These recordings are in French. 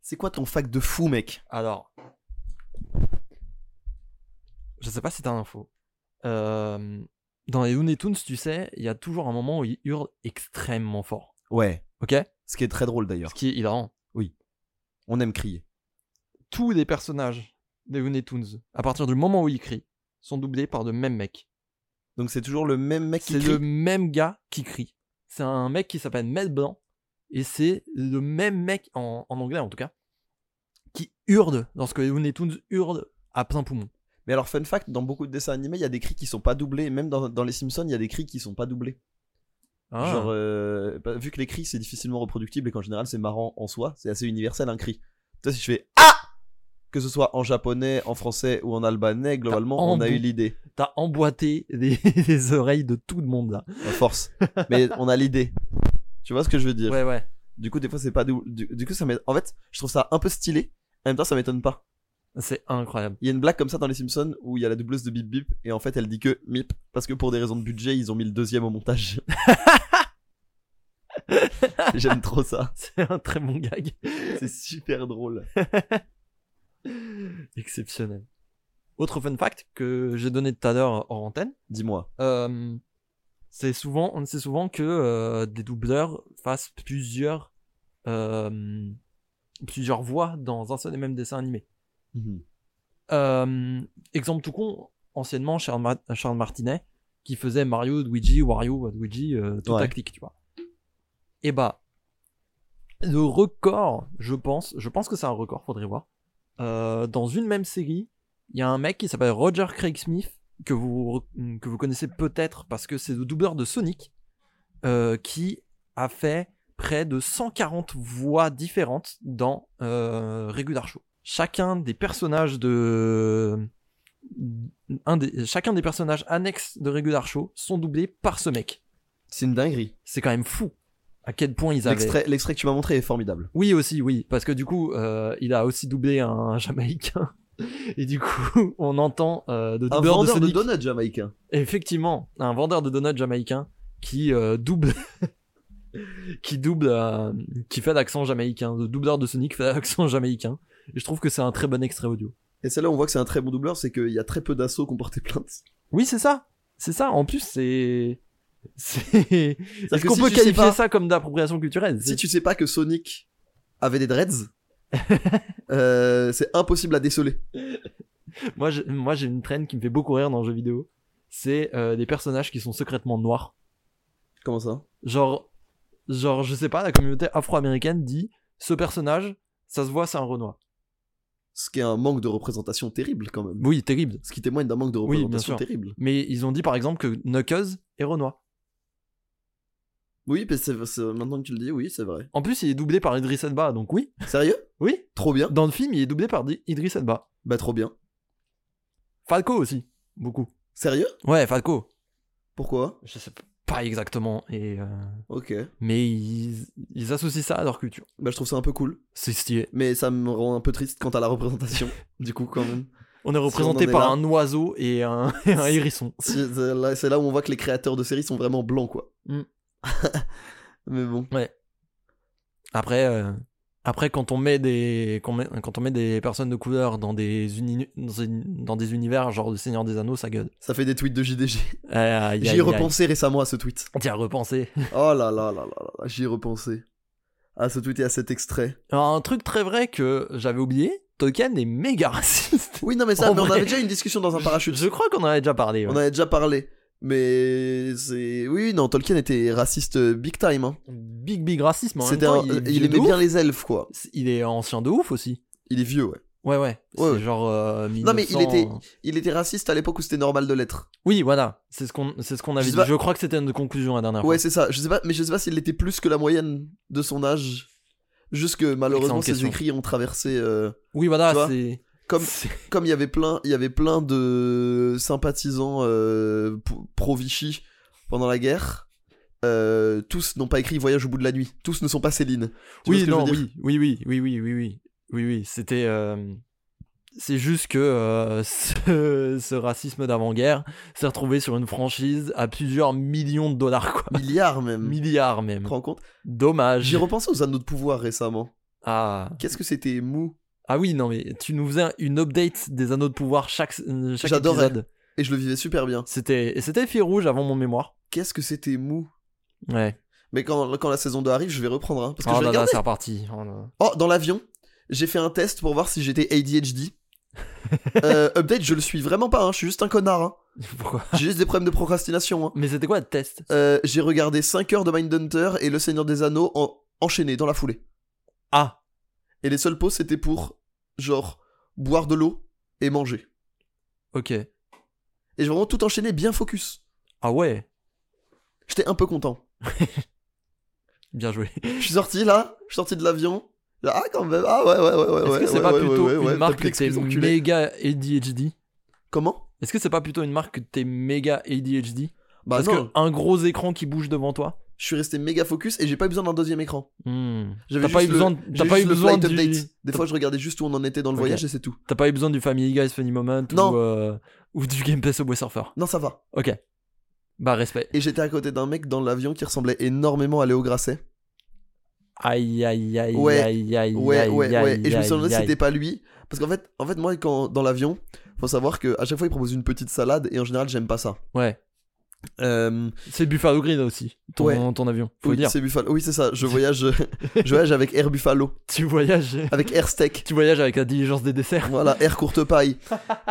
C'est quoi ton fac de fou, mec Alors, je sais pas si t'as l'info. Euh, dans les Looney Tunes, tu sais, il y a toujours un moment où ils hurlent extrêmement fort. Ouais. Ok Ce qui est très drôle Ce d'ailleurs. qui est hilarant. On aime crier. Tous les personnages des Looney Tunes, à partir du moment où ils crient, sont doublés par le même mec. Donc c'est toujours le même mec qui C'est le crie. même gars qui crie. C'est un mec qui s'appelle Mel Blanc. Et c'est le même mec, en, en anglais en tout cas, qui hurle lorsque les Looney Tunes hurlent à plein poumon. Mais alors, fun fact, dans beaucoup de dessins animés, il y a des cris qui sont pas doublés. Même dans, dans les Simpsons, il y a des cris qui sont pas doublés. Ah. Genre, euh, bah, vu que les cris, c'est difficilement reproductible et qu'en général, c'est marrant en soi, c'est assez universel un cri. Toi, si je fais Ah Que ce soit en japonais, en français ou en albanais, globalement, on a embou- eu l'idée. T'as emboîté les, les oreilles de tout le monde là. À force. Mais on a l'idée. Tu vois ce que je veux dire Ouais, ouais. Du coup, des fois, c'est pas double. Du, du coup, ça m'étonne- En fait, je trouve ça un peu stylé. En même temps, ça m'étonne pas. C'est incroyable. Il y a une blague comme ça dans Les Simpsons où il y a la doubleuse de Bip Bip et en fait, elle dit que Mip parce que pour des raisons de budget, ils ont mis le deuxième au montage. J'aime trop ça. C'est un très bon gag. C'est super drôle. Exceptionnel. Autre fun fact que j'ai donné tout à l'heure hors antenne, Dis-moi. euh, c'est souvent, on sait souvent que euh, des doubleurs fassent plusieurs, euh, plusieurs voix dans un seul et même dessin animé. Mhm. Euh, exemple tout con, anciennement Charles, Ma- Charles Martinet, qui faisait Mario, Luigi, Wario, Luigi, euh, tout Ouais. à clic, tu vois. Et bah, le record, je pense, je pense que c'est un record, faudrait voir. Euh, dans une même série, il y a un mec qui s'appelle Roger Craig Smith, que vous, re- que vous connaissez peut-être parce que c'est le doubleur de Sonic, euh, qui a fait près de 140 voix différentes dans euh, Regular Show. Chacun des personnages de un des, chacun des personnages annexes de Regular Show sont doublés par ce mec. C'est une dinguerie. C'est quand même fou à quel point ils avaient. L'extrait l'extrait que tu m'as montré est formidable. Oui aussi, oui, parce que du coup, euh, il a aussi doublé un Jamaïcain. Et du coup, on entend euh, le Un doubleur de vendeur de, Sonic. donuts jamaïcain. Effectivement, un vendeur de donuts jamaïcain qui euh, double, qui double, euh, qui fait l'accent jamaïcain. Le doubleur de Sonic fait l'accent jamaïcain. Et je trouve que c'est un très bon extrait audio. Et c'est là où on voit que c'est un très bon doubleur, c'est qu'il y a très peu d'assauts qui ont porté plainte. Oui, c'est ça, c'est ça. En plus, c'est, c'est. C'est-à-dire Est-ce qu'on si peut tu sais qualifier pas- ça comme d'appropriation culturelle Si tu sais pas que Sonic avait des dreads, euh, c'est impossible à déceler. Moi, j'ai- moi, j'ai une traîne qui me fait beaucoup rire dans le jeu vidéo. C'est euh, des personnages qui sont secrètement noirs. Comment ça Genre, genre, je sais pas, la communauté afro-américaine dit ce personnage, ça se voit, c'est un Renoir. Ce qui est un manque de représentation terrible quand même. Oui, terrible. Ce qui témoigne d'un manque de Oui, bien représentation sûr. terrible. Mais ils ont dit par exemple que Knuckles est Renoir. Oui, mais c'est, c'est- maintenant que tu le dis, oui, c'est vrai. En plus, il est doublé par Idris Elba, donc oui, Sérieux oui. Trop bien. Dans le film, il est doublé par Di- Idris Elba. Bah trop bien. Falco aussi, beaucoup. Sérieux Ouais, Falco. Pourquoi Je sais pas exactement, et euh, Ok. mais ils, ils associent ça à leur culture. Bah je trouve ça un peu cool, C'est stylé. mais ça me rend un peu triste quant à la représentation. du coup, quand même. On est on représenté en est par là. un oiseau et un, et un hérisson. Si- C'est là, c'est là où on voit que les créateurs de séries sont vraiment blancs, quoi. Mm. mais bon. Après, euh, après quand on met des qu'on met- quand on met des personnes de couleur dans des uni- dans, une- dans des univers genre le Seigneur des Anneaux, ça gueule. Ça fait des tweets de JDG. Euh, aïe, aïe, J'y ai aïe. repensé récemment à ce tweet. T'y as repensé. Oh là là là là là, là, j'y ai repensé. À ce tweet et à cet extrait. Alors, un truc très vrai que j'avais oublié, Tolkien est méga raciste. Oui, non, mais ça, En mais on vrai. avait déjà une discussion dans un parachute. Je crois qu'on en avait déjà parlé. ouais. On avait déjà parlé. Mais c'est. Oui, non, Tolkien était raciste euh, big time. Hein. Big big racisme. en même C'était temps, un- euh, il, est Il, vieux de aimait ouf. bien les elfes, quoi. Il est ancien de ouf aussi. Il est vieux, ouais. Ouais ouais. C'est Ouais, ouais. genre euh, Non, mais il 1900, était- euh, Il était raciste à l'époque où c'était normal de l'être. Oui voilà. C'est ce qu'on c'est ce qu'on avait Je sais dit. pas- Je crois que c'était une conclusion la dernière Ouais, c'est ça. Je sais pas, mais je sais pas s'il était plus que la moyenne de son âge. Juste que malheureusement, Excellente ses question. écrits ont traversé. euh, fois. Oui Tu voilà. vois, C'est comme c'est- comme il y avait plein, il y avait plein de sympathisants euh, p- pro-Vichy pendant la guerre. euh, tous n'ont pas écrit Voyage au bout de la nuit. Tous ne sont pas Céline. Tu vois ce Oui, que je non, veux dire oui, oui, oui, oui, oui, oui, oui, oui, oui, c'était. euh, C'est juste que euh, ce, ce racisme d'avant-guerre s'est retrouvé sur une franchise à plusieurs millions de dollars, quoi. Milliards même. Milliards Tu même. te rends compte Dommage. J'y repensais aux anneaux de pouvoir récemment. Ah. Qu'est-ce que c'était mou ah oui, non, mais tu nous faisais une update des anneaux de pouvoir chaque, euh, chaque J'adorais. épisode. Et je le vivais super bien. C'était, c'était fil rouge avant mon mémoire. Qu'est-ce que c'était mou Ouais. Mais quand, quand la saison 2 arrive, je vais reprendre. hein, parce que oh je là là, regarde. c'est reparti. Oh là là. Oh, dans l'avion, j'ai fait un test pour voir si j'étais ADHD. Euh, update, je le suis vraiment pas, hein, je suis juste un connard. hein. Pourquoi J'ai juste des problèmes de procrastination. hein. Mais c'était quoi le test Euh, j'ai regardé 5 heures de Mindhunter et Le Seigneur des Anneaux en... enchaînés dans la foulée. Ah, Et les seules pauses, c'était pour, genre, boire de l'eau et manger. ok. Et j'ai vraiment tout enchaîné, bien focus. Ah ouais, J'étais un peu content. bien joué. Je suis sorti là, je suis sorti de l'avion. Là, ah, quand même, ah ouais, ouais, ouais, ouais. Est-ce que ouais, c'est ouais, pas ouais, plutôt ouais, ouais, une ouais, marque t'as que plus t'es d'excuses, enculé. méga ADHD Comment Est-ce que c'est pas plutôt une marque que t'es méga ADHD Bah Parce non, que un gros écran qui bouge devant toi. je suis resté méga focus et j'ai pas eu besoin d'un deuxième écran. Hmm. J'avais T'as pas eu juste le- besoin. de- j'ai T'as pas juste eu le besoin flight du. update. Des fois, je regardais juste où on en était dans le Ok. voyage et c'est tout. T'as pas eu besoin du Family Guys Funny Moment Non. ou euh, ou du Gameplay Subway Surfer. Non, ça va. Ok. Bah respect. Et j'étais à côté d'un mec dans l'avion qui ressemblait énormément à Léo Grasset. Aïe aïe aïe Ouais, aïe aïe Ouais, aïe, ouais, aïe, ouais. Et je me suis demandé aïe, si aïe. c'était pas lui. Parce qu'en fait, en fait, moi, quand dans l'avion, faut savoir que à chaque fois, il propose une petite salade et en général, j'aime pas ça. Ouais. Euh, C'est Buffalo Green aussi. Ton, Ouais. ton avion. oui, Faut le dire. c'est Buffalo. Oui, c'est ça. Je voyage, je voyage avec Air Buffalo, Tu voyages. avec Air Steak. Tu voyages avec la diligence des desserts. Voilà, air courte paille.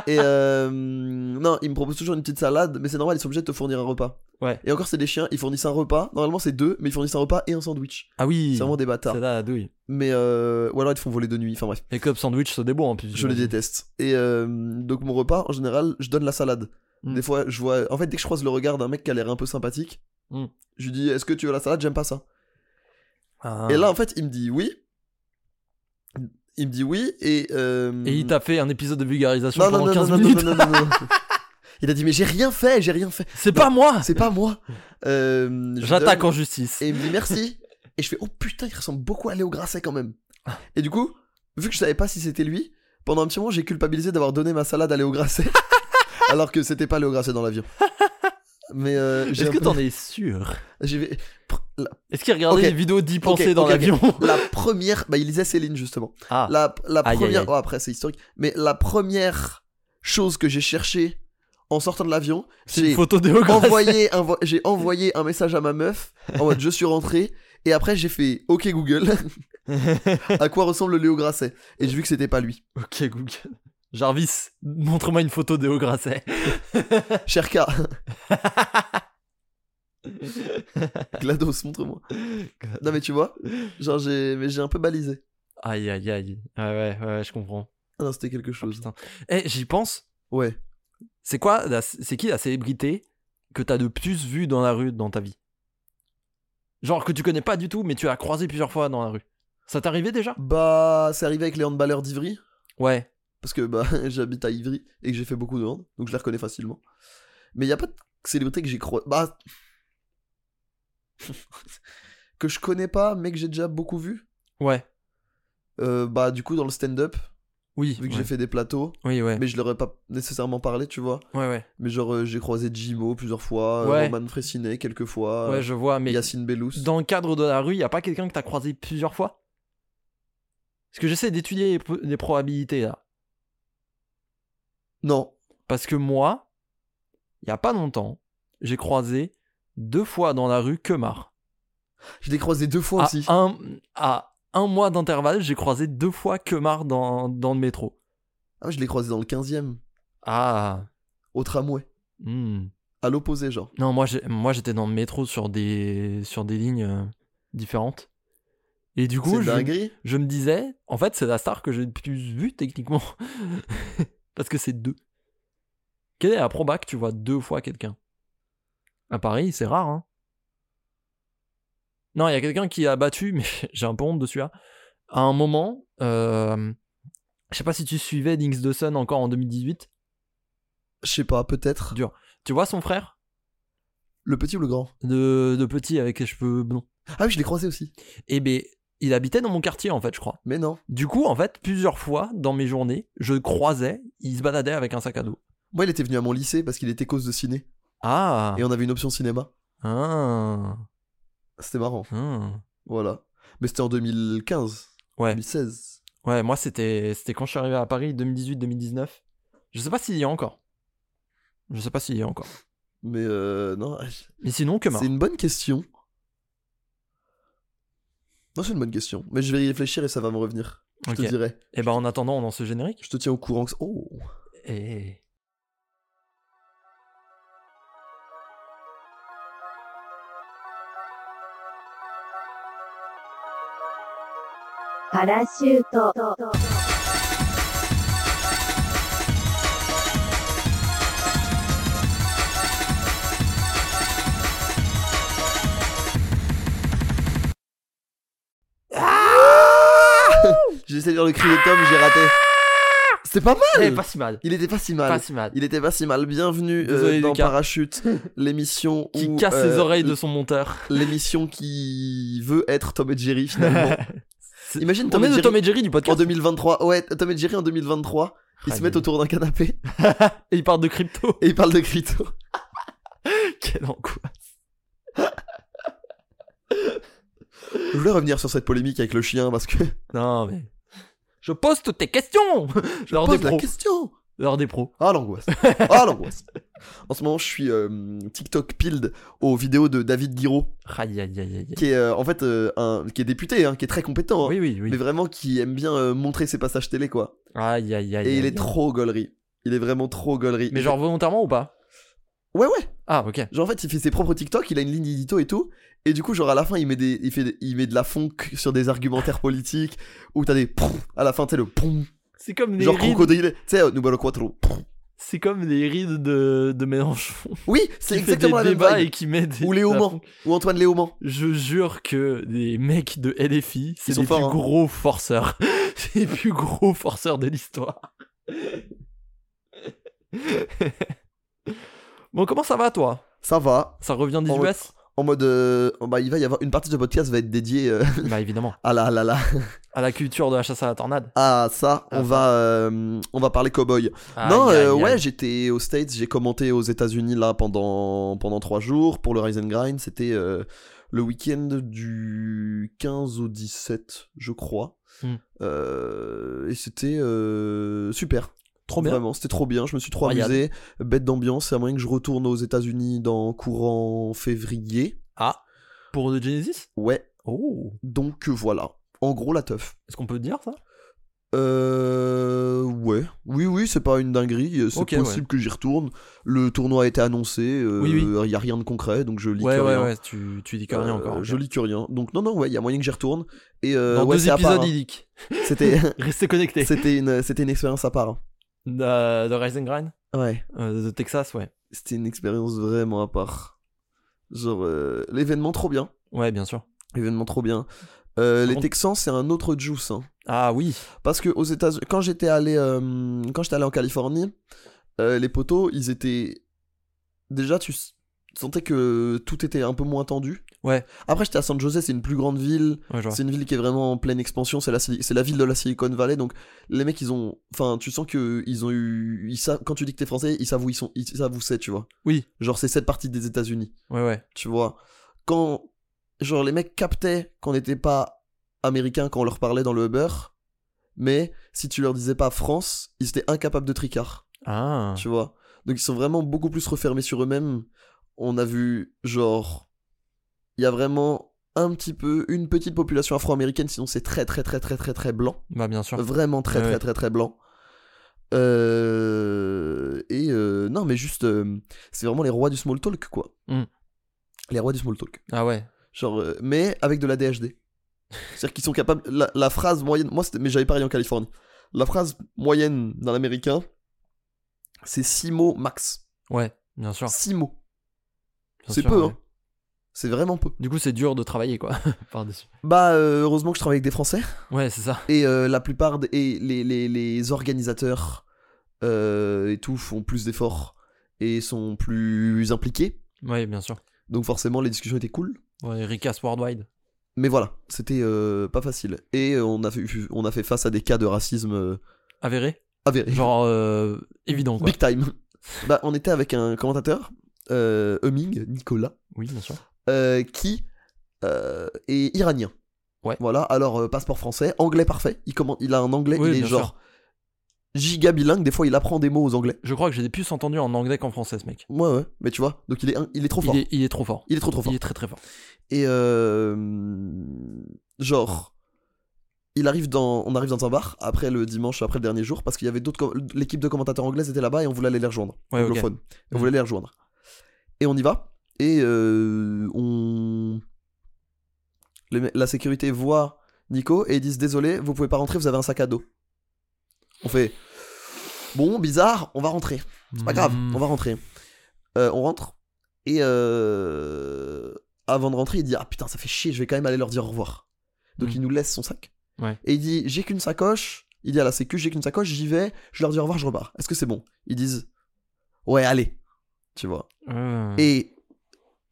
Et euh, non, ils me proposent toujours une petite salade, mais c'est normal, ils sont obligés de te fournir un repas. Ouais. Et encore, c'est des chiens, ils fournissent un repas. Normalement, c'est deux, mais ils fournissent un repas et un sandwich. Ah oui. C'est vraiment des bâtards. C'est la douille. Mais euh, ou alors ils te font voler de nuit. Enfin bref, Les clubs sandwich se déboient en plus. je les déteste. Et euh, donc mon repas, en général, je donne la salade. Mm. Des fois, je vois. En fait, dès que je croise le regard d'un mec qui a l'air un peu sympathique, Mm. je lui dis Est-ce que tu veux la salade J'aime pas ça. Ah. Et là, en fait, il me dit oui. Il me dit oui et. euh, Et il t'a fait un épisode de vulgarisation non, non, pendant non, non, 15 non, minutes. non, non, non, non, non. Il a dit mais j'ai rien fait, j'ai rien fait. C'est pas moi C'est pas moi. Euh, je J'attaque donne- en justice. Et il me dit merci. Et je fais oh putain, il ressemble beaucoup à Léo Grasset quand même. Et du coup, vu que je savais pas si c'était lui, pendant un petit moment j'ai culpabilisé d'avoir donné ma salade à Léo Grasset. alors que c'était pas Léo Grasset dans l'avion. Mais euh, j'ai Est-ce un que peu- t'en es sûr j'ai fait- la, Est-ce qu'il regardait Ok. les vidéos d'y penser dans ok, ok. l'avion la première, bah il lisait Céline justement. Ah, La, la Aïe, aïe, première, aïe. oh, après c'est historique, mais la première chose que j'ai cherchée en sortant de l'avion, c'est une j'ai photo de Léo Grasset. envoyé un vo- j'ai envoyé un message à ma meuf en mode je suis rentré et après j'ai fait OK Google à quoi ressemble Léo Grasset et j'ai vu que c'était pas lui. ok, Google. Jarvis, montre-moi une photo de Léo Grasset. Cher K. GLaDOS montre-moi. Non mais tu vois, genre j'ai mais j'ai un peu balisé. Aïe, aïe, aïe. Ouais, ouais, ouais, je comprends. Ah non, c'était quelque Ah, chose. putain. Eh, j'y pense. ouais. C'est quoi la- C'est qui la célébrité que t'as de plus vue dans la rue dans ta vie Genre que tu connais pas du tout, mais tu as croisé plusieurs fois dans la rue. Ça t'est arrivé déjà Bah, c'est arrivé avec les handballeurs d'Ivry Ouais. parce que bah j'habite à Ivry et que j'ai fait beaucoup de hand, donc je les reconnais facilement. Mais il y a pas de célébrité que j'ai croisé. Bah que je connais pas mais que j'ai déjà beaucoup vu. Ouais. Euh, bah du coup dans le stand-up Oui. vu que ouais. j'ai fait des plateaux Oui, ouais. mais je leur ai pas nécessairement parlé tu vois Ouais, ouais. mais genre euh, j'ai croisé Jimo plusieurs fois euh, Ouais. Roman Fressinet quelques fois euh, Ouais, je vois, mais Yacine Bellous dans le cadre de la rue, y a pas quelqu'un que t'as croisé plusieurs fois Parce que j'essaie d'étudier les pro- les probabilités là. non Parce que moi, il y a pas longtemps, j'ai croisé deux fois dans la rue Kemar. je l'ai croisé deux fois À aussi un, à un mois d'intervalle, j'ai croisé deux fois Kemar dans, dans le métro. ah je l'ai croisé dans le 15ème Ah. au tramway hmm. à l'opposé genre Non, moi, j'ai- moi j'étais dans le métro sur des, sur des lignes euh, différentes. Et du coup, c'est je, dinguerie je me disais, en fait, c'est la star que j'ai le plus vue techniquement. Parce que c'est deux. Quelle est la proba que tu vois deux fois quelqu'un À Paris, c'est rare, hein. Non, il y a quelqu'un qui a battu, mais j'ai un peu honte de celui-là. À un moment, euh, je sais pas si tu suivais Dings de Sun encore en 2018. je sais pas peut-être Du- Tu vois son frère le petit ou le grand de, de petit avec les cheveux blonds ah oui je l'ai croisé aussi Eh ben, il habitait dans mon quartier, en fait, je crois. mais non Du coup, en fait, plusieurs fois dans mes journées, je croisais, il se baladait avec un sac à dos. moi il était venu à mon lycée parce qu'il était cause de ciné Ah et on avait une option cinéma Ah. c'était marrant Ah. voilà mais c'était en 2015 Ouais. 2016. Ouais, moi c'était c'était quand je suis arrivé à Paris 2018-2019. Je sais pas s'il y a encore. Je sais pas s'il y a encore. Mais euh, non, Mais sinon que c'est une bonne question. Non, c'est une bonne question. Mais je vais y réfléchir et ça va me revenir. Je te dirai. Et ben en attendant, on en ce générique. Je te tiens au courant. que- Oh Et Parachute. 'J'ai essayé de faire le cri de Tom, j'ai raté. C'était pas Eh, mal pas si mal. Il était pas si mal. Pas si mal. Il était pas si mal. Bienvenue euh, Désolé, dans Lucas. Parachute, l'émission Qui où, casse euh, les oreilles de son monteur. L'émission qui veut être Tom et Jerry finalement. C'est- Imagine On Tom est et de Jerry Tom et Jerry du en podcast. 2023. Ouais, Tom et Jerry en 2023. Ils Ah, se mettent mais- autour d'un canapé Et il parle de crypto. et ils parlent de crypto. Quelle angoisse. Je voulais revenir sur cette polémique avec le chien parce que. Non, mais. Je pose toutes tes questions L'heure des Pose la pros. question L'heure des pros. Ah l'angoisse Ah l'angoisse En ce moment, je suis euh, TikTok pilled aux vidéos de David Guiraud, Aïe, aïe, aïe, aïe. qui est euh, en fait euh, un. qui est député, hein, qui est très compétent. hein, Oui, oui, oui. Mais vraiment qui aime bien euh, montrer ses passages télé quoi. Aïe, aïe, aïe. Et il aïe, est trop gaulerie. Il est vraiment trop gaulerie. Mais genre volontairement ou pas Ouais ouais. Ah, ok. Genre en fait, il fait ses propres TikTok, il a une ligne édito et tout. Et du coup, genre à la fin, il met des, il fait, des- il met de la funk sur des argumentaires politiques où t'as des prouf à la fin, t'es le poum. C'est comme les Genre rides. crocodile, tu sais, euh, numero quattro. prouf. C'est comme les rides de, de Mélenchon. Oui, c'est qui fait exactement la des même débats vibe. et qui met des. Ou Léo Mans. Ou Antoine Léaumont. Je jure que les mecs de LFI, c'est Ils sont les plus forts, hein. gros forceurs. C'est les plus gros forceurs de l'histoire. bon, comment ça va toi Ça va. Ça revient des En- US En mode, euh, bah, il va y avoir une partie de podcast va être dédiée euh, Bah évidemment, à la, à la, à la, à la culture de la chasse à la tornade. à ça. On Ah, va, euh, on va parler cowboy. Non, Aïe, aïe, euh, aïe. ouais, j'étais aux States, j'ai commenté aux États-Unis là pendant pendant trois jours pour le Rise and Grind. C'était euh, le week-end du 15 au 17, je crois. Hmm. Euh, et c'était euh, super. Trop bien. Vraiment, c'était trop bien. Je me suis trop Incroyable. amusé. Bête d'ambiance. C'est à moyen que je retourne aux États-Unis dans courant février. Ah, pour le Genesis Ouais. Oh, Donc euh, voilà. En gros, la teuf. est-ce qu'on peut dire ça Euh. Ouais. Oui, oui, c'est pas une dinguerie. C'est Ok, possible que j'y retourne. Le tournoi a été annoncé. euh, Oui, Il oui. y a rien de concret, donc je lis Ouais, que ouais, rien. ouais, tu, tu dis que Euh, rien encore. je lis que rien. Donc, non, non, ouais, il y a moyen que j'y retourne. Et euh, Dans ouais, deux c'est à part, épisodes hein. idiques. C'était. Restez connectés. C'était une, c'était une expérience à part. hein. De, de Rise and Grind Ouais, euh, De Texas, ouais. c'était une expérience vraiment à part. Genre, euh, l'événement trop bien. Ouais, bien sûr. L'événement trop bien. Euh, Par les contre- Texans, c'est un autre juice. hein. Ah oui. Parce que aux États, quand j'étais allé, euh, quand j'étais allé en Californie, euh, les poteaux, ils étaient déjà tu s- sentais que tout était un peu moins tendu. Ouais. Après j'étais à San José, c'est une plus grande ville, Ouais, je vois. c'est une ville qui est vraiment en pleine expansion, c'est la Sili- c'est la ville de la Silicon Valley, donc les mecs ils ont, enfin tu sens que ils ont eu, ils sa- quand tu dis que t'es français, ils savent où ils sont, ils savent où c'est, tu vois. Oui. Genre c'est cette partie des États-Unis, Ouais, ouais. tu vois. Quand genre les mecs captaient qu'on n'était pas américains quand on leur parlait dans le Uber, mais si tu leur disais pas France, ils étaient incapables de tricard, Ah. tu vois. Donc ils sont vraiment beaucoup plus refermés sur eux-mêmes. On a vu genre il y a vraiment un petit peu une petite population afro-américaine, sinon c'est très très très très très très blanc, Bah, bien sûr. vraiment très Ouais, très ouais. très très blanc. Euh, et euh, non mais juste euh, c'est vraiment les rois du small talk quoi. Mm. Les rois du small talk. Ah ouais. Genre, euh, mais avec de la DHD. C'est-à-dire qu'ils sont capables. La, la phrase moyenne. Moi, c'était- mais j'avais parié en Californie. La phrase moyenne d'un américain, c'est 6 mots max. Ouais, bien sûr. 6 mots. Ah. bien C'est sûr, peu, ouais. hein. C'est vraiment peu. Du coup, c'est dur de travailler, quoi. Par-dessus. Bah, euh, heureusement que je travaille avec des Français. Ouais, c'est ça. Et euh, la plupart des et les, les, les organisateurs euh, et tout font plus d'efforts et sont plus impliqués. Ouais, bien sûr. Donc, forcément, les discussions étaient cool. Ouais, Ricasse Worldwide. Mais voilà, c'était euh, pas facile. Et euh, on a, fait, on a fait face à des cas de racisme euh, Avéré. avérés. Genre, euh, évident, quoi. Ah, Big time. Bah, on était avec un commentateur, euh, Humming, Nicolas, Oui, bien sûr. euh, qui euh, est iranien. Ouais. Voilà, alors euh, passeport français, anglais parfait. Il, commen- il a un anglais, Oui, il est bien genre giga bilingue. Des fois, il apprend des mots aux anglais. Je crois que j'ai plus entendu en anglais qu'en français, ce mec. Ouais, ouais, mais tu vois, donc il est, un- il est trop fort. Il est, il est trop fort. Il est trop trop fort. Il est très très fort. Et euh, genre, il arrive dans, on arrive dans un bar après le dimanche, après le dernier jour, parce qu'il y avait d'autres, com- l'équipe de commentateurs anglaises était là-bas et on voulait aller les rejoindre, Ouais, ok. anglophones. Et On Mhm. voulait les rejoindre. Et on y va. Et euh, on, les me- la sécurité voit Nico et ils disent désolé, vous pouvez pas rentrer, vous avez un sac à dos. On fait bon, bizarre, on va rentrer. C'est pas grave, Mm. on va rentrer. Euh, on rentre. Et euh, avant de rentrer, il dit Ah putain, ça fait chier, je vais quand même aller leur dire au revoir. Donc Mm. il nous laisse son sac. Ouais. Et il dit J'ai qu'une sacoche. Il dit ah, à la sécu J'ai qu'une sacoche, j'y vais, je leur dis au revoir, je repars. Est-ce que c'est bon Ils disent Ouais, allez. Tu vois. Euh, Et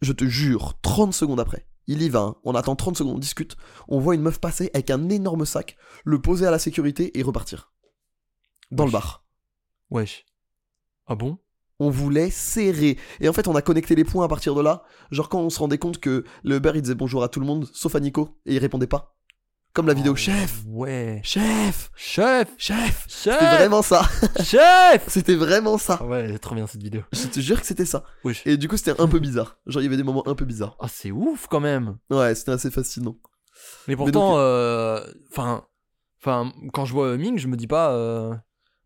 je te jure, 30 secondes après, il y va. hein. On attend 30 secondes, on discute. On voit une meuf passer avec un énorme sac, le poser à la sécurité et repartir. Dans le bar. Wesh. Ah bon On voulait serrer. Et en fait, on a connecté les points à partir de là. Genre, quand on se rendait compte que le Uber, il disait bonjour à tout le monde, sauf à Nico, et il répondait pas. Comme la vidéo Oh, Chef Ouais. Chef Chef Chef Chef C'était vraiment ça. Chef C'était vraiment ça. Euh. Ah ouais, elle est trop bien cette vidéo. Je te jure que c'était ça. Wesh. Et du coup, c'était un peu bizarre. Genre, il y avait des moments un peu bizarres. Ah, c'est ouf quand même. Ouais, c'était assez fascinant. Mais donc, pourtant, euh, enfin, enfin, quand je vois euh, Ming, je me dis pas. euh, je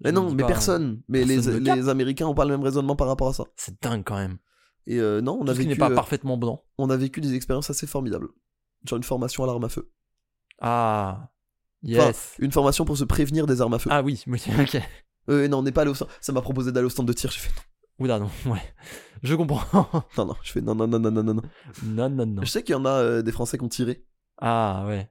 Mais me non, dis mais pas, personne. Mais les, personne ne capte. les Américains ont pas le même raisonnement par rapport à ça. C'est dingue quand même. Et euh, non, on a, Tout ce qui vécu, n'est pas euh, parfaitement blanc. on a vécu des expériences assez formidables. Genre une formation à l'arme à feu. Ah. Enfin, Yes. Une formation pour se prévenir des armes à feu. Ah oui, oui, ok. Euh, non, on n'est pas allé au stand. Ça m'a proposé d'aller au stand de tir. J'ai fait Oula, non, ouais. Je comprends. non, non, je fais non, non, non, non, non, non. non. non, non, non. Je sais qu'il y en a euh, des Français qui ont tiré. Ah ouais.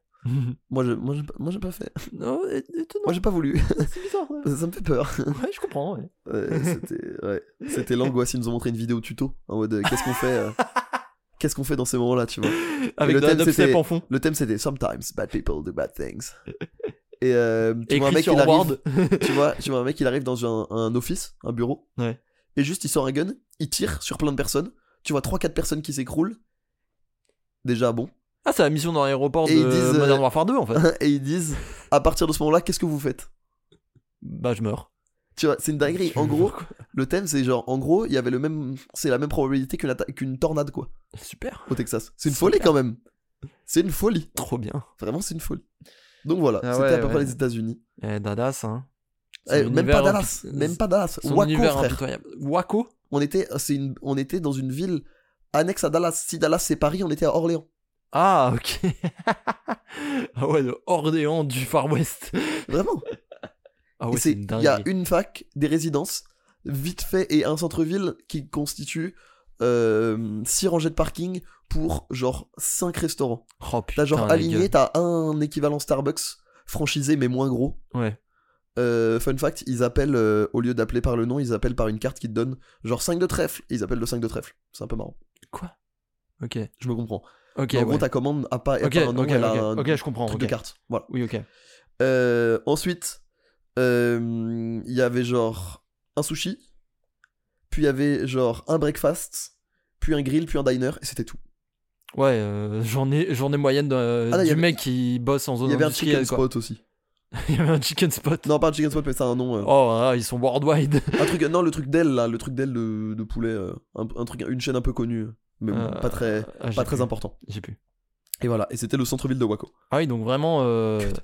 Moi, je, moi, j'ai pas- moi, j'ai pas fait. non, é- étonnant. Moi, j'ai pas voulu. C'est bizarre. Ouais. ça, ça me fait peur. Ouais, je comprends, ouais. Ouais, c'était, ouais. c'était l'angoisse. Ils nous ont montré une vidéo tuto en mode euh, qu'est-ce qu'on fait, euh, qu'est-ce qu'on fait dans ces moments-là, tu vois. Avec le de la thème, dubstep c'était- en fond. Le thème c'était sometimes bad people do bad things. Et euh, tu vois un Écrit mec sur il arrive, Word. tu vois, tu vois un mec il arrive dans un, un office, un bureau. Ouais. Et juste il sort un gun, il tire sur plein de personnes. Tu vois 3-4 personnes qui s'écroulent. Déjà bon. Ah, c'est la mission dans l'aéroport de Et ils disent, euh, Modern Warfare 2 en fait. et ils disent à partir de ce moment-là, qu'est-ce que vous faites bah, je meurs. Tu vois, c'est une dinguerie. Je En meurs, gros, quoi. le thème c'est genre, en gros, il y avait le même, c'est la même probabilité qu'une atta- qu'une tornade quoi Super. au Texas. C'est une Super. folie quand même. C'est une folie. Trop bien. Vraiment, c'est une folie. Donc voilà, Ah c'était ouais, à peu ouais. près les États-Unis. Eh, Dadas, hein. Son Eh, même pas univers impi- Dallas, même pas Dallas. Son Waco univers frère. impitoyable. Waco On était, c'est une, on était dans une ville annexe à Dallas. Si Dallas c'est Paris, on était à Orléans. Ah, ok. ah ouais, le Orléans du Far West. Vraiment. Et Ah ouais, c'est- c'est il une y a dinguerie. une fac, des résidences, vite fait, et un centre-ville qui constitue 6 rangées de parking pour genre 5 restaurants. Oh putain, T'as genre la aligné, gueule. t'as un équivalent Starbucks franchisé mais moins gros. Ouais. Euh, fun fact, ils appellent, euh, au lieu d'appeler par le nom, ils appellent par une carte qui te donne genre 5 de trèfle, et ils appellent le 5 de trèfle. C'est un peu marrant. Quoi Ok. Je me comprends. Ok, en ouais. gros, ta commande a pas, a Ok, pas un nom, ok, elle a un ok, ok, je comprends. truc ok. de carte. Voilà. Oui, ok. Euh, ensuite, euh, il y avait genre un sushi, puis il y avait genre un breakfast, puis un grill, puis un diner, et c'était tout. Ouais, euh, journée, journée moyenne de- Ah, non, il y du avait- mec qui bosse en Il zone y avait un industrielle. chicken quoi. spot aussi. il y avait un chicken spot. Non, pas un chicken spot, mais c'est un nom. euh, Oh, ah, ils sont worldwide. un truc, non, le truc d'elle là, le truc d'elle de, de poulet, euh, un, un truc, une chaîne un peu connue, mais bon, Euh, pas très, Ah, j'ai pas très plus, important. J'ai plus. Et voilà, et c'était le centre-ville de Waco. Ah oui, donc vraiment euh, Pas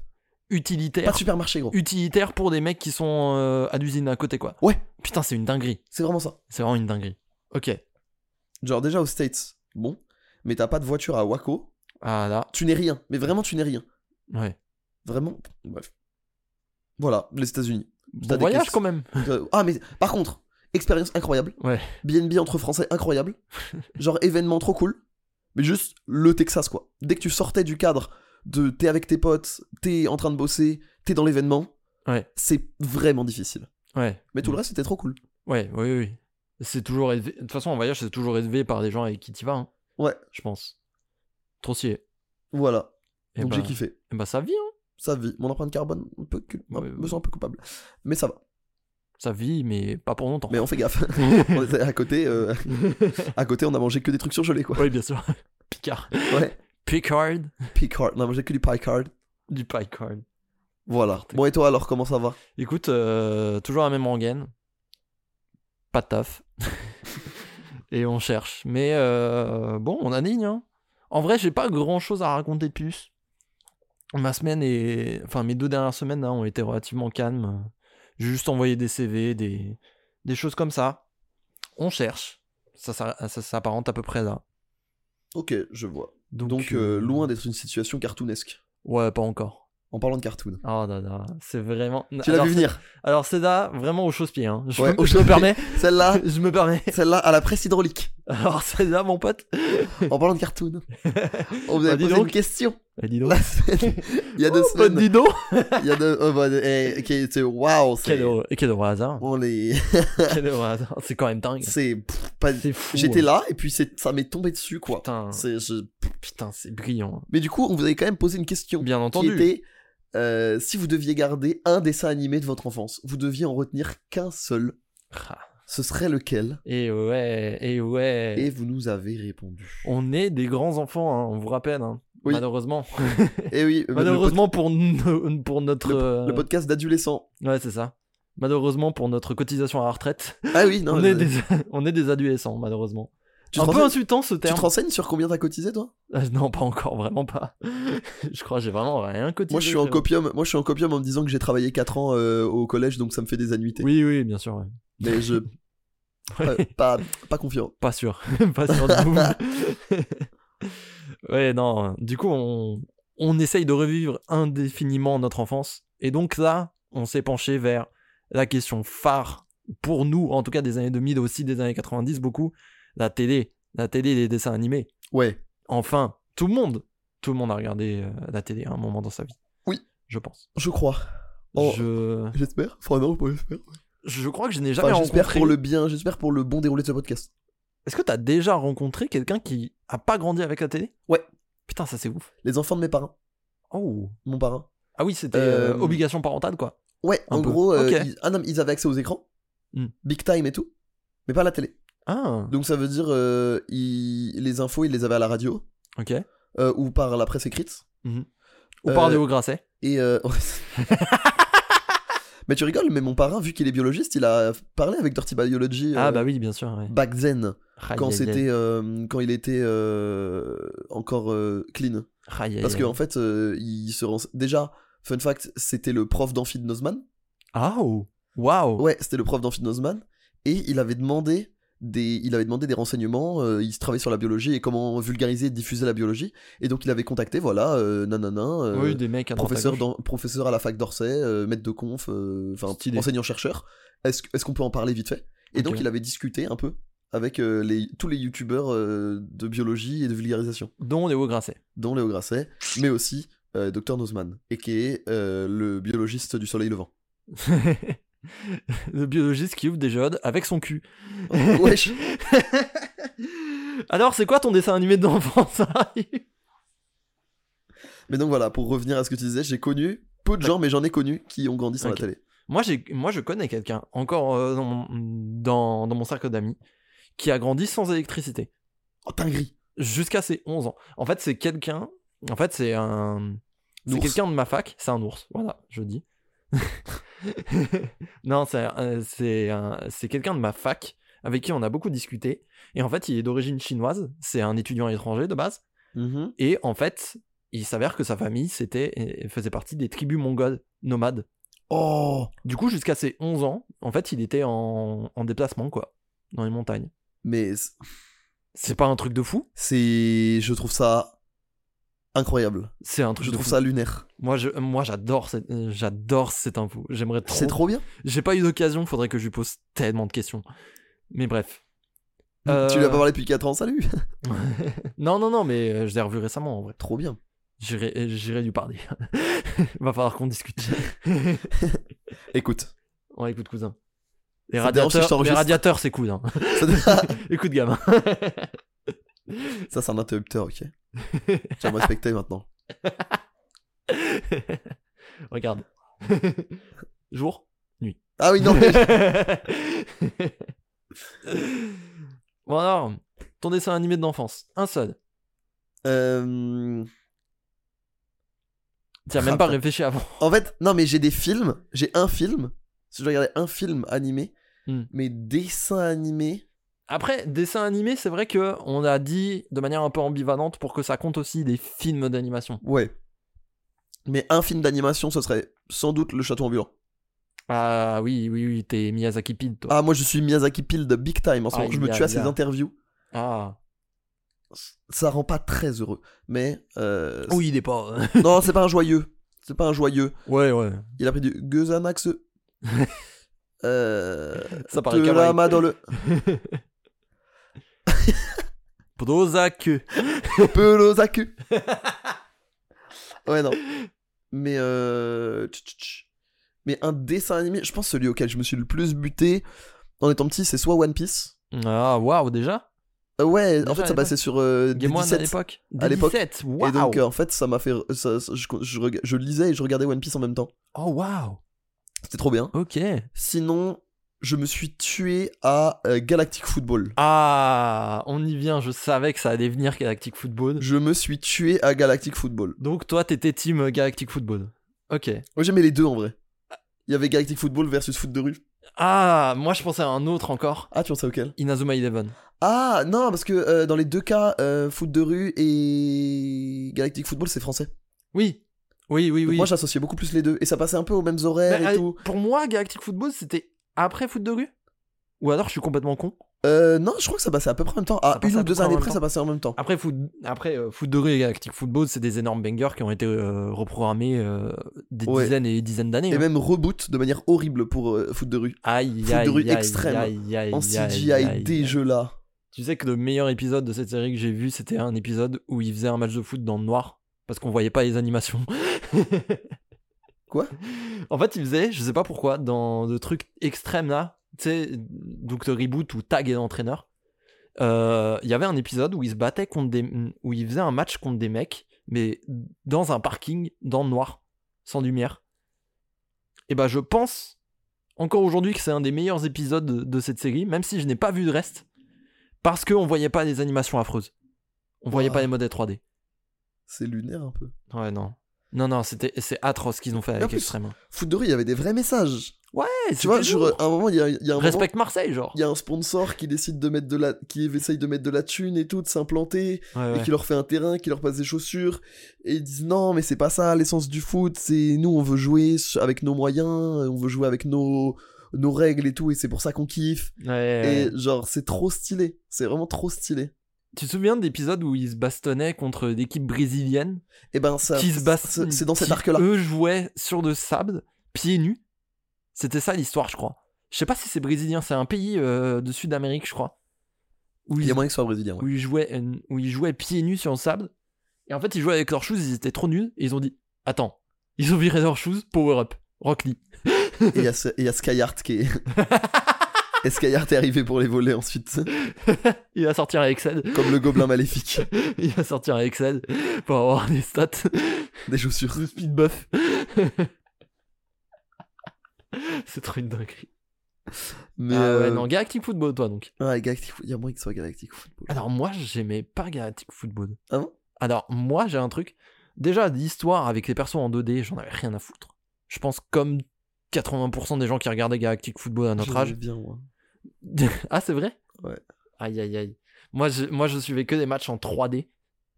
utilitaire. de supermarché gros. Utilitaire pour des mecs qui sont euh, à l'usine à côté, quoi. Ouais. Putain, c'est une dinguerie. C'est vraiment ça. C'est vraiment une dinguerie. Ok. Genre déjà aux States, bon, mais t'as pas de voiture à Waco, Ah là. tu n'es rien. Mais vraiment, tu n'es rien. Ouais. Vraiment, bref. Voilà, les États-Unis. T'as Bon des voyage questions quand même. Euh, ah mais par contre, expérience incroyable. Ouais. BNB entre français incroyable. Genre événement trop cool. Mais juste le Texas quoi. Dès que tu sortais du cadre de t'es avec tes potes, t'es en train de bosser, t'es dans l'événement. Ouais. Mm. C'est vraiment difficile. Ouais. Mais tout le reste c'était trop cool. Ouais, oui, oui. C'est toujours élevé. De toute façon, en voyage, c'est toujours élevé par des gens avec qui t'y vas, hein, Ouais, je pense. Trop stylé. voilà. Eh Donc ben- j'ai kiffé. Eh ben, ça vit, hein. Ça vit. Mon empreinte carbone un peu cul- un- Ouais, me ouais. sent un peu coupable. Mais ça va. Ça vit, mais pas pour longtemps. Mais on fait gaffe. on était à côté, euh, à côté on a mangé que des trucs surgelés quoi. oui, bien sûr. Picard. Ouais. Picard. Picard. Non, moi j'ai que du Picard. Du Picard. Voilà. Bon, et toi alors, comment ça va Écoute, euh, toujours la même rengaine. Pas de taf. Et on cherche. Mais euh, bon, on aligne. Hein. En vrai, j'ai pas grand chose à raconter de plus. Ma semaine et. Enfin, mes deux dernières semaines là, ont été relativement calmes. J'ai juste envoyé des CV, des, des choses comme ça. On cherche. Ça, ça, ça s'apparente à peu près là. Ok, je vois. Donc, Donc, euh, loin d'être une situation cartoonesque. Ouais, pas encore. En parlant de cartoon. Oh là là, c'est vraiment. Tu l'as Alors, vu venir. Alors c'est là vraiment au chausse-pied. Hein. Je, Ouais, Ah. me- au je me chausse-pied. permets. Celle-là, Je me permets. celle-là à la presse hydraulique. Alors c'est là mon pote. En parlant de cartoon. On vous Bah, avait dis posé donc. une question Bah, Dis donc. la semaine. Il y a deux Oh, pote semaines. dis donc. Il y a deux. oh, bah, eh, ok, c'est waouh. Quel C'est. heureux, quel heureux hasard. On les. Quel heureux hasard. C'est quand même dingue. C'est. pff, pas- C'est fou. J'étais hein. là et puis c'est- ça m'est tombé dessus quoi. Putain, C'est- je- putain, c'est brillant. hein. Mais du coup, on vous avait quand même posé une question. Bien qui entendu. était euh, si vous deviez garder un dessin animé de votre enfance, vous deviez en retenir qu'un seul, Ah, ce serait lequel Et ouais, et ouais. Et vous nous avez répondu. On est des grands enfants, hein, on vous rappelle. hein. Oui. Malheureusement. Et oui, euh, Malheureusement pour, no- pour notre. le, euh, pod- le podcast d'adolescents. Ouais, c'est ça. Malheureusement pour notre cotisation à la retraite. Ah oui, non. on, est euh, des... on est des adolescents, malheureusement. tu, te Un peu renseignes, insultant ce tu terme. te renseignes sur combien t'as cotisé toi Ah, Non, pas encore, vraiment pas. je crois que j'ai vraiment rien cotisé. Moi je suis en frérot. copium. Moi je suis en copium en me disant que j'ai travaillé 4 ans euh, au collège, donc ça me fait des annuités. Oui, oui, bien sûr. ouais. Mais je pas, Ouais, pas, pas confiant. pas sûr. pas sûr du tout. ouais, non. Du coup, on, on essaye de revivre indéfiniment notre enfance. Et donc là, on s'est penché vers la question phare, pour nous, en tout cas des années 2000, aussi des années 90, beaucoup, la télé. La télé et les dessins animés. Ouais. Enfin, tout le monde, tout le monde a regardé euh, la télé à un moment dans sa vie. Oui. Je pense. Je crois. Oh. Je... J'espère. Enfin non, pas j'espère. je crois que je n'ai jamais Enfin, j'espère rencontré... pour le bien, j'espère pour le bon déroulé de ce podcast. Est-ce que t'as déjà rencontré quelqu'un qui a pas grandi avec la télé Ouais. Putain, ça c'est ouf. Les enfants de mes parents, Oh. mon parrain. Ah oui, c'était Euh, euh, obligation parentale quoi. Ouais, Un en peu. gros, euh, Ok. ils, ah non, mais ils avaient accès aux écrans, Hmm. big time et tout, mais pas à la télé. Ah. Donc ça veut dire euh, ils- les infos, ils les avaient à la radio Ok. euh, ou par la presse écrite. Ou Euh, par Léo Grasset. Et euh, mais tu rigoles, mais mon parrain, vu qu'il est biologiste, il a parlé avec Dirty Biology euh, Ah bah oui, Ah, bien sûr. ouais. back then, Aïe, quand aïe, aïe. c'était, euh, quand il était euh, encore euh, clean. Aïe, aïe, Parce aïe. qu'en fait, euh, il se rense- déjà. Fun fact, c'était le prof d'amphi de Nosman. Ah oh. Waouh. Ouais, c'était le prof d'Amphi Nosman et il avait demandé des, il avait demandé des renseignements, euh, il se travaillait sur la biologie et comment vulgariser et diffuser la biologie, et donc il avait contacté, voilà, euh, nanana, euh, Ah oui, des mecs. à droite, à professeur, gauche. dans- professeur à la fac d'Orsay, euh, maître de conf, euh, enfin Stylé. enseignant-chercheur, est-ce est qu'on peut en parler vite fait Et donc Ok. il avait discuté un peu avec euh, les, tous les youtubeurs euh, de biologie et de vulgarisation, Dont Léo Grasset. dont Léo Grasset, mais aussi euh, Dr Nosman, et qui est euh, le biologiste du soleil levant. le biologiste qui ouvre des géodes avec son cul. Wesh Alors, c'est quoi ton dessin animé d'enfance Harry Mais donc voilà, pour revenir à ce que tu disais, j'ai connu peu de gens, mais j'en ai connu qui ont grandi sans Ok. la télé. Moi, j'ai, moi, je connais quelqu'un, encore euh, dans, mon, dans, dans mon cercle d'amis, qui a grandi sans électricité Oh, dinguerie jusqu'à ses 11 ans. En fait, c'est quelqu'un. En fait, c'est un. C'est Ours. quelqu'un de ma fac, c'est un ours, voilà, je dis. non, c'est un- c'est un- c'est quelqu'un de ma fac avec qui on a beaucoup discuté. Et en fait, il est d'origine chinoise, c'est un étudiant étranger de base. Mhm. Et en fait, il s'avère que sa famille c'était, faisait partie des tribus mongoles nomades. Oh Du coup, jusqu'à ses 11 ans, en fait, il était en, en déplacement, quoi, dans les montagnes. Mais c- C'est pas un truc de fou, c'est. Je trouve ça. incroyable. c'est un truc Je de trouve fou. ça lunaire. Moi, je, moi, j'adore, cette- euh, j'adore cet info. J'aimerais trop. C'est trop bien J'ai pas eu d'occasion. Faudrait que je lui pose tellement de questions. Mais bref. Euh, Tu lui as pas parlé depuis 4 ans, salut non, non, non, mais euh, je l'ai revu récemment en vrai. Trop bien. J'irai, euh, j'irai lui parler. Va falloir qu'on discute. Écoute. ouais, écoute, cousin. Les Ça te dérange si je radiateurs, les t'enregistre radiateurs, c'est cool. Hein. Ça, écoute, gamin. ça, c'est un interrupteur, ok. Tu vas me respecter maintenant. Regarde. Jour. Ah oui, non, mais. bon alors, ton dessin animé de l'enfance, un seul. Euh, Tiens, même Ah, pas putain. réfléchi avant. En fait, non, mais j'ai des films. J'ai un film. Si je regardais un film animé, Hmm. mais dessin animé. Après, dessin animé, c'est vrai que on a dit de manière un peu ambivalente pour que ça compte aussi des films d'animation. Ouais. Mais un film d'animation, ce serait sans doute Le Château Ambulant. Ah oui, oui, oui, t'es Miyazaki Pid, toi. Ah, moi je suis Miyazaki pile de big time en ce Ah, moment. Je il me y a- tue à il y ses a- interviews. Ah. Ça rend pas très heureux. Mais. euh, Oui, il est pas. c'est- Non, c'est pas un joyeux. C'est pas un joyeux. ouais, ouais. Il a pris du Gezanax. euh. Ça Te paraît la kawaii. main dans le. Prozac. Pelosaku. ouais, non. Mais euh... tch, tch, tch. Mais un dessin animé, je pense celui auquel je me suis le plus buté en étant petit, c'est soit One Piece. Ah, waouh, déjà Euh, ouais, Déjà, en fait, à ça l'époque. passait sur euh, Game One à D17. l'époque À l'époque. D17, Et donc, waouh euh, en fait, ça m'a fait. ça- ça- je, je rega- je lisais et je regardais One Piece en même temps. Oh, waouh C'était trop bien. Ok. Sinon, je me suis tué à euh, Galactic Football. Ah, on y vient, je savais que ça allait venir Galactic Football. Je me suis tué à Galactic Football. Donc, toi, t'étais team euh, Galactic Football. Ok. Moi, j'aimais les deux en vrai. Il y avait Galactic Football versus foot de rue. Ah, moi, je pensais à un autre encore. Ah, tu pensais auquel Inazuma Eleven. Ah non, parce que euh, dans les deux cas, euh, foot de rue et Galactic Football, c'est français. Oui. Oui, oui, Donc oui. Bah, moi, j'associais beaucoup plus les deux. Et ça passait un peu aux mêmes Mais, horaires et allez, tout. Ben, euh, Pour moi, Galactic Football, c'était après Foot de rue Ou alors, je suis complètement con. Euh, non, je crois que ça passait à peu près en même temps. À Ça passait une à ou peu deux près en années même près, temps. Ah ça passait en même temps. Après, foot, après euh, foot de rue et Galactic Football, c'est des énormes bangers qui ont été euh, reprogrammés euh, des Ouais. dizaines et des dizaines d'années. Et hein. même reboot de manière horrible pour euh, foot de rue. Aïe, foot de aïe, rue aï, extrême, aïe, aïe, En aïe, CGI aïe, aïe. dégueulasse. Tu sais que le meilleur épisode de cette série que j'ai vu, c'était un épisode où ils faisaient un match de foot dans le noir parce qu'on voyait pas les animations. Quoi En fait, ils faisaient, je sais pas pourquoi, dans le truc extrême là, tu sais, donc le reboot où Tag est l'entraîneur. euh, Il y avait un épisode où ils se battaient contre des. où ils faisaient un match contre des mecs, mais dans un parking, dans le noir, sans lumière. Et bah, je pense encore aujourd'hui que c'est un des meilleurs épisodes de, de cette série, même si je n'ai pas vu le reste, parce qu'on voyait pas les animations affreuses. On voyait Ouah. pas les modèles 3D. C'est lunaire un peu. Ouais, non. Non, non, c'était- c'est atroce ce qu'ils ont fait avec plus, Extrême. Foot de rue, il y avait des vrais messages. Ouais, Tu vois, c'était genre, lourd. à un moment, il y a, il y a un moment, Respecte Marseille, genre. il y a un sponsor qui décide de mettre de la, qui essaye de mettre de la thune et tout, de s'implanter. Ouais, et ouais. qui leur fait un terrain, qui leur passe des chaussures, et ils disent non, mais c'est pas ça l'essence du foot, c'est nous on veut jouer s- avec nos moyens, on veut jouer avec nos, nos règles et tout, et c'est pour ça qu'on kiffe. Ouais, ouais, ouais. Et genre, c'est trop stylé, c'est vraiment trop stylé. Tu te souviens de l'épisode où ils se bastonnaient contre l'équipe brésilienne Et ben ça, qui se c'est bastonne c'est dans cet qui, arc-là. Eux jouaient sur de sable, pieds nus. C'était ça l'histoire, je crois. Je sais pas si c'est brésilien, c'est un pays euh, de Sud-Amérique, je crois. Où Il y ils, a moyen que ce soit brésilien, ouais. où, ils jouaient, euh, où ils jouaient pieds nus sur le sable. Et en fait, ils jouaient avec leurs shoes, ils étaient trop nuls. Et ils ont dit Attends, ils ont viré leurs shoes, power up, rock Lee. Et il y a, ce- et il y a Skyheart qui est. et Skyheart est arrivé pour les voler ensuite, Il va sortir avec Excel, comme le gobelin maléfique il va sortir avec Excel pour avoir des stats. des chaussures. Le speed buff. c'est trop une dinguerie. Mais ah ouais, euh, non, Galactic Football, toi donc. ouais, Galactic Foot- il y a moyen que ce soit Galactic Football. Alors moi, j'aimais pas Galactic Football. Ah bon Alors moi, j'ai un truc. Déjà, l'histoire avec les persos en 2D, j'en avais rien à foutre. Je pense comme 80% des gens qui regardaient Galactic Football à notre J'aimais âge. bien, moi. ah, c'est vrai Ouais. Aïe, aïe, aïe. Moi je, moi, je suivais que des matchs en 3D.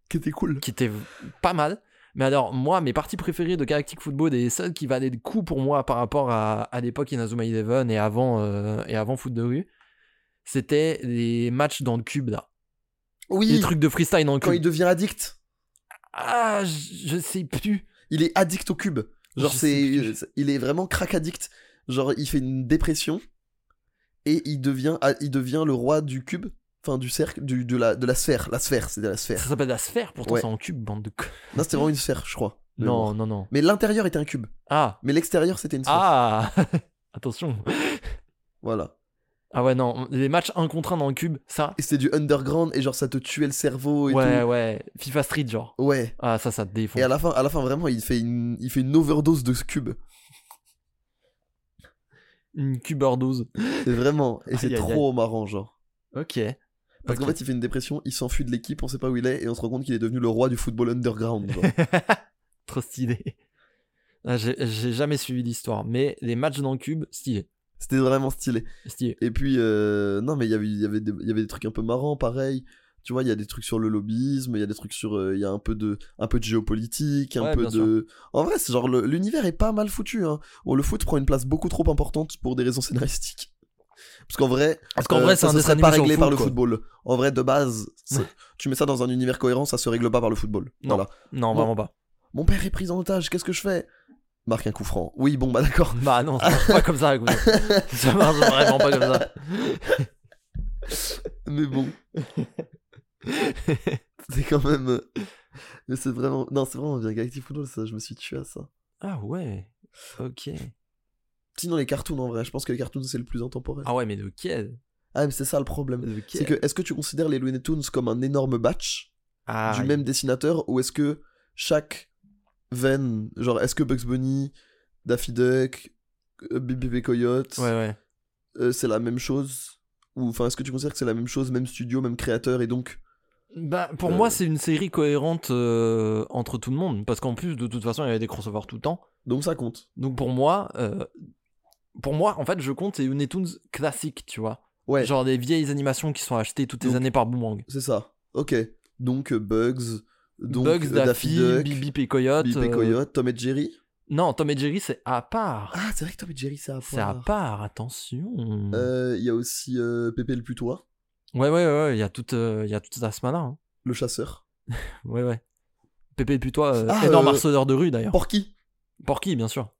Qui était cool. qui était v- pas mal. Mais alors, moi, mes parties préférées de Galactic Football et celles qui valaient le coup pour moi par rapport à, à l'époque Inazuma Eleven et avant, euh, et avant Foot de rue, c'était les matchs dans le cube, là. Les Oui, trucs de freestyle dans le quand il cube. devient addict. Ah, je je sais plus. il est addict au cube. Genre, Je sais c'est, plus. euh, c'est- il est vraiment crack addict. Genre, il fait une dépression et il devient, ah, il devient le roi du cube, enfin du cercle, du, de, la, de la sphère. La sphère, c'est de la Ça sphère. s'appelle la sphère, pourtant Ouais. c'est en cube, bande de... co- Non, c'était vraiment une sphère, je crois. Mais bon. Non, non, non. Mais l'intérieur était un cube, Ah, mais l'extérieur c'était une sphère. ah Attention. Voilà. Ah ouais, non, les matchs 1 contre 1 dans le cube, ça... Et c'était du underground et genre ça te tuait le cerveau Oh, et Ouais, ouais. FIFA Street, genre. tout. Ouais. Ah, ça, ça te défonce. Et à la fin, à la fin vraiment, il fait une, il fait une overdose de ce cube. Une cube overdose. C'est vraiment. Et c'est Aïe, aïe, trop marrant, genre. Ok. Parce Ok. qu'en fait, il fait une dépression, il s'enfuit de l'équipe, on sait pas où il est, et on se rend compte qu'il est devenu le roi du football underground. genre. Trop stylé. Ah, J'ai j'ai jamais suivi l'histoire, mais les matchs dans le cube, stylé. C'était vraiment stylé. Stylé. Et puis, euh, non, mais il y avait- il y, avait des- il y avait des trucs un peu marrants, pareil. Tu vois, il y a des trucs sur le lobbyisme, il y a des trucs sur. euh, Il y a un peu de, un peu de géopolitique, un Ouais, peu bien de. En vrai, c'est genre, le- l'univers est pas mal foutu. Hein. Bon, le foot prend une place beaucoup trop importante pour des raisons scénaristiques. Parce qu'en vrai, Parce qu'en Euh, vrai, c'est ça, un ça dessin serait animé pas sur réglé par le foot, quoi. football. En vrai, de base, c'est- tu mets ça dans un univers cohérent, ça se règle pas par le football. Non. Voilà. Non, Bon. vraiment pas. Mon père est pris en otage, qu'est-ce que je fais Marque un coup franc. Oui, bon, bah d'accord. Bah non, ça marche pas comme ça. écoute. Ça marche vraiment pas comme ça. Mais bon. c'est quand même. Mais c'est vraiment. Non, c'est vraiment bien. Galactic Football, ça, je me suis tué à ça. Ah ouais. Ok. Sinon, les cartoons, en vrai, je pense que les cartoons, c'est le plus intemporel. Ah ouais, mais de quel Ah, mais c'est ça le problème. De C'est quel que, est-ce que tu considères les Looney Tunes comme un énorme batch Ah, du il- même dessinateur ou est-ce que chaque veine, genre est-ce que Bugs Bunny, Daffy Duck, euh, BBB Coyote, Ouais, ouais. euh, c'est la même chose ou enfin est-ce que tu considères que c'est la même chose, même studio, même créateur et donc Bah, pour Euh. moi, c'est une série cohérente euh, entre tout le monde. Parce qu'en plus, de toute façon, il y avait des crossovers tout le temps. donc ça compte. Donc pour moi, euh, pour moi, en fait, je compte les Looney Tunes classiques, tu vois. Ouais, Genre des vieilles animations qui sont achetées toutes les Donc, années par Boomerang. c'est ça. OK. Donc euh, Bugs, donc Bugs, euh, Daffy, Duck, Bibi et Coyote. Bip et euh, Coyote, Tom et Jerry. Non, Tom et Jerry, c'est à part. Ah, c'est vrai que Tom et Jerry c'est à c'est à part. part, attention. Euh, Il y a aussi euh, Pépé le putois, Ouais, ouais, ouais, ouais, il y a toute, euh, il y a toute la semaine là. hein. le chasseur. Ouais, ouais. Pépé de Putois, euh, Ah, énorme euh, harceleur de rue d'ailleurs. Porky. Porky, bien sûr.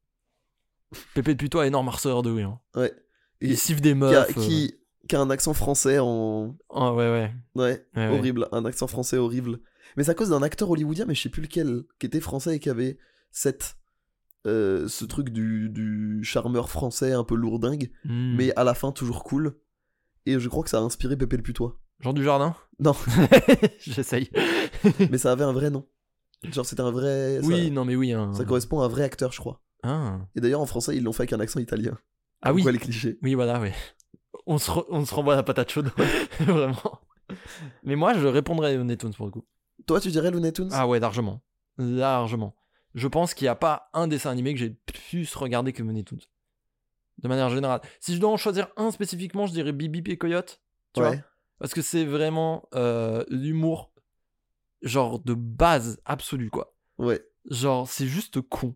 Pépé de Putois, énorme harceleur de rue. hein. Ouais. Il Et- siffle des Qui a- meufs. euh. qui- qui a un accent français en, Ah, ouais, ouais. Ouais, Ah Ouais, ouais. horrible, un accent français horrible. Mais c'est à cause d'un acteur hollywoodien, mais je sais plus lequel, qui était français et qui avait cette, euh, ce truc du, du charmeur français un peu lourdingue, Hmm. mais à la fin toujours cool. Et je crois que ça a inspiré Pépé le Putois. Jean du Jardin Non, J'essaye. mais ça avait un vrai nom. Genre c'était un vrai... ça- Oui, non, mais oui. un- ça, correspond à un vrai acteur, je crois. Ah, Et d'ailleurs en français, ils l'ont fait avec un accent italien. Ah oui. Quoi le cliché Oui, voilà, oui. On se, re- on se renvoie la patate chaude. Vraiment. Mais moi, je répondrais aux Netoons pour le coup. Toi, tu dirais Looney Tunes Ah ouais, largement. Largement. Je pense qu'il n'y a pas un dessin animé que j'ai plus regardé que Looney Tunes. De manière générale. Si je dois en choisir un spécifiquement, je dirais Bibi et Coyote. Tu vois Ouais. Parce que c'est vraiment euh, l'humour, genre de base absolue, quoi. Ouais. Genre, c'est juste con.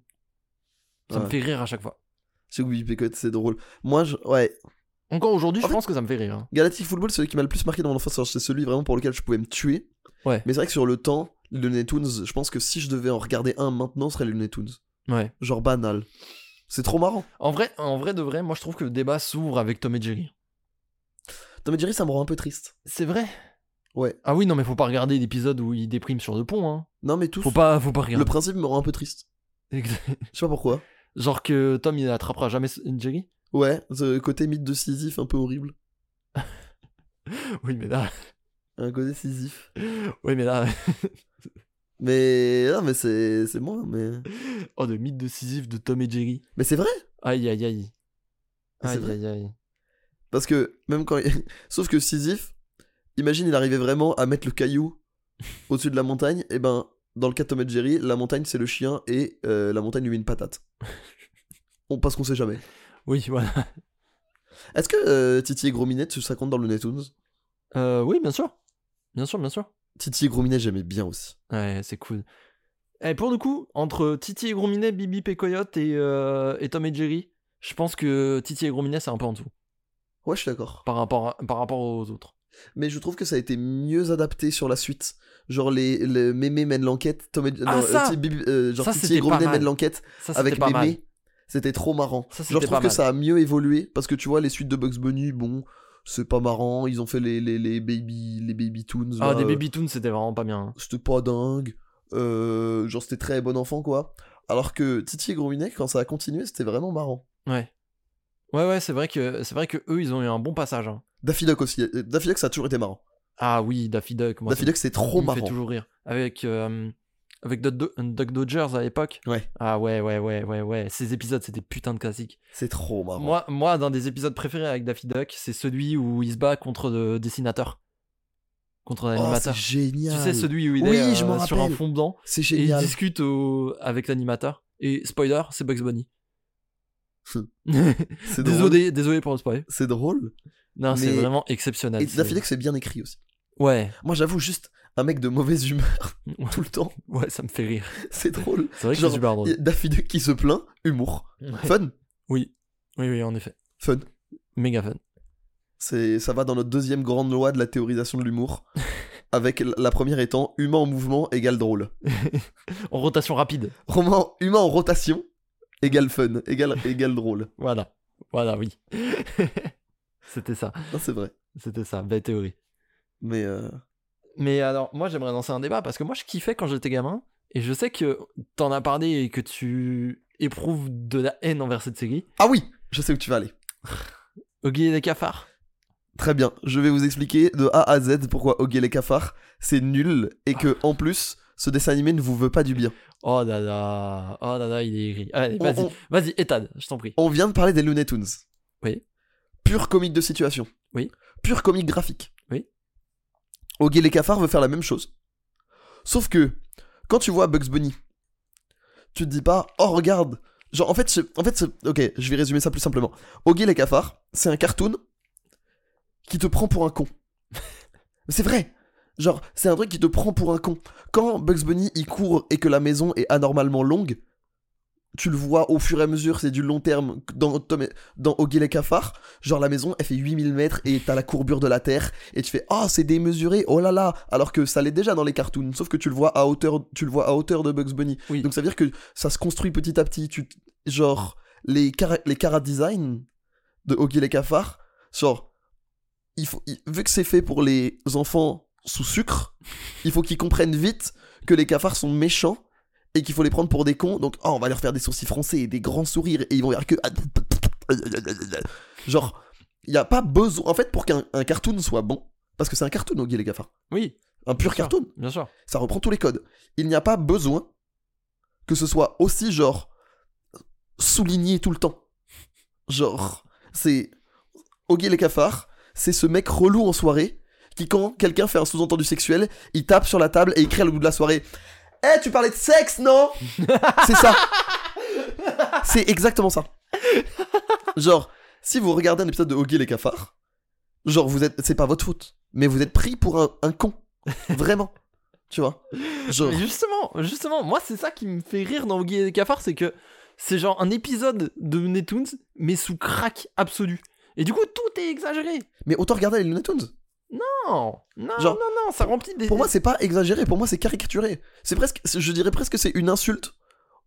Ça me Ouais. fait rire à chaque fois. Je sais que Bibi Pécotte, c'est drôle. Moi, je... Ouais, Encore aujourd'hui, En je fait- pense que ça me fait rire. hein. Galactic Football, c'est celui qui m'a le plus marqué dans mon enfance. Alors, C'est celui vraiment pour lequel je pouvais me tuer. Ouais. Mais c'est vrai que sur le temps, les Looney Tunes, je pense que si je devais en regarder un maintenant, ce serait les Looney Tunes. Ouais. Genre banal. C'est trop marrant. En vrai, en vrai de vrai, moi je trouve que le débat s'ouvre avec Tom et Jerry. Tom et Jerry, ça me rend un peu triste. C'est vrai Ouais. Ah oui, non, mais faut pas regarder l'épisode où il déprime sur le pont, hein. Non, mais tous. Faut pas, faut pas Le regarder. principe me rend un peu triste. Je sais pas pourquoi. Genre que Tom il attrapera jamais Jerry Ouais, ce côté mythe de Sisyphe un peu horrible. Oui, mais là. Un côté Sisyphe. Oui, mais là. Mais. Non, mais c'est c'est moi, mais. Oh, le mythe de Sisyphe de Tom et Jerry. Mais c'est vrai Aïe, aïe, aïe. C'est Aïe, vrai. aïe, aïe. Parce que, même quand. Sauf que Sisyphe, imagine, il arrivait vraiment à mettre le caillou au-dessus de la montagne, et ben, dans le cas de Tom et Jerry, la montagne c'est le chien et euh, la montagne lui met une patate. On, parce qu'on sait jamais. Oui, voilà. Est-ce que euh, Titi et Gros Minet, ça compte dans le Netoons Euh, oui, bien sûr. Bien sûr, bien sûr. Titi et Gros Minet, j'aimais bien aussi. Ouais, c'est cool. Et pour le coup, entre Titi et Gros Minet, Bibi et Coyote et, euh, et Tom et Jerry, je pense que Titi et Gros Minet c'est un peu en dessous Ouais, je suis d'accord. par rapport, à- par rapport aux autres. Mais je trouve que ça a été mieux adapté sur la suite. Genre, les, les Mémé mène l'enquête, Tom et. Ah, euh, ça Ti- Bibi- euh, genre, Ça, Titi c'était et Gros pas Minet mal. mènent l'enquête Ça, c'était avec pas mal. Mémé. C'était trop marrant. Ça, Genre, c'était je pas trouve que mal. ça a mieux évolué parce que tu vois, les suites de Bugs Bunny, bon, c'est pas marrant. Ils ont fait les, les, les baby, les baby Toons. Ah, là, des euh, Baby Toons, c'était vraiment pas bien. hein. C'était pas dingue. Euh, genre, c'était très bon enfant, quoi. Alors que Titi et Gros Minet, quand ça a continué, c'était vraiment marrant. Ouais. Ouais, ouais, c'est vrai que c'est vrai que eux, ils ont eu un bon passage. hein. Daffy Duck aussi. Euh, Daffy Duck, ça a toujours été marrant. Ah oui, Daffy Duck. Moi, Daffy ça Duck, c'est trop me- il me fait marrant. toujours rire. Avec euh, avec Duck, Do- Duck Dodgers à l'époque. Ouais. Ah ouais, ouais, ouais, ouais, ouais. Ces épisodes, c'était putain de classique. C'est trop marrant. Moi, moi, d'un des épisodes préférés avec Daffy Duck, c'est celui où il se bat contre le dessinateur. contre un Oh, animateur. c'est génial. Tu sais, celui où il Oui, est euh, je m'en sur un rappelle. fond blanc C'est et il génial. discute au- avec l'animateur. Et spoiler, c'est Bugs Bunny. Hum. C'est drôle. désolé, désolé pour le spoil. C'est drôle. Non, c'est Mais- vraiment exceptionnel. Et c'est- Daffy Duck, c'est bien écrit aussi. Ouais, Moi, j'avoue, juste un mec de mauvaise humeur tout le temps. ouais, ça me fait rire. C'est drôle. C'est vrai que Genre, c'est super Et drôle. Daffy Duck qui se plaint, humour. Fun. Oui, oui, oui, en effet. Fun. Méga fun. C'est, ça va dans notre deuxième grande loi de la théorisation de l'humour. avec l- la première étant humain en mouvement égale drôle. En rotation rapide. Roman humain en rotation égale fun, égale, égale drôle. Voilà. Voilà, oui. C'était ça. Non, c'est vrai. C'était ça, belle théorie. Mais euh, Mais alors, moi, j'aimerais lancer un débat parce que moi, je kiffais quand j'étais gamin. Et je sais que t'en as parlé et que tu éprouves de la haine envers cette série. Ah oui, je sais où tu vas aller. Oggy et les cafards. Très bien, je vais vous expliquer de A à Z pourquoi Oggy et les cafards, c'est nul et que en plus, ce dessin animé ne vous veut pas du bien. Oh là là. Oh là là, il est gris. Allez, On, vas-y. on- Vas-y, Ethan, je t'en prie. on vient de parler des Looney Tunes. Oui. Pur comique de situation. Oui. Pur comique graphique. Oui. Oggy et les cafards veut faire la même chose. Sauf que, quand tu vois Bugs Bunny, tu te dis pas, oh regarde. Genre, en fait, c'est- en fait c'est- ok, je vais résumer ça plus simplement. Oggy et les cafards, c'est un cartoon qui te prend pour un con. Mais c'est vrai. Genre, c'est un truc qui te prend pour un con. Quand Bugs Bunny il court et que la maison est anormalement longue, tu le vois au fur et à mesure, c'est du long terme. Dans, Tom et- dans Oggy les cafards, genre la maison elle fait 8000 mètres et t'as la courbure de la terre et tu fais Ah, c'est démesuré, oh là là Alors que ça l'est déjà dans les cartoons, sauf que tu le vois à hauteur, tu le vois à hauteur de Bugs Bunny. Oui. Donc ça veut dire que ça se construit petit à petit. Tu, genre, les, cara- les cara design de Oggy les cafards, genre, il faut, il- vu que c'est fait pour les enfants sous sucre, il faut qu'ils comprennent vite que les cafards sont méchants et qu'il faut les prendre pour des cons. Donc, oh, on va leur faire des sourcils français et des grands sourires et ils vont dire que. Genre, il n'y a pas besoin. En fait, pour qu'un un cartoon soit bon, parce que c'est un cartoon, Oggy les cafards, Oui, un pur Bien sûr. cartoon, bien sûr. ça reprend tous les codes. Il n'y a pas besoin que ce soit aussi, genre, souligné tout le temps. Genre, c'est. Oggy les cafards, c'est ce mec relou en soirée qui, quand quelqu'un fait un sous-entendu sexuel, il tape sur la table et il crie à le bout de la soirée Eh, tu parlais de sexe, non C'est ça C'est exactement ça. Genre, si vous regardez un épisode de Oggy les cafards, genre, vous êtes. C'est pas votre faute, mais vous êtes pris pour un, un con. Vraiment. Tu vois Genre. Mais justement, justement, moi, c'est ça qui me fait rire dans Oggy et les cafards, c'est que c'est genre un épisode de Netoons, mais sous crack absolu. Et du coup, tout est exagéré. Mais autant regarder les Looney Tunes. Non, non, Genre, non, non, ça remplit des. Pour moi, c'est pas exagéré, pour moi, c'est caricaturé. C'est presque, c'est- je dirais presque que c'est une insulte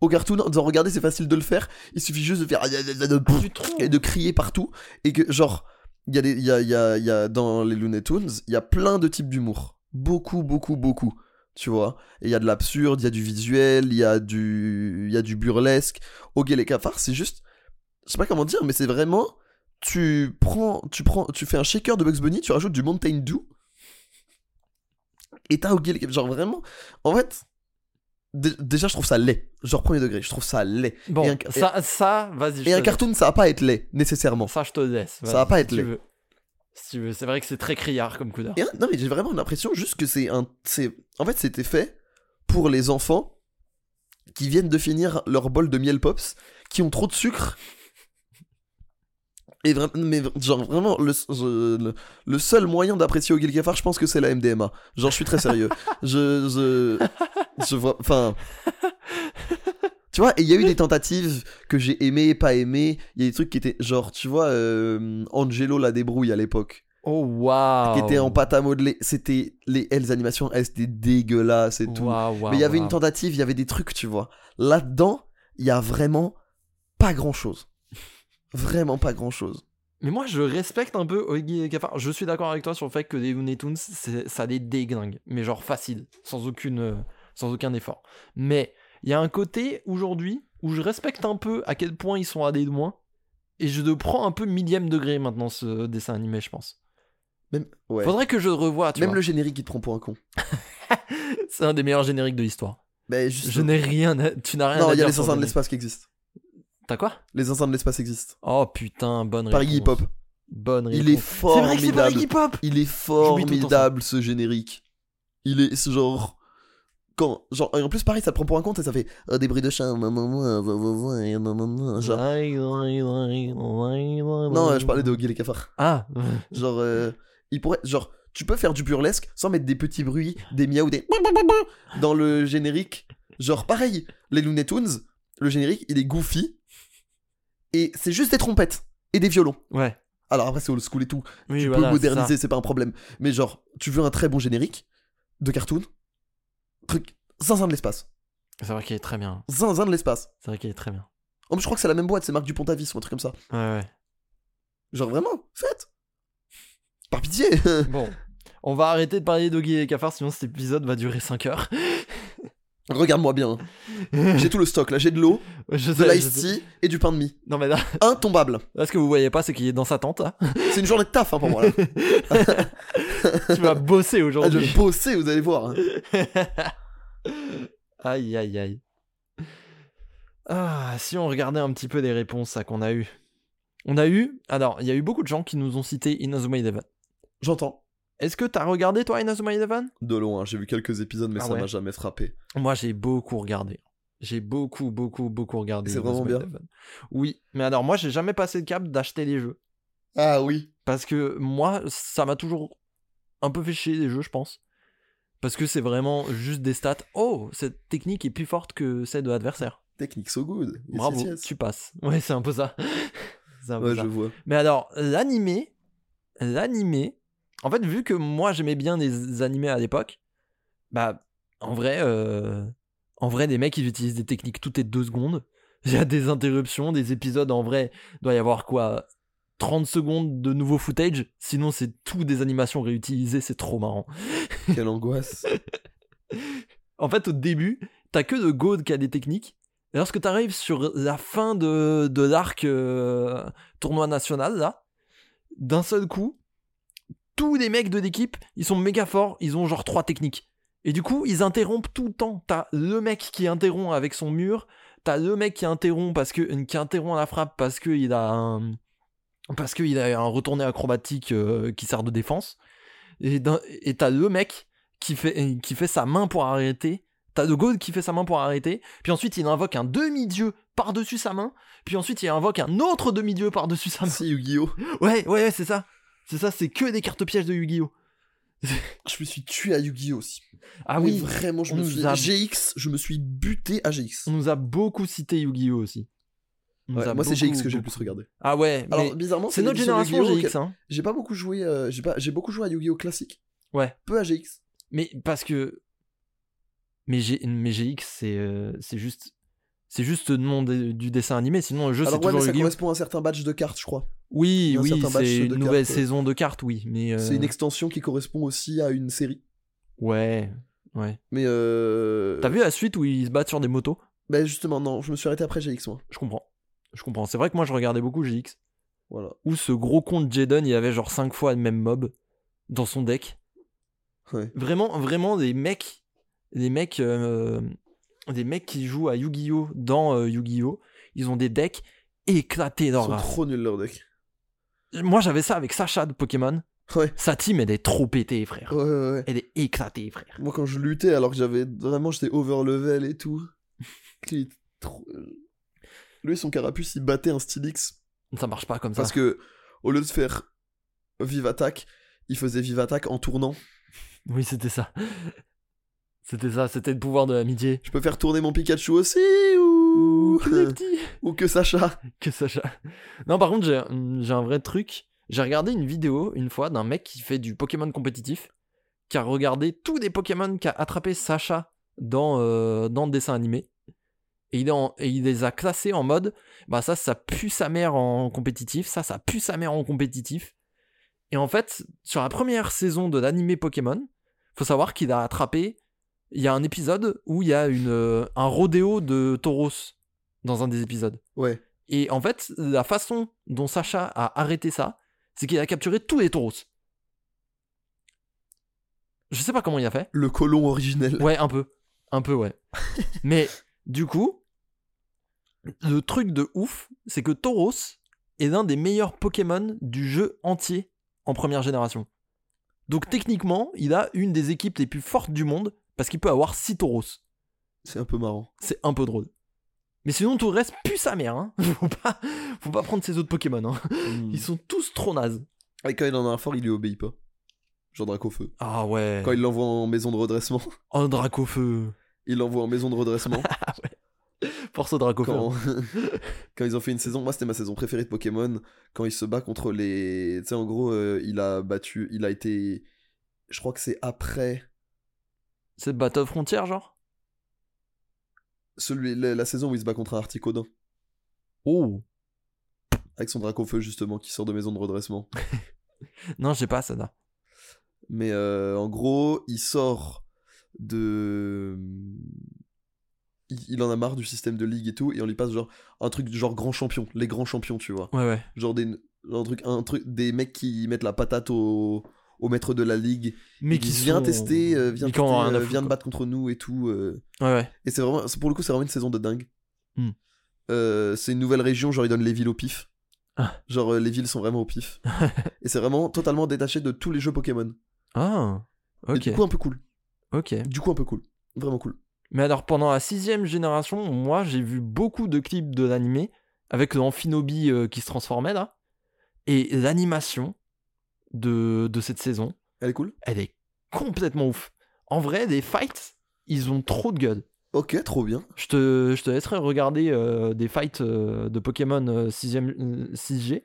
au cartoon en disant regardez, c'est facile de le faire, il suffit juste de faire ah, tu trouves. et de crier partout. Et que, genre, il y, a des- il y a, il y a- il y a dans les Looney Tunes, il y a plein de types d'humour. Beaucoup, beaucoup, beaucoup. Tu vois Et il y a de l'absurde, il y a du visuel, il y, a du- il y a du burlesque. Ok, les cafards, c'est juste. Je sais pas comment dire, mais c'est vraiment. Tu prends, tu prends, tu fais un shaker de Bugs Bunny, tu rajoutes du Mountain Dew. Et t'as Oggy les cafards. Genre vraiment. En fait. dé- Déjà, je trouve ça laid. Genre, premier degré, je trouve ça laid. Bon, et un- ça, ça, vas-y. je Et un te- cartoon, ça va pas être laid, nécessairement. Ça, je te laisse. Ça vas-y, va pas si être tu laid. veux. Si tu veux, c'est vrai que c'est très criard comme coup d'art. Et, non, mais j'ai vraiment l'impression juste que c'est un. c'est En fait, c'était fait pour les enfants qui viennent de finir leur bol de miel pops, qui ont trop de sucre. Et vra- mais vra- genre vraiment le, je- le, le seul moyen d'apprécier Ogil Gaffard, je pense que c'est la MDMA. Genre je suis très sérieux. je je je vois enfin Tu vois, et il y a eu des tentatives que j'ai aimées, pas aimées. Il y a des trucs qui étaient genre tu vois euh, Angelo la débrouille à l'époque Oh, waouh. qui était en pâte à modeler. C'était les elles animations, elles c'était dégueulasse et tout. Waouh, waouh, Mais il y avait une waouh. tentative, il y avait des trucs, tu vois. Là-dedans, il y a vraiment pas grand-chose. Vraiment pas grand-chose. Mais moi, je respecte un peu Oggy et Gaffard. Je suis d'accord avec toi sur le fait que les Looney Tunes, c'est- ça les déglingue. Mais genre facile, sans, aucune, euh, sans aucun effort. Mais il y a un côté aujourd'hui où je respecte un peu à quel point ils sont allés loin. Et je le prends un peu millième degré maintenant, ce dessin animé, je pense. Même, ouais. Faudrait que je le revoie, tu Même vois. le générique, il te prend pour un con. C'est un des meilleurs génériques de l'histoire. Mais juste... Je n'ai rien. à- Tu n'as rien non, à il y dire. a les sur instants de Johnny. l'espace qui existent. T'as quoi Les instants de l'espace existent. Oh putain, bonne Paris réponse. Hip Hop. Bonne réponse. Il est C'est vrai que c'est pas formidable. hip hop. Il est formidable ce générique. Il est ce genre. Quand, genre, et en plus, pareil, ça te prend pour un compte et ça fait euh, des bruits de chat. nan, nan, nan, nan, nan, nan, nan, nan, nan, Genre, non, euh, Non, je parlais de Oggy les cafards. Ah, Genre, euh, il pourrait. Genre, tu peux faire du burlesque sans mettre des petits bruits, des miaou, des. dans le générique. Genre, pareil, les Looney Tunes, le générique, il est goofy. Et c'est juste des trompettes et des violons. ouais. Alors après, c'est old school et tout. Oui, tu peux voilà, c'est ça. moderniser, c'est pas un problème. Mais genre, tu veux un très bon générique de cartoon, truc, zinzin de l'espace, C'est vrai qu'il est très bien. hein. zinzin de l'espace. C'est vrai qu'il est très bien. En plus, je crois que c'est la même boîte, c'est Marc Dupont-Avis ou un truc comme ça. Ouais, ouais. Genre vraiment, faites Par pitié Bon. On va arrêter de parler d'Oggy et Cafard, sinon cet épisode va durer 5 heures. Regarde-moi bien, j'ai tout le stock là, j'ai de l'eau, Je de sais, je l'ice sais. tea et du pain de mie. Non mais là, Intombable là, ce que vous voyez pas, c'est qu'il est dans sa tente. là. C'est une journée de taf hein, pour moi là. tu vas bosser Ah, je aujourd'hui. vais bosser, vous allez voir. hein. aïe aïe aïe. Ah, si on regardait un petit peu des réponses à qu'on a eu. On a eu. Alors, il y a eu beaucoup de gens qui nous ont cité Inazuma Eleven. J'entends. Est-ce que t'as regardé toi Inazuma Eleven De loin, hein. j'ai vu quelques épisodes, mais Ah ça ouais. m'a jamais frappé. Moi, j'ai beaucoup regardé. J'ai beaucoup, beaucoup, beaucoup regardé. C'est Inazuma vraiment bien. Eleven. Oui, mais alors moi, j'ai jamais passé le cap d'acheter les jeux Ah oui. parce que moi, ça m'a toujours un peu fait chier les jeux, je pense. Parce que c'est vraiment juste des stats. Oh, cette technique est plus forte que celle de l'adversaire. Technique so good. Yes, Bravo, yes, yes. tu passes. Ouais, c'est un peu ça. C'est un peu Ouais, ça. je vois. Mais alors, l'animé, l'animé, en fait, vu que moi j'aimais bien les animés à l'époque, bah, en vrai, euh, en vrai, les mecs ils utilisent des techniques toutes les deux secondes. Il y a des interruptions, des épisodes, en vrai, doit y avoir quoi 30 secondes de nouveau footage, sinon c'est tout des animations réutilisées, c'est trop marrant. Quelle angoisse. En fait, au début, t'as que de Gaud qui a des techniques. Et lorsque t'arrives sur la fin de, de l'arc euh, tournoi national, là, d'un seul coup, tous les mecs de l'équipe, ils sont méga forts, ils ont genre trois techniques. Et du coup, ils interrompent tout le temps. T'as le mec qui interrompt avec son mur, t'as le mec qui interrompt parce que qui interrompt la frappe parce qu'il a un parce qu'il a un retourné acrobatique euh, qui sert de défense. Et d'un- et t'as le mec qui fait, qui fait sa main pour arrêter. T'as De Gaulle qui fait sa main pour arrêter. Puis ensuite, il invoque un demi-dieu par-dessus sa main. Puis ensuite, il invoque un autre demi-dieu par-dessus sa main. si Yu-Gi-Oh! Ouais, ouais, ouais, c'est ça. C'est ça, c'est que des cartes pièges de Yu-Gi-Oh! Je me suis tué à Yu-Gi-Oh! aussi. Ah Mais oui, vraiment, je on me nous suis. a- GX, je me suis buté à GX. on nous a beaucoup cité Yu-Gi-Oh! aussi. On nous Ouais, a moi, c'est beaucoup, GX que j'ai le beaucoup- plus regardé. Ah ouais, mais Alors, bizarrement, c'est une notre émission génération Yu-Gi-Oh! GX, auquel- hein. J'ai pas beaucoup joué. euh, j'ai pas. J'ai beaucoup joué à Yu-Gi-Oh! classique. Ouais. Peu à GX. Mais parce que. Mais, G- mais GX, c'est euh, c'est juste. C'est juste le nom de- du dessin animé, sinon le jeu c'est Alors ouais, mais toujours ça Yu-Gi-Oh! correspond à un certain badge de cartes, je crois. Oui, Il y a un oui, certain batch c'est de une nouvelle cartes, euh. saison de cartes, oui. Mais euh, C'est une extension qui correspond aussi à une série. ouais, ouais. Mais euh... T'as vu la suite où ils se battent sur des motos Bah justement, non, je me suis arrêté après GX, moi. Je comprends, je comprends. C'est vrai que moi je regardais beaucoup GX. Voilà. Où ce gros con de Jaden, il avait genre 5 fois le même mob dans son deck. Ouais. Vraiment, vraiment des mecs, des mecs, euh, des mecs qui jouent à Yu-Gi-Oh dans euh, Yu-Gi-Oh, ils ont des decks éclatés Ils dans sont race. trop nuls leur deck. Moi j'avais ça avec Sacha de Pokémon. Ouais. Sa team elle est trop pétée, frère. Ouais, ouais, ouais. Elle est éclatée, frère. Moi, quand je luttais, alors que j'avais vraiment, j'étais overlevel et tout. Il est trop- euh, Lui, son carapuce, il battait un Stylix. Ça marche pas comme ça. Parce que au lieu de faire vive attaque, il faisait vive attaque en tournant. Oui, c'était ça. C'était ça, c'était le pouvoir de l'amitié. Je peux faire tourner mon Pikachu aussi ou Que des petits. ou que Sacha. Que Sacha. Non, par contre, j'ai j'ai un vrai truc. J'ai regardé une vidéo une fois d'un mec qui fait du Pokémon compétitif, qui a regardé tous les Pokémon qu'a attrapé Sacha dans, euh, dans le dessin animé. Et il, est en- et il les a classés en mode bah ça, ça pue sa mère en compétitif, ça, ça pue sa mère en compétitif. Et en fait, sur la première saison de l'animé Pokémon, faut savoir qu'il a attrapé. Il y a un épisode où il y a une, euh, un rodéo de tauros dans un des épisodes. Ouais. Et en fait, la façon dont Sacha a arrêté ça, c'est qu'il a capturé tous les tauros. Je sais pas comment il a fait. Le colon originel. Ouais, un peu. Un peu, ouais. Mais du coup, le truc de ouf, c'est que tauros, est l'un des meilleurs Pokémon du jeu entier en première génération. Donc techniquement, il a une des équipes les plus fortes du monde parce qu'il peut avoir 6 tauros. C'est un peu marrant. C'est un peu drôle. Mais sinon, tout le reste pue sa mère. Hein. Faut, pas, faut pas prendre ces autres Pokémon. hein. Ils sont tous trop nazes. Et quand il en a un fort, il lui obéit pas. Genre Dracofeu. Ah ouais. Oh, Quand il l'envoie en maison de redressement, Un Dracofeu. il l'envoie en maison de redressement. Force au Dracofeu. quand... quand ils ont fait une saison, moi c'était ma saison préférée de Pokémon. Quand il se bat contre les. Tu sais, en gros, euh, il a battu. Il a été. Je crois que c'est après. C'est Battle Frontier, genre Celui, la, la saison où il se bat contre un Articodin. Oh. Avec son Dracofeu, justement, qui sort de maison de redressement. Non, j'ai pas ça. là. Mais euh, en gros, il sort de. Il il en a marre du système de ligue et tout, et on lui passe genre un truc du genre grand champion, les grands champions, tu vois. Ouais, ouais. Genre des, un truc, un truc, des mecs qui mettent la patate au, au maître de la ligue. Mais Ils qui disent, viens sont- tester, euh, viens, mais qui en ont tester, rien à euh, foutre, viens te quoi. battre contre nous et tout. euh. Ouais, ouais. Et c'est vraiment, c'est- pour le coup, c'est vraiment une saison de dingue. Hmm. Euh, c'est une nouvelle région, genre ils donnent les villes au pif. Ah. Genre euh, les villes sont vraiment au pif. et c'est vraiment totalement détaché de tous les jeux Pokémon. Ah. Et Ok. du coup, un peu cool. Ok. Du coup, un peu cool. Vraiment cool. Mais alors, pendant la sixième génération, moi, j'ai vu beaucoup de clips de l'anime avec l'amphinobi euh, qui se transformait là. Et l'animation de, de cette saison, Elle est cool elle est complètement ouf. En vrai, les fights, ils ont trop de gueule. Ok, trop bien. Je te, je te laisserai regarder euh, des fights euh, de Pokémon euh, 6e, euh, 6G.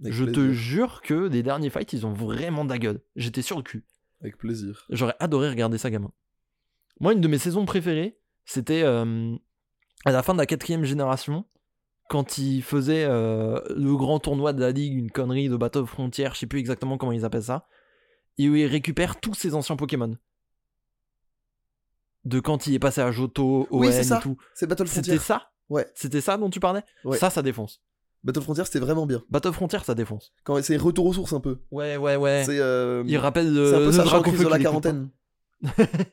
Avec je te plaisir. jure que les derniers fights, ils ont vraiment de la gueule. J'étais sur le cul. Avec plaisir. J'aurais adoré regarder ça, gamin. Moi, une de mes saisons préférées, c'était euh, à la fin de la quatrième génération, quand ils faisaient euh, le grand tournoi de la Ligue, une connerie de Battle Frontier, je sais plus exactement comment ils appellent ça, et où ils récupèrent tous ces anciens Pokémon. De quand il est passé à Johto, Owen Oui, c'est ça. et tout. C'est Battle Frontier. C'était ça Ouais. C'était ça dont tu parlais Ouais. Ça, ça défonce. Battle Frontier, c'était vraiment bien. Battle Frontier, ça défonce. Quand c'est retour aux sources un peu. Ouais, ouais, ouais. C'est euh, Il rappelle c'est euh, un peu le Sargent en Dracofeu crise qu'il de la écoute pas. quarantaine.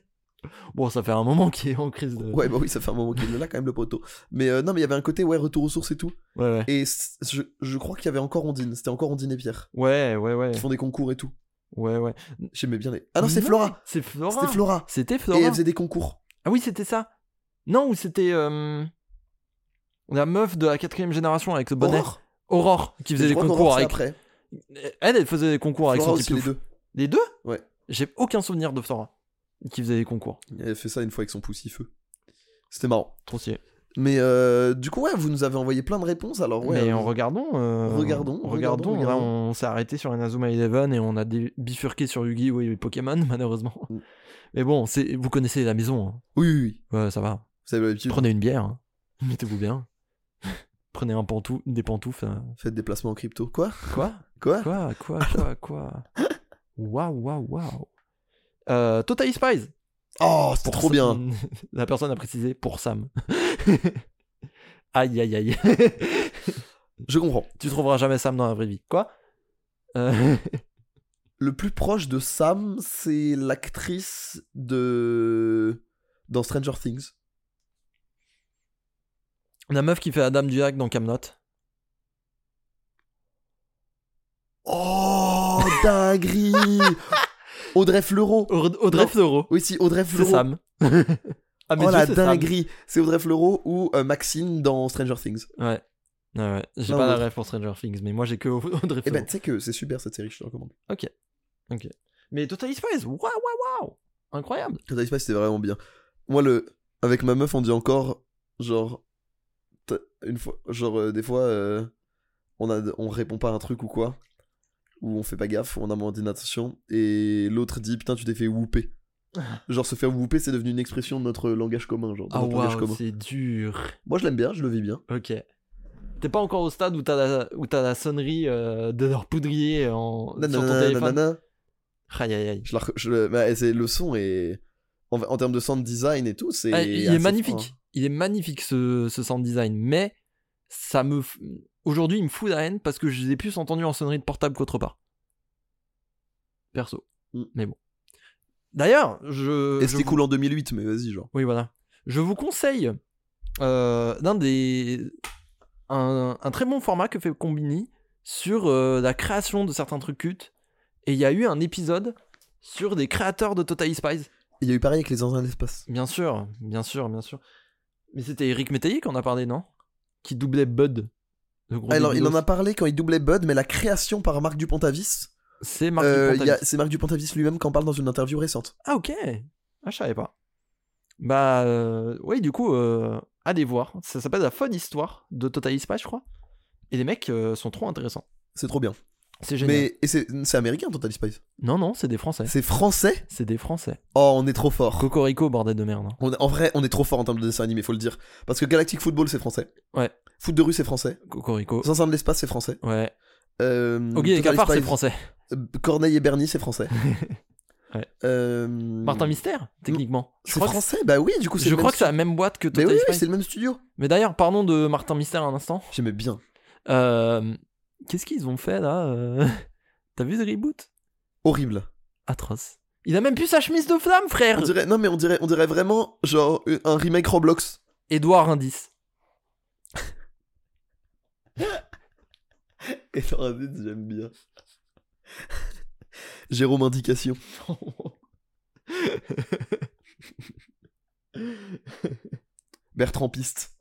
Bon, ça fait un moment qu'il est en crise de. Ouais, bah oui, ça fait un moment qu'il est là quand même le poteau. Mais euh, non, mais il y avait un côté ouais retour aux sources et tout. ouais, ouais. Et c- je, je crois qu'il y avait encore Ondine. C'était encore Ondine et Pierre Ouais, ouais, ouais. qui font des concours et tout. Ouais, ouais. J'aimais bien les. Ah non, c'est Flora. C'est Flora. C'était Flora. C'était Et Flora. elle faisait des concours. Ah oui, c'était ça. Non, ou c'était. euh, La meuf de la quatrième génération avec le bonnet. Aurore Aurore, qui faisait Je des crois concours qu'Aurore, c'est avec. Après. Elle, elle faisait des concours avec Flora son aussi petit les pouf. deux. Les deux Ouais. J'ai aucun souvenir de Flora qui faisait des concours. Elle fait ça une fois avec son poussifeu. C'était marrant. Trop stylé. Mais euh, du coup, ouais, vous nous avez envoyé plein de réponses. Alors ouais. Mais euh, en regardons, euh, Regardons, regardons, regardons, là, regardons. on s'est arrêté sur Inazuma Eleven et on a dé- bifurqué sur Yu-Gi-Oh et Pokémon malheureusement. Mm. Mais bon, c'est vous connaissez la maison, hein. Oui, oui, oui. Ouais, ça va. Vous avez l'habitude. Prenez une bière, hein. mettez-vous bien. Prenez un pantou, des pantoufles. euh. Faites des placements en crypto. Quoi Quoi Quoi Quoi Quoi Quoi Quoi Waouh, waouh, waouh. Euh, Totally Spies. Oh, c'était Pour trop Sa- bien. La personne a précisé pour Sam. aïe, aïe, aïe. Je comprends. tu trouveras jamais Sam dans la vraie vie. Quoi Euh, Le plus proche de Sam, c'est l'actrice de. dans Stranger Things. La meuf qui fait la dame du lac dans Camelot. Oh, dinguerie Audrey Fleurot. Audrey Non. Fleurot. Oui, si, Audrey C'est Fleurot. Sam. ah, mais oh la c'est Sam. dinguerie C'est Audrey Fleurot ou euh, Maxine dans Stranger Things. Eh Ouais. Ouais, ouais. J'ai Non, pas la mais- rêve pour Stranger Things, mais moi j'ai que Audrey Eh ben, Fleurot. tu sais que c'est super cette série, je te recommande. Mais Total Spies, waouh, waouh, waouh Incroyable Total Spice, c'était vraiment bien. Moi, le... avec ma meuf, on dit encore, genre, t'as- une fois, genre, euh, des fois, euh, on, a, on répond pas à un truc ou quoi, ou on fait pas gaffe, on a moins d'inattention, et l'autre dit, putain, tu t'es fait whooper. Genre, se faire whooper, c'est devenu une expression de notre langage commun, genre, de Ah notre langage waouh, commun. c'est dur. Moi, je l'aime bien, je le vis bien. Ok. T'es pas encore au stade où t'as la, où t'as la sonnerie euh, de leur poudrier en, sur ton Nanana, téléphone nanana. Aïe, aïe, aïe. Je la rec- je le- bah, c'est le son et en, en termes de sound design et tout, c'est. Ah, il assez est magnifique. fort, hein. Il est magnifique ce, ce sound design, mais ça me f- aujourd'hui il me fout la haine parce que je les ai plus entendus en sonnerie de portable qu'autre part. Perso. Mm. Mais bon. D'ailleurs, je. Et je c'était vous- cool en 2008, mais vas-y, genre. Oui, voilà. Je vous conseille euh, d'un des un, un très bon format que fait Combini sur euh, la création de certains trucs cultes. Et il y a eu un épisode sur des créateurs de Totally Spies. Il y a eu pareil avec les zinzins de l'espace. Bien sûr, bien sûr, bien sûr. Mais c'était Eric Métayer qu'on a parlé, non Qui doublait Bud. le gros Alors, il débilos. en a parlé quand il doublait Bud, mais la création par Marc Dupontavis, C'est Marc euh, Dupontavis. il y a- c'est Marc Dupontavis lui-même qui en parle dans une interview récente. Ah ok, ah, je savais pas. Bah euh, oui, du coup, euh, allez voir. Ça s'appelle la fun histoire de Total Spies, je crois. Et les mecs euh, sont trop intéressants. C'est trop bien. C'est génial. Mais et c'est c'est américain, Total Spice. Non, non, c'est des Français. C'est français C'est des Français. Oh, on est trop fort. Cocorico, bordel de merde. hein. On est- en vrai, on est trop fort en termes de dessin animé, faut le dire. Parce que Galactic Football, c'est français. Ouais. Foot de rue, c'est français. Cocorico. Zinzin de l'espace, c'est français. Ouais. Euh, Ok, et Total Capard, c'est Spice, français. euh, Corneille et Bernie, c'est français. Ouais. Euh, Martin Mystère, techniquement. Je C'est crois que- français Bah oui, du coup, c'est Je le crois même que c'est la même boîte que Mais Total oui, oui, Spies. c'est le même studio. Mais d'ailleurs, parlons de Martin Mystère un instant. J'aimais bien. Euh, Qu'est-ce qu'ils ont fait là euh T'as vu ce reboot Horrible. Atroce. Il a même plus sa chemise de flamme, frère On dirait, non, mais on dirait, on dirait vraiment genre euh, un remake Roblox. Edouard Indice. Et dans un doute, j'aime bien. Jérôme Indication. Bertrand Piste.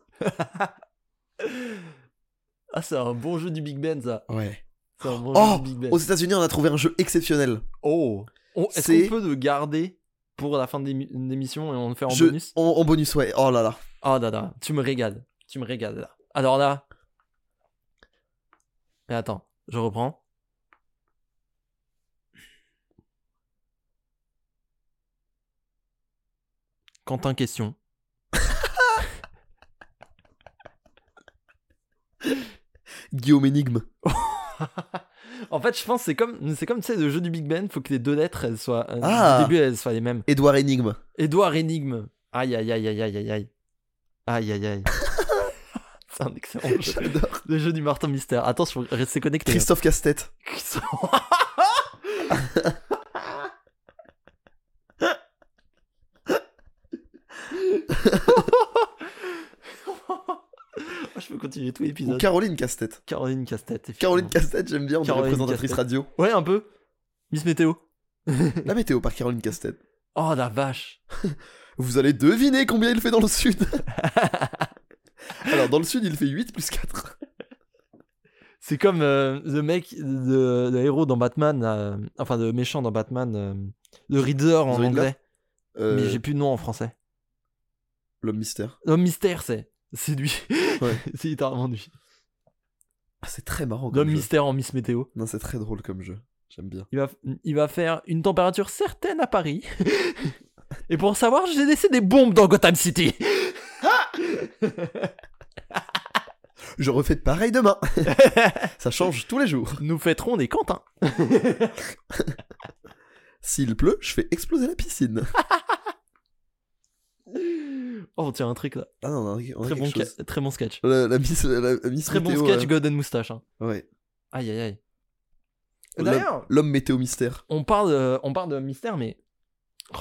ah, c'est un bon jeu du Big Ben, ça. Ouais. C'est un bon Oh, jeu du Big Ben. Aux États-Unis, on a trouvé un jeu exceptionnel. Oh On- Est-ce C'est- qu'on peut le garder pour la fin de l'émi- de l'émission et on le fait en Je- bonus En, en bonus, ouais. Oh là là. Oh, dada, tu me régales. Tu me régales, là. Alors là... Mais attends, je reprends. Quentin, question. Guillaume Énigme. En fait, je pense que c'est comme, c'est comme tu sais, le jeu du Big Ben, faut que les deux lettres, elles soient, euh, Ah. du début, elles soient les mêmes. Édouard Énigme. Édouard Énigme. Aïe, aïe, aïe, aïe, aïe, aïe, aïe. Aïe, aïe, aïe. c'est un excellent jeu. J'adore. Le jeu du Martin Mystère. Attends, je faut rester connecté. hein. Christophe Casse-Tête. je peux continuer tout Ou l'épisode. Caroline Casse-Tête. Caroline Casse-Tête. Caroline effectivement. Casse-Tête, j'aime bien. On dirait Caroline présentatrice Casse-Tête. radio. Ouais, un peu. Miss Météo. La météo par Caroline Casse-Tête. Oh la vache. Vous allez deviner combien il fait dans le sud. Alors, dans le sud, il fait 8 plus 4. C'est comme euh, le mec, de- le héros dans Batman, euh, enfin le méchant dans Batman, euh, le Reader en Riddler anglais. Euh, Mais j'ai plus de nom en français. L'homme mystère. L'homme mystère, c'est. C'est lui. Ouais. c'est littéralement lui. Ah, c'est très marrant. Comme L'homme jeu. mystère en Miss Météo. Non, c'est très drôle comme jeu. J'aime bien. Il va, il va faire une température certaine à Paris. Et pour savoir, j'ai laissé des bombes dans Gotham City. Je refais pareil demain. Ça change tous les jours. Nous fêterons des Quentin. S'il pleut, je fais exploser la piscine. Oh, tiens, un truc là. Ah non, on a, on a Très quelque bon, chose. ca- très bon sketch. La, la Miss, la, la Miss Très bon Météo, sketch, euh, Golden Moustache. hein. ouais. Aïe, aïe, aïe. L'homme- D'ailleurs, L'homme météo mystère. on parle, euh, on parle de mystère, mais.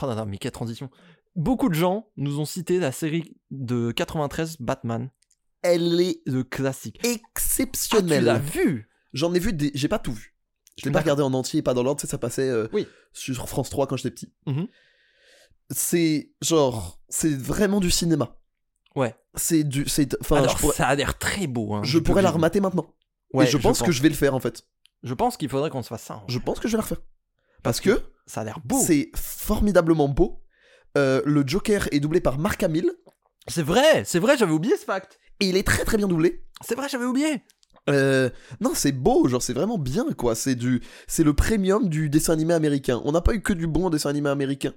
Oh non, non, mais quelle transition. Beaucoup de gens nous ont cité la série de 93 Batman, Elle est le classique. Ah, tu exceptionnelle. l'as vu J'en ai Ah, vu des. J'ai pas tout vu. Je l'ai pas D'accord. regardé en entier, pas dans l'ordre, tu sais, ça passait euh, Oui. sur France 3 quand j'étais petit. Mhm. C'est genre. C'est vraiment du cinéma. Ouais. C'est du. c'est- Enfin, Alors, je pourrais, ça a l'air très beau. hein, je du pourrais la public. remater maintenant. Ouais, Et je pense, que je vais le faire en fait. Je pense qu'il faudrait qu'on se fasse ça. hein. Je pense que je vais la refaire. Parce que que Ça a l'air beau. c'est formidablement beau. Euh, le Joker est doublé par Marc Hamill. C'est vrai, c'est vrai, j'avais oublié ce fact. Et il est très très bien doublé. C'est vrai, j'avais oublié. Euh, non, c'est beau, genre c'est vraiment bien quoi. C'est du, c'est le premium du dessin animé américain. On n'a pas eu que du bon dessin animé américain,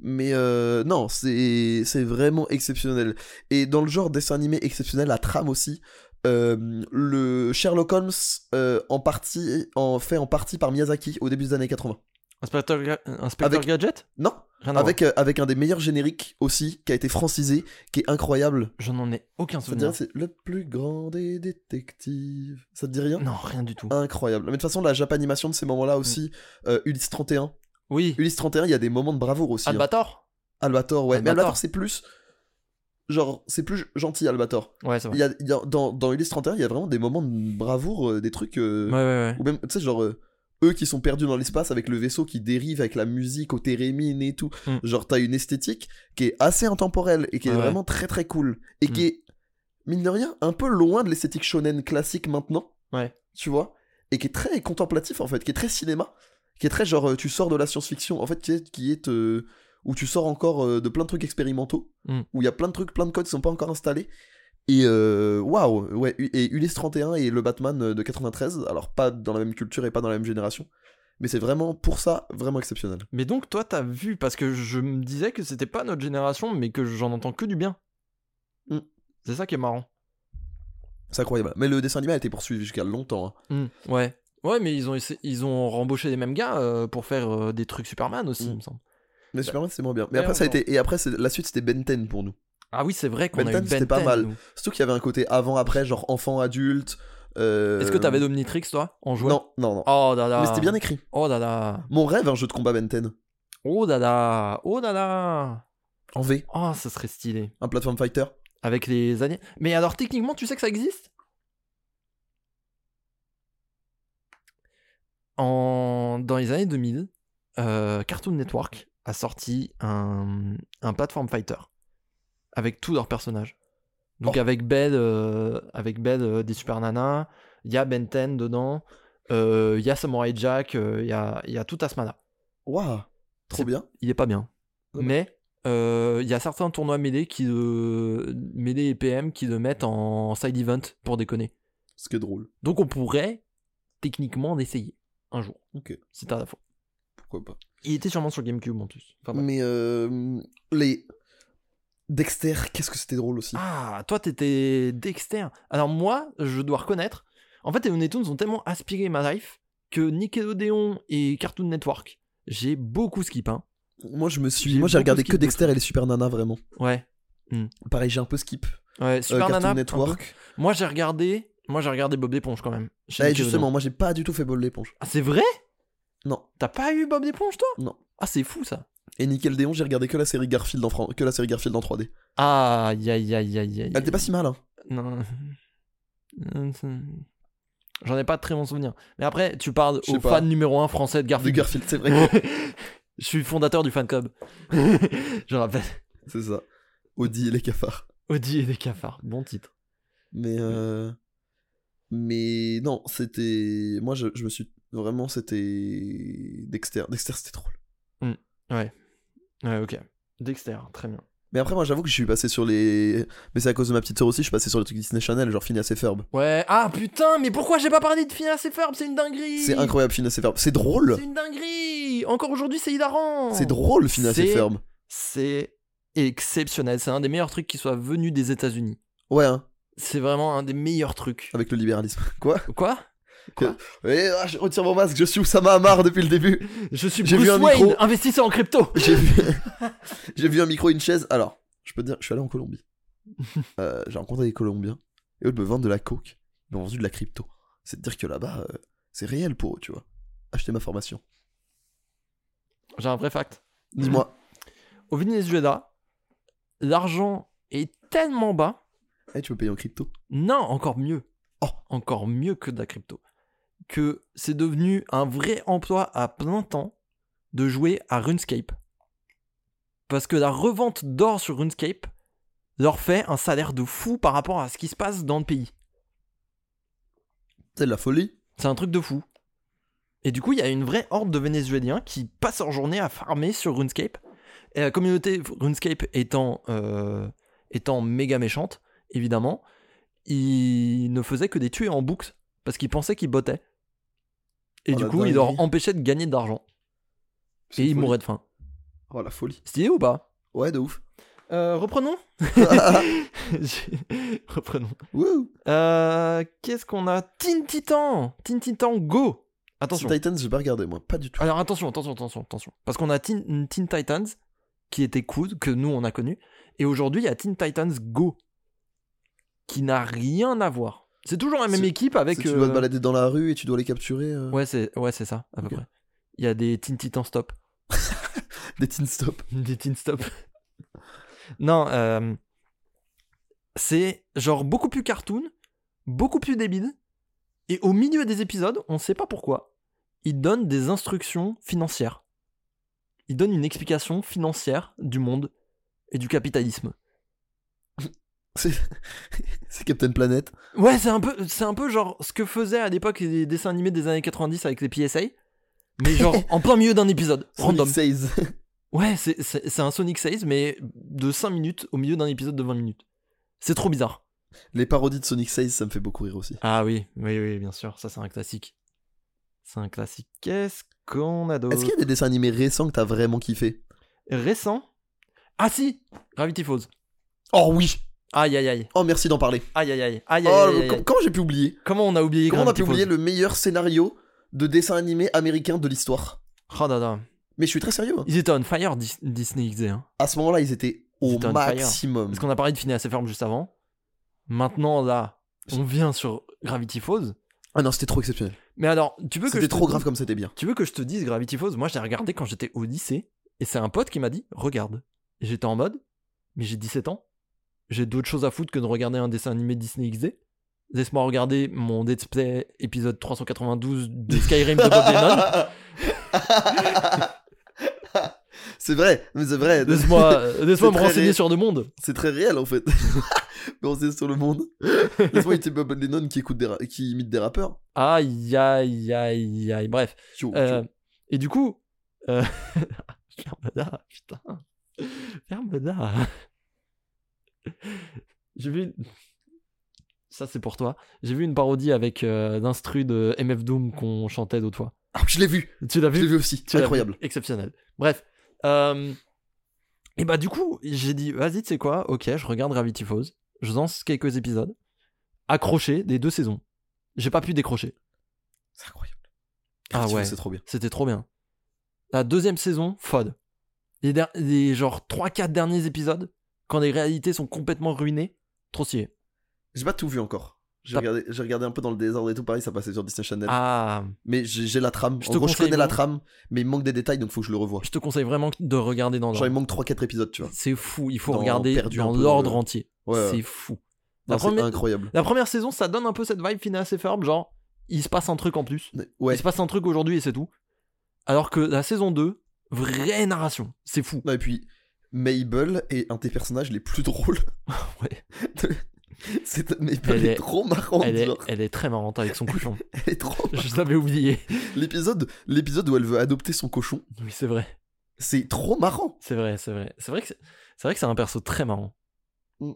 mais euh, non, c'est c'est vraiment exceptionnel. Et dans le genre dessin animé exceptionnel, la trame aussi. euh, le Sherlock Holmes euh, en partie en fait en partie par Miyazaki au début des années 80. Inspecteur, Ga- Inspecteur Avec- Gadget Non, Rien à avec euh, avec un des meilleurs génériques aussi qui a été francisé, qui est incroyable. voir. Je n'en ai aucun Ça te dit rien, souvenir. c'est le plus grand des détectives. Ça te dit rien Non, rien du tout. incroyable. Mais de toute façon, la Japanimation de ces Mm. moments-là aussi, euh, Ulysse 31. Oui, Ulysse 31, il y a des moments de bravoure aussi. hein. Albator Albator, ouais. Mais Albator. Albator, c'est plus. genre, c'est plus gentil Albator. Ouais, ça va. Il y a, il y a- dans, dans Ulysse 31, il y a vraiment des moments de bravoure, euh, des trucs. euh, Ouais, ouais, ouais. Ou même, tu sais, genre, euh, eux qui sont perdus dans l'espace avec le vaisseau qui dérive, avec la musique au térémine et tout. Mm. Genre, t'as une esthétique qui est assez intemporelle et qui est Ouais. vraiment très très cool. Et qui Mm. est, mine de rien, un peu loin de l'esthétique shonen classique maintenant. Ouais. Tu vois Et qui est très contemplatif en fait, qui est très cinéma. Qui est très genre, euh, tu sors de la science-fiction, en fait, qui est. Qui est euh, où tu sors encore euh, de plein de trucs expérimentaux, Mm. où il y a plein de trucs, plein de codes qui sont pas encore installés. Et euh, waouh, ouais, U- et Ulysse 31 et le Batman euh, de 93, alors pas dans la même culture et pas dans la même génération, mais c'est vraiment pour ça vraiment exceptionnel. Mais donc, toi, t'as vu, parce que je me disais que c'était pas notre génération, mais que j'en entends que du bien. Mm. C'est ça qui est marrant. C'est incroyable. Mais le dessin animé a été poursuivi jusqu'à longtemps. hein. Mm, Ouais. Ouais, mais ils ont, essa- ils ont rembauché les mêmes gars euh, pour faire euh, des trucs Superman aussi, Mm. il me semble. Mais Superman c'est moins bien. Mais Ouais, après ça a encore. été et après c'est- la suite c'était Ben 10 pour nous. Ah oui, c'est vrai qu'on Ben a eu 10, Ben c'était pas 10, mal. nous. Surtout qu'il y avait un côté avant après genre enfant adulte. euh, Est-ce que t'avais Dominitrix, toi, en jouant Non non non. Oh dada. Mais c'était bien écrit. Oh dada. Mon rêve un jeu de combat Ben 10 Oh dada. Oh dada. en V, Oh, ça serait stylé. un platform fighter. Avec les années. Mais alors, techniquement, tu sais que ça existe en... Dans les années 2000, euh, Cartoon Network a sorti un, un platform fighter avec tous leurs personnages. Donc Oh. avec Belle, euh, avec Belle euh, des Super Nanas, il y a Ben 10 dedans, euh, il y a Samurai Jack, euh, il y, a, il y a tout Asmana. Waouh, trop C'est- bien. Il est pas bien. Dommage. Mais bah. euh, il y a certains tournois mêlés qui le- mêlés et PM qui le mettent en side event pour déconner. Ce qui est drôle. Donc on pourrait techniquement l'essayer un jour. Ok. C'est à la fois. Pourquoi pas. Il était sûrement sur GameCube en plus. Enfin, bref. Mais euh, les Dexter, qu'est-ce que c'était drôle aussi. Ah, toi t'étais Dexter. Alors moi, je dois reconnaître, en fait les Looney Tunes ont tellement aspiré ma life que Nickelodeon et Cartoon Network, j'ai beaucoup skip. Hein. Moi, je me suis. J'ai Moi, j'ai beaucoup regardé skip que de Dexter et les Super Nanas, vraiment. Ouais. Pareil, j'ai un peu skip. Ouais, Euh, Super Cartoon Nana. un peu. Network. Moi j'ai regardé, moi j'ai regardé Bob l'éponge quand même. chez Eh, Nickelodeon. justement, moi, j'ai pas du tout fait Bob l'éponge. Ah, c'est vrai Non. T'as pas eu Bob l'éponge toi Non. Ah c'est fou ça. Et Nickelodeon, j'ai regardé que la série Garfield en, Fran- que la série Garfield en 3D. Ah aïe aïe aïe aïe aïe. Elle était pas si mal, hein. Non. Non, c'est- J'en ai pas de très bon souvenir. Mais après, tu parles Je sais au pas. fan numéro 1 français de De Garfield. Garfield, c'est vrai. Je suis fondateur du fan club. Je rappelle. c'est ça. Audi et les cafards. Audi et les cafards. Bon titre. Mais. euh, Mais non, c'était. Moi, je, je me suis. Vraiment, c'était. Dexter. Dexter, c'était drôle. Ouais, ok. Dexter, très bien. Mais après, moi, j'avoue que je suis passé sur les. Mais c'est à cause de ma petite sœur aussi, je suis passé sur les trucs Disney Channel, genre Phineas et Ferb. Ouais, ah putain, mais pourquoi j'ai pas parlé de Phineas et Ferb C'est une dinguerie C'est incroyable, Phineas et Ferb. C'est drôle C'est une dinguerie Encore aujourd'hui, c'est hilarant C'est drôle, Phineas et C'est- Ferb. C'est exceptionnel. C'est un des meilleurs trucs qui soit venu des États-Unis. Ouais, hein, C'est vraiment un des meilleurs trucs. avec le libéralisme. Quoi Quoi Eh, ah, Je retire mon masque, je suis Oussama Hamar depuis le début. Je suis J'ai Bruce vu un Wayne, micro. investisseur en crypto. J'ai vu... j'ai vu un micro, une chaise. Alors, je peux te dire, je suis allé en Colombie. Euh, j'ai rencontré des Colombiens, et eux ils me vendent de la coke, ils m'ont vendu de la crypto. C'est de dire que là-bas, euh, c'est réel pour eux, tu vois. Acheter ma formation. J'ai un vrai fact. Dis-moi, Au Venezuela, l'argent est tellement bas. eh, tu peux payer en crypto Non, encore mieux. Oh. Encore mieux que de la crypto. Que c'est devenu un vrai emploi à plein temps de jouer à RuneScape. Parce que la revente d'or sur RuneScape leur fait un salaire de fou par rapport à ce qui se passe dans le pays. C'est de la folie. C'est un truc de fou. Et du coup, il y a une vraie horde de Vénézuéliens qui passent leur journée à farmer sur RuneScape. Et la communauté RuneScape étant, euh, étant méga méchante, évidemment, ils ne faisaient que des tués en boucle parce qu'ils pensaient qu'ils bottaient. Et Oh, du la coup, ils leur dinguerie. empêchaient de gagner de l'argent. C'est Et ils folie. mouraient de faim. Oh la folie. Stylé ou pas Ouais, de ouf. Euh, Reprenons Reprenons. Wouh. Euh, Qu'est-ce qu'on a Teen Titan Teen Titan Go Attention. Teen Titans, j'ai pas regardé, moi, pas du tout. Alors attention, attention, attention, attention. Parce qu'on a Teen, Teen Titans qui était cool, que nous on a connu. Et aujourd'hui, il y a Teen Titans Go qui n'a rien à voir. C'est toujours la même C'est- équipe avec. Si tu euh, dois te balader dans la rue et tu dois les capturer. euh, Ouais, c'est ouais, c'est ça, à peu Ok. près. Il y a des Teen Titans Stop. Des teen stop. des Teen Stop. non, euh, C'est genre beaucoup plus cartoon, beaucoup plus débile. Et au milieu des épisodes, on sait pas pourquoi, il donne des instructions financières. Il donne une explication financière du monde et du capitalisme. C'est c'est Captain Planet. Ouais, c'est un peu, c'est un peu genre ce que faisaient à l'époque les dessins animés des années 90 avec les PSA, mais genre en plein milieu d'un épisode, random. Sonic Says. Ouais, c'est- c'est c'est un Sonic 16, mais de 5 minutes au milieu d'un épisode de 20 minutes. C'est trop bizarre. Les parodies de Sonic Says, ça me fait beaucoup rire aussi. Ah oui, oui, oui, bien sûr, ça c'est un classique. C'est un classique. Qu'est-ce qu'on a d'autre Est-ce qu'il y a des dessins animés récents que t'as vraiment kiffé Récent Ah si Gravity Falls. Oh oui Aïe aïe aïe. Oh merci d'en parler. Aïe aïe aïe. Aïe aïe Oh, aïe, aïe, com- aïe. comment j'ai pu oublier Comment on a oublié Comment on a Gravity pu oublier Falls le meilleur scénario de dessin animé américain de l'histoire Oh dada. Mais je suis très sérieux. hein. Ils étaient on fire Dis- Disney XD. hein. À ce moment-là, ils étaient au Ils étaient on fire. maximum. Parce qu'on a parlé de Finet assez ferme juste avant. Maintenant là, on vient sur Gravity Falls. Ah non, c'était trop exceptionnel. Mais alors, tu veux que je C'était te trop dise- grave comme c'était bien. Tu veux que je te dise Gravity Falls Moi, j'ai regardé quand j'étais au lycée, et c'est un pote qui m'a dit Regarde. Et j'étais en mode Mais j'ai 17 ans, j'ai d'autres choses à foutre que de regarder un dessin animé Disney XD. Laisse-moi regarder mon let's play épisode 392 de Skyrim de Bob Lennon. c'est vrai, mais c'est vrai. Laisse-moi euh, laisse-moi me très renseigner ré- sur le monde. C'est très réel en fait. Quand c'est sur le monde. Laisse-moi imiter Bob Lennon qui, écoute des ra- qui imite des rappeurs. Aïe, aïe, aïe, aïe. Bref. Yo, yo. Euh, et du coup, euh... ferme-la, putain. Ferme-la. J'ai vu. une- Ça, c'est pour toi. J'ai vu une parodie avec euh, d'instru de MF Doom qu'on chantait d'autres fois. Ah, je l'ai vu, Tu l'as je l'ai vu vu aussi. Tu l'as vu Incroyable. Exceptionnel. Bref. euh, Et bah, du coup, j'ai dit, vas-y, tu sais quoi Ok, je regarde Gravity Falls. Je lance quelques épisodes. Accroché des deux saisons. J'ai pas pu décrocher. C'est incroyable. Ah Gravity Falls, ouais. C'est trop bien. C'était trop bien. La deuxième saison, FOD. Les, der- les genre 3-4 derniers épisodes, quand les réalités sont complètement ruinées, trop stylé. J'ai pas tout vu encore. J'ai T'as- regardé, j'ai regardé un peu dans le désordre et tout, pareil, ça passait sur Disney Channel. Ah, Mais j'ai j'ai la trame. Je En te gros, je conseille connais la vraiment. trame, mais il manque des détails, donc faut que je le revoie. je te conseille vraiment de regarder dans Genre, il l'ordre. manque 3-4 épisodes, tu vois. C'est fou, il faut Dans- regarder perdu un dans peu dans l'ordre le- entier. Ouais, C'est ouais. fou. La Non, c'est première, incroyable. la première saison, ça donne un peu cette vibe finale assez ferme, genre, il se passe un truc en plus. Ouais. Il se passe un truc aujourd'hui et c'est tout. Alors que la saison 2, vraie narration, c'est fou. Non, et puis, Mabel est un des personnages les plus drôles. Ouais. C'est- Mabel Elle est, est- trop marrante. Elle est, genre. elle est très marrante avec son cochon. Elle est trop. Je l'avais oublié. L'épisode, l'épisode où elle veut adopter son cochon, Oui, c'est vrai. c'est trop marrant. C'est vrai, c'est vrai. C'est vrai que c'est c'est vrai que c'est un perso très marrant. Mm.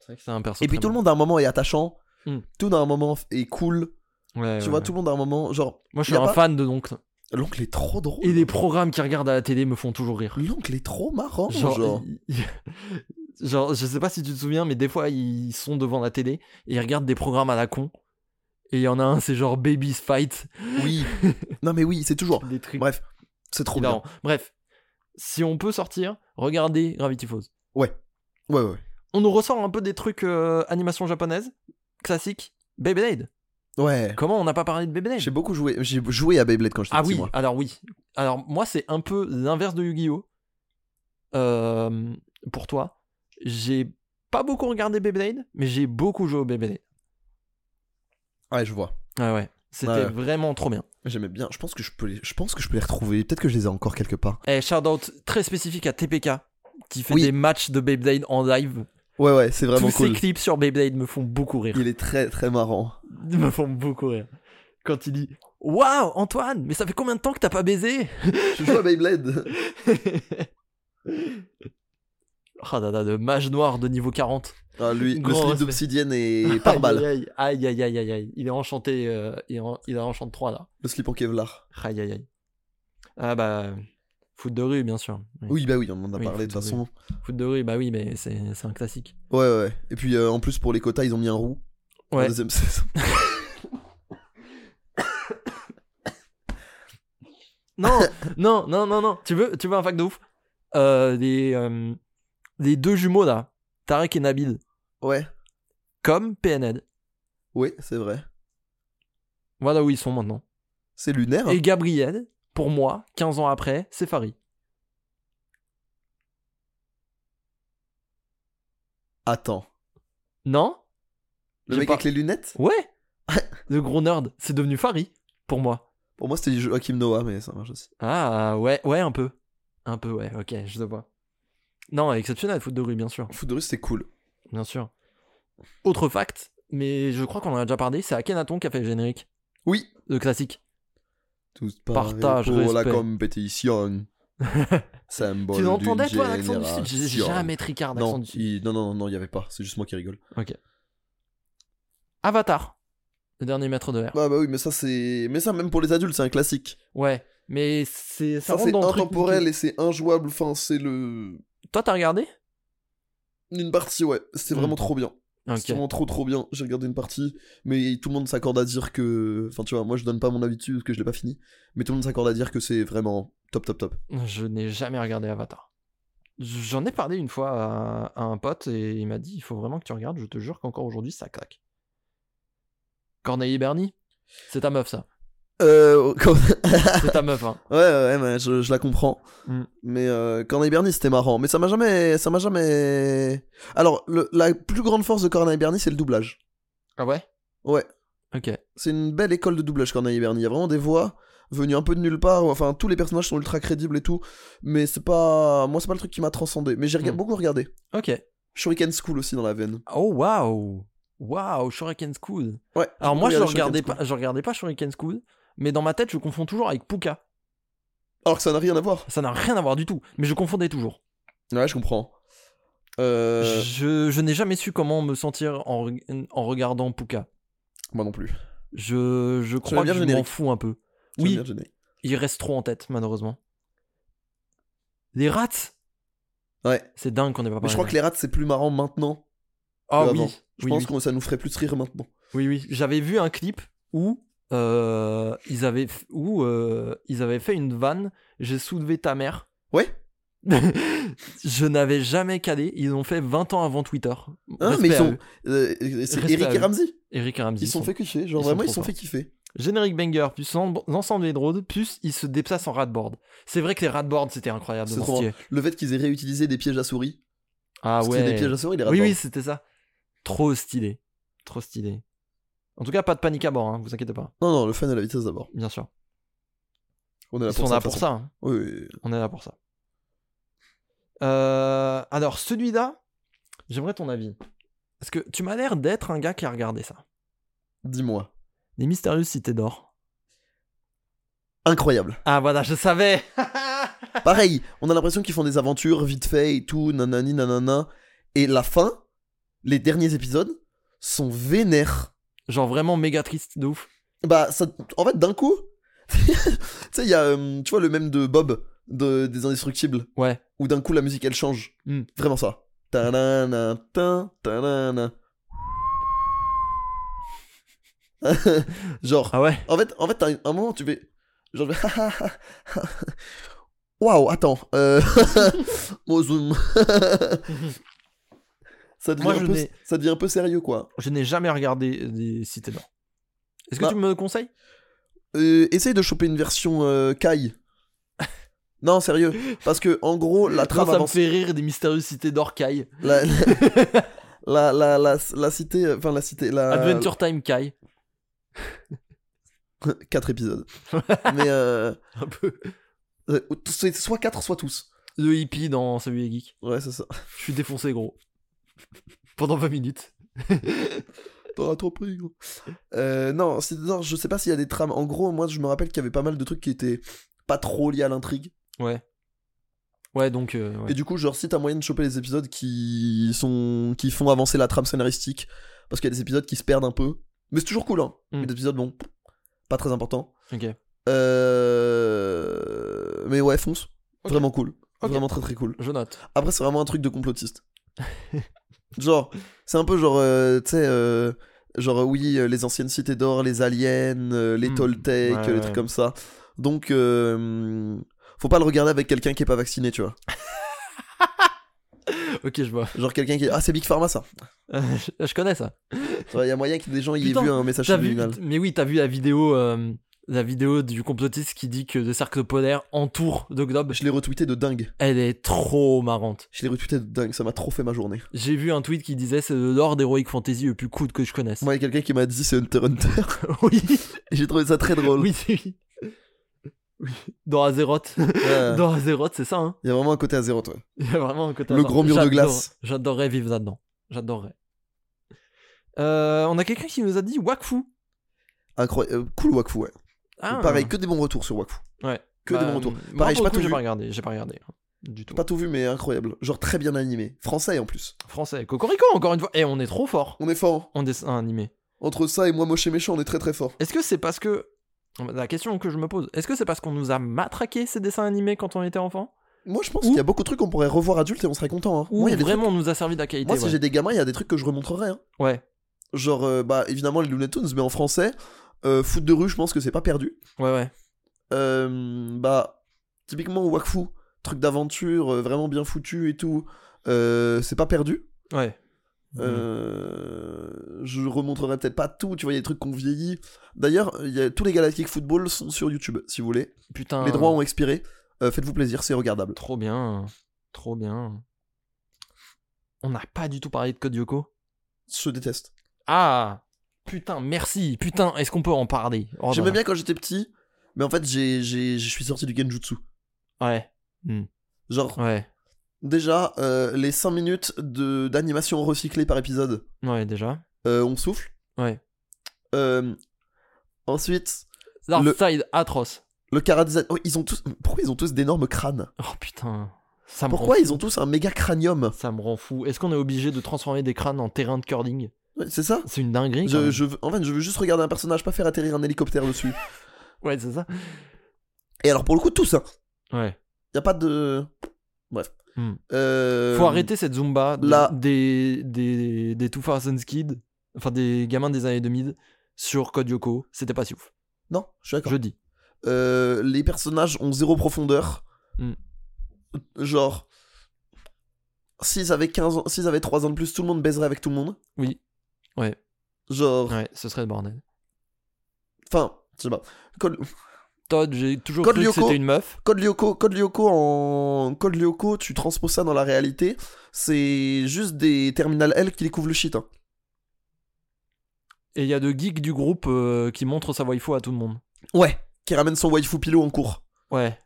C'est vrai que c'est un perso. Et puis très tout le marrant. monde à un moment est attachant. Hmm. Tout à un moment f- est cool. Ouais, tu ouais, vois, ouais. tout le monde à un moment, genre, Moi, je y suis a un pas- fan de l'oncle. l'oncle est trop drôle. Et les programmes qu'il regarde à la télé me font toujours rire. L'oncle est trop marrant. Genre, Genre, il- il- genre, je sais pas si tu te souviens, mais des fois, ils sont devant la télé et ils regardent des programmes à la con. Et il y en a un, c'est genre Baby's Fight. oui. non mais oui, c'est toujours. Des trucs. Bref, c'est Oh, trop bien. hilarants. Bref, si on peut sortir, regardez Gravity Falls. Ouais, ouais, ouais. On nous ressort un peu des trucs euh, animation japonaise, classique, Beyblade. Ouais. Comment on n'a pas parlé de Beyblade J'ai beaucoup joué. J'ai joué à Beyblade quand j'étais Ah petit, oui, moi. alors oui. Alors moi, c'est un peu l'inverse de Yu-Gi-Oh! Euh, pour toi, j'ai pas beaucoup regardé Beyblade, mais j'ai beaucoup joué au Beyblade. Ouais, je vois. Ouais, ouais. C'était Ouais. vraiment trop bien. J'aimais bien. Je pense que je peux les. Je pense que je peux les retrouver. Peut-être que je les ai encore quelque part. Et Eh, shout-out très spécifique à TPK, qui fait Oui. des matchs de Beyblade en live. Ouais, ouais, c'est vraiment Tous ces cool. clips sur Beyblade me font beaucoup rire. Il est très très marrant. Me font beaucoup rire. Quand il dit Waouh, Antoine, mais ça fait combien de temps que t'as pas baisé Je joue à Beyblade. Ah, dada, le mage noir de niveau 40. Ah, lui, Grand le slip respect. d'obsidienne et par balle. Aïe aïe aïe aïe aïe, aïe. Il est enchanté, euh, il, est en, il est enchanté 3 là. Le slip en Kevlar. Aïe aïe aïe. Ah bah, foot de rue bien sûr. Oui, bah oui, on en a Mm. Oui, parlé de toute faut façon. Foot de rue, bah oui, mais c'est c'est un classique. Ouais, ouais. Et puis euh, en plus, pour les quotas, ils ont mis un roux. pour la Ouais. deuxième saison. Non, non, non, non, non. Tu veux, tu veux un fac de ouf Euh, les, euh, les deux jumeaux là, Tarek et Nabil, Ouais, comme PNL. ouais, c'est vrai. Voilà où ils sont maintenant. C'est lunaire. Et Gabriel, pour moi, 15 ans après, c'est Farid. Attends. Non Le J'ai mec pas- avec les lunettes Ouais Le gros nerd, c'est devenu Farid, pour moi. Pour moi, c'était Joachim Noah, mais ça marche aussi. Ah, ouais, ouais, un peu. Un peu, ouais, ok, je te vois. Non, exceptionnel, foot de rue, bien sûr. Foot de rue, c'était cool. Bien sûr. Autre fact, mais je crois qu'on en a déjà parlé, c'est Akhenaton qui a fait le générique, Oui. le classique. Tous pareil Partage, pour la respect. compétition. Symbole tu l'entendais, d'une toi, l'accent du Sud J'ai génération. jamais tricard d'accent Non, du Sud. il- non, non, non, il y avait pas. C'est juste moi qui rigole. Avatar, le dernier maître de l'air. Ah bah oui, mais ça c'est, mais ça même pour les adultes, c'est un classique. Ouais, mais c'est ça, Ça, rentre c'est dans le truc intemporel nickel. et c'est injouable. Enfin, c'est le Toi, t'as regardé une partie, ouais. C'était Mm. vraiment trop bien. Ok. C'était vraiment trop trop bien. J'ai regardé une partie, mais tout le monde s'accorde à dire que, enfin, tu vois, moi je donne pas mon avis dessus parce que je l'ai pas fini, mais tout le monde s'accorde à dire que c'est vraiment top, top, top. Je n'ai jamais regardé Avatar. J'en ai parlé une fois à, à un pote et il m'a dit il faut vraiment que tu regardes, je te jure qu'encore aujourd'hui ça claque. Corneille Bernie C'est ta meuf ça. Euh, quand- C'est ta meuf hein. Ouais, ouais, mais je, je la comprends. Mm. Mais euh, Corneille Bernie, c'était marrant. Mais ça m'a jamais. Ça m'a jamais. Alors, le- la plus grande force de Corneille Bernie, c'est le doublage. Ah ouais Ouais. Ok. C'est une belle école de doublage, Corneille Bernie. Il y a vraiment des voix venues un peu de nulle part. ou- Enfin, tous les personnages sont ultra crédibles et tout. Mais c'est pas. Moi, c'est pas le truc qui m'a transcendé. Mais j'ai rega- Mm. beaucoup regardé. Ok. Shuriken School aussi dans la veine. Oh waouh Waouh, Shuriken School. Ouais. Alors moi je Regardez regardais Shuriken pas je regardais pas Shuriken School, mais dans ma tête je confonds toujours avec Puka. School. Alors que ça n'a rien à voir. Ça n'a rien à voir du tout, mais je confondais toujours. Ouais, je comprends. Euh, Je, je n'ai jamais su comment me sentir en, reg- en regardant Puka. Moi non plus. Je, je l'aimes crois bien que le je m'en générique fous un peu. Ça Oui. me vient de gêner. il reste trop en tête, malheureusement. Les rats Ouais. C'est dingue qu'on n'ait pas Mais parlé. je crois que les rats, c'est plus marrant maintenant. Ah que oui, avant. Je bah, oui, pense oui. que ça nous ferait plus rire maintenant. oui, oui. J'avais vu un clip où, euh, ils, avaient f- où euh, ils avaient fait une vanne, j'ai soulevé ta mère. Ouais. je n'avais jamais calé, ils ont fait 20 ans avant Twitter. Hein, Respect mais ils à sont- eux. Euh, et c'est Respect Eric à et eux. Ramsey. Eric et Ramsey, Ils sont fait kiffer. Genre ils sont vraiment, trop ils sont fait forts. kiffer. Générique banger, plus l'en- l'ensemble des drones, plus ils se déplacent en ratboard. C'est vrai que les ratboards c'était incroyable. C'est dans trop ce style. Le fait qu'ils aient réutilisé des pièges à souris. Ah Parce que ouais. des pièges à souris, les rats. Oui, oui, c'était ça. Trop stylé. Trop stylé. En tout cas, pas de panique à bord, hein, vous inquiétez pas, Non, non, le fun à la vitesse d'abord. bien sûr. On est là Ils pour sont ça. là de toute pour façon. ça. hein. Oui, oui. On est là pour ça. Euh, alors, celui-là, j'aimerais ton avis. Parce que tu m'as l'air d'être un gars qui a regardé ça. Dis-moi. Les mystérieuses cités d'or. Incroyable. Ah voilà, je savais Pareil, on a l'impression qu'ils font des aventures vite fait et tout, nanani, nanana. Et la fin, les derniers épisodes, sont vénères. Genre vraiment méga triste de ouf. Bah, ça, en fait, d'un coup, tu sais, il y a, euh, tu vois, le même de Bob de, des Indestructibles, Ouais. où d'un coup la musique elle change. Hmm. Vraiment ça. Ta-da-na, tin, ta-da-na. Genre, Ah ouais en fait, en fait, t'as un- un moment où tu fais. Genre, waouh, attends. euh, Moi, je- ça, devient Moi, un je peu- n'ai- ça devient un peu sérieux, quoi. Je n'ai jamais regardé des cités d'or. Est-ce que Bah. tu me conseilles Euh, essaye de choper une version euh, Kai. non, sérieux. Parce que, en gros, la trame Moi, ça me avance. fait rire des mystérieuses cités d'or Kai. La, la, la, la, la- la cité. Enfin, la cité. La, Adventure Time Kai. 4 épisodes. Mais. euh, Un peu. euh, c'est soit 4, soit tous. le hippie dans Salut les geeks. Ouais, c'est ça. Je suis défoncé, gros. Pendant 20 minutes. T'auras trop pris, gros. Euh, non, c'est non, je sais pas s'il y a des trames. En gros, moi, je me rappelle qu'il y avait pas mal de trucs qui étaient pas trop liés à l'intrigue. Ouais. Ouais, donc. euh, ouais. Et du coup, genre, si t'as moyen de choper les épisodes qui sont qui font avancer la trame scénaristique, parce qu'il y a des épisodes qui se perdent un peu. Mais c'est toujours cool, hein. Mm. Mais des épisodes, bon, pas très important. Ok. Euh... Mais ouais, fonce. Ok. Vraiment cool. Ok. Vraiment très très cool. Je note. Après, c'est vraiment un truc de complotiste. genre, c'est un peu genre, euh, tu sais, euh, genre, euh, oui, euh, les anciennes cités d'or, les aliens, euh, les Hmm. Toltecs, Ouais, euh, les ouais. trucs comme ça. Donc, euh, faut pas le regarder avec quelqu'un qui est pas vacciné, tu vois. Ok, je vois. Euh, Genre, quelqu'un qui est. Ah, c'est Big Pharma ça. je connais ça. Il y a moyen que des gens y aient Putain, vu un message T'as vu subliminal. Mais oui, t'as vu la vidéo euh, la vidéo du complotiste qui dit que le cercle polaire entoure de globe, Je l'ai retweeté de dingue. elle est trop marrante. Je l'ai retweeté de dingue. Ça m'a trop fait ma journée. J'ai vu un tweet qui disait c'est le lore d'Heroic Fantasy le plus cool que je connaisse. Moi, il y a quelqu'un qui m'a dit c'est Hunter x Hunter. oui, Et J'ai trouvé ça très drôle. oui, oui. Oui. Dans Azeroth. Ouais. Dans Azeroth, c'est ça, hein. Il y a vraiment un côté à zéro, toi. Il y a vraiment un côté Le hasard. grand mur de J'adore- glace. J'adorerais vivre là-dedans. J'adorerais. Euh, on a quelqu'un qui nous a dit Wakfu. Incroyable. euh, cool Wakfu, ouais. Ah, Pareil, que des bons retours sur Wakfu. Ouais. Que Bah, des bons retours. moi, Pareil, j'ai pour pas le coup, tout j'ai vu. pas regardé. J'ai pas regardé. hein, Du tout. Pas tout vu, mais incroyable. Genre très bien animé. Français en plus. Français. Cocorico, encore une fois. Et on est trop fort On est fort. hein. en dessin animé. Entre ça et moi moche et méchant, on est très très fort. Est-ce que c'est parce que. La question que je me pose, est-ce que c'est parce qu'on nous a matraqué ces dessins animés quand on était enfant Moi, je pense Ou- qu'il y a beaucoup de trucs qu'on pourrait revoir adulte et on serait content. hein. Ou Moi, il y a des vraiment on nous a servi de la trucs- qualité Moi, si ouais. j'ai des gamins, il y a des trucs que je remontrerai. hein. ouais, Genre, euh, bah, évidemment, les Looney Tunes, mais en français, euh, foot de rue, je pense que c'est pas perdu. ouais, ouais. Euh, bah, typiquement, Wakfu, truc d'aventure, euh, vraiment bien foutu et tout, euh, c'est pas perdu. ouais. Euh, Mm. je remontrerai peut-être pas tout, tu vois, il y a des trucs qu'on vieillit. D'ailleurs, il y a- tous les Galactic Football sont sur YouTube, si vous voulez. Putain. Les droits ont expiré. Euh, Faites-vous plaisir, c'est regardable. Trop bien. Trop bien. On n'a pas du tout parlé de Code Yoko. Je déteste. Ah Putain, merci. Putain, est-ce qu'on peut en parler Oh, J'aimais non. bien quand j'étais petit, mais en fait, j'ai, j'ai- je suis sorti du Genjutsu. Ouais, Genre, ouais. déjà, euh, les 5 minutes de, d'animation recyclée par épisode, Ouais, déjà. euh, on souffle. Ouais. Euh, ensuite, Dark Le- Side atroce. le karadesign. Oh, ils ont tous... Pourquoi ils ont tous d'énormes crânes Oh putain. Ça me Pourquoi rend... ils ont tous un méga cranium Ça me rend fou. Est-ce qu'on est obligé de transformer des crânes en terrain de curling Ouais, C'est ça C'est une dinguerie. quand Je, même. je veux- en fait, je veux juste regarder un personnage, pas faire atterrir un hélicoptère dessus. Ouais, c'est ça. Et alors, pour le coup, tout ça. Ouais. Y a pas de. Bref. Hmm. Euh, Faut arrêter cette Zumba de- la- des, des, des Two Thousand Kids, enfin des gamins des années 2000 sur Code Yoko. C'était pas si ouf. Non, je suis d'accord. Je dis. Euh, les personnages ont zéro profondeur. Hmm. Genre. S'ils avaient, 15 ans, s'ils avaient 3 ans de plus, tout le monde baiserait avec tout le monde. Oui. Ouais. Genre. Ouais, ce serait le bordel. Enfin, je sais pas. Code, Todd, j'ai toujours Code cru Lyoko. que c'était une meuf. Code Lyoko, Code Lyoko en. Code Lyoko, tu transposes ça dans la réalité. C'est juste des Terminal L qui découvrent le shit. hein. Et il y a deux geeks du groupe euh, qui montrent sa waifu à tout le monde. Ouais. Qui ramène son waifu pilot en cours. Ouais,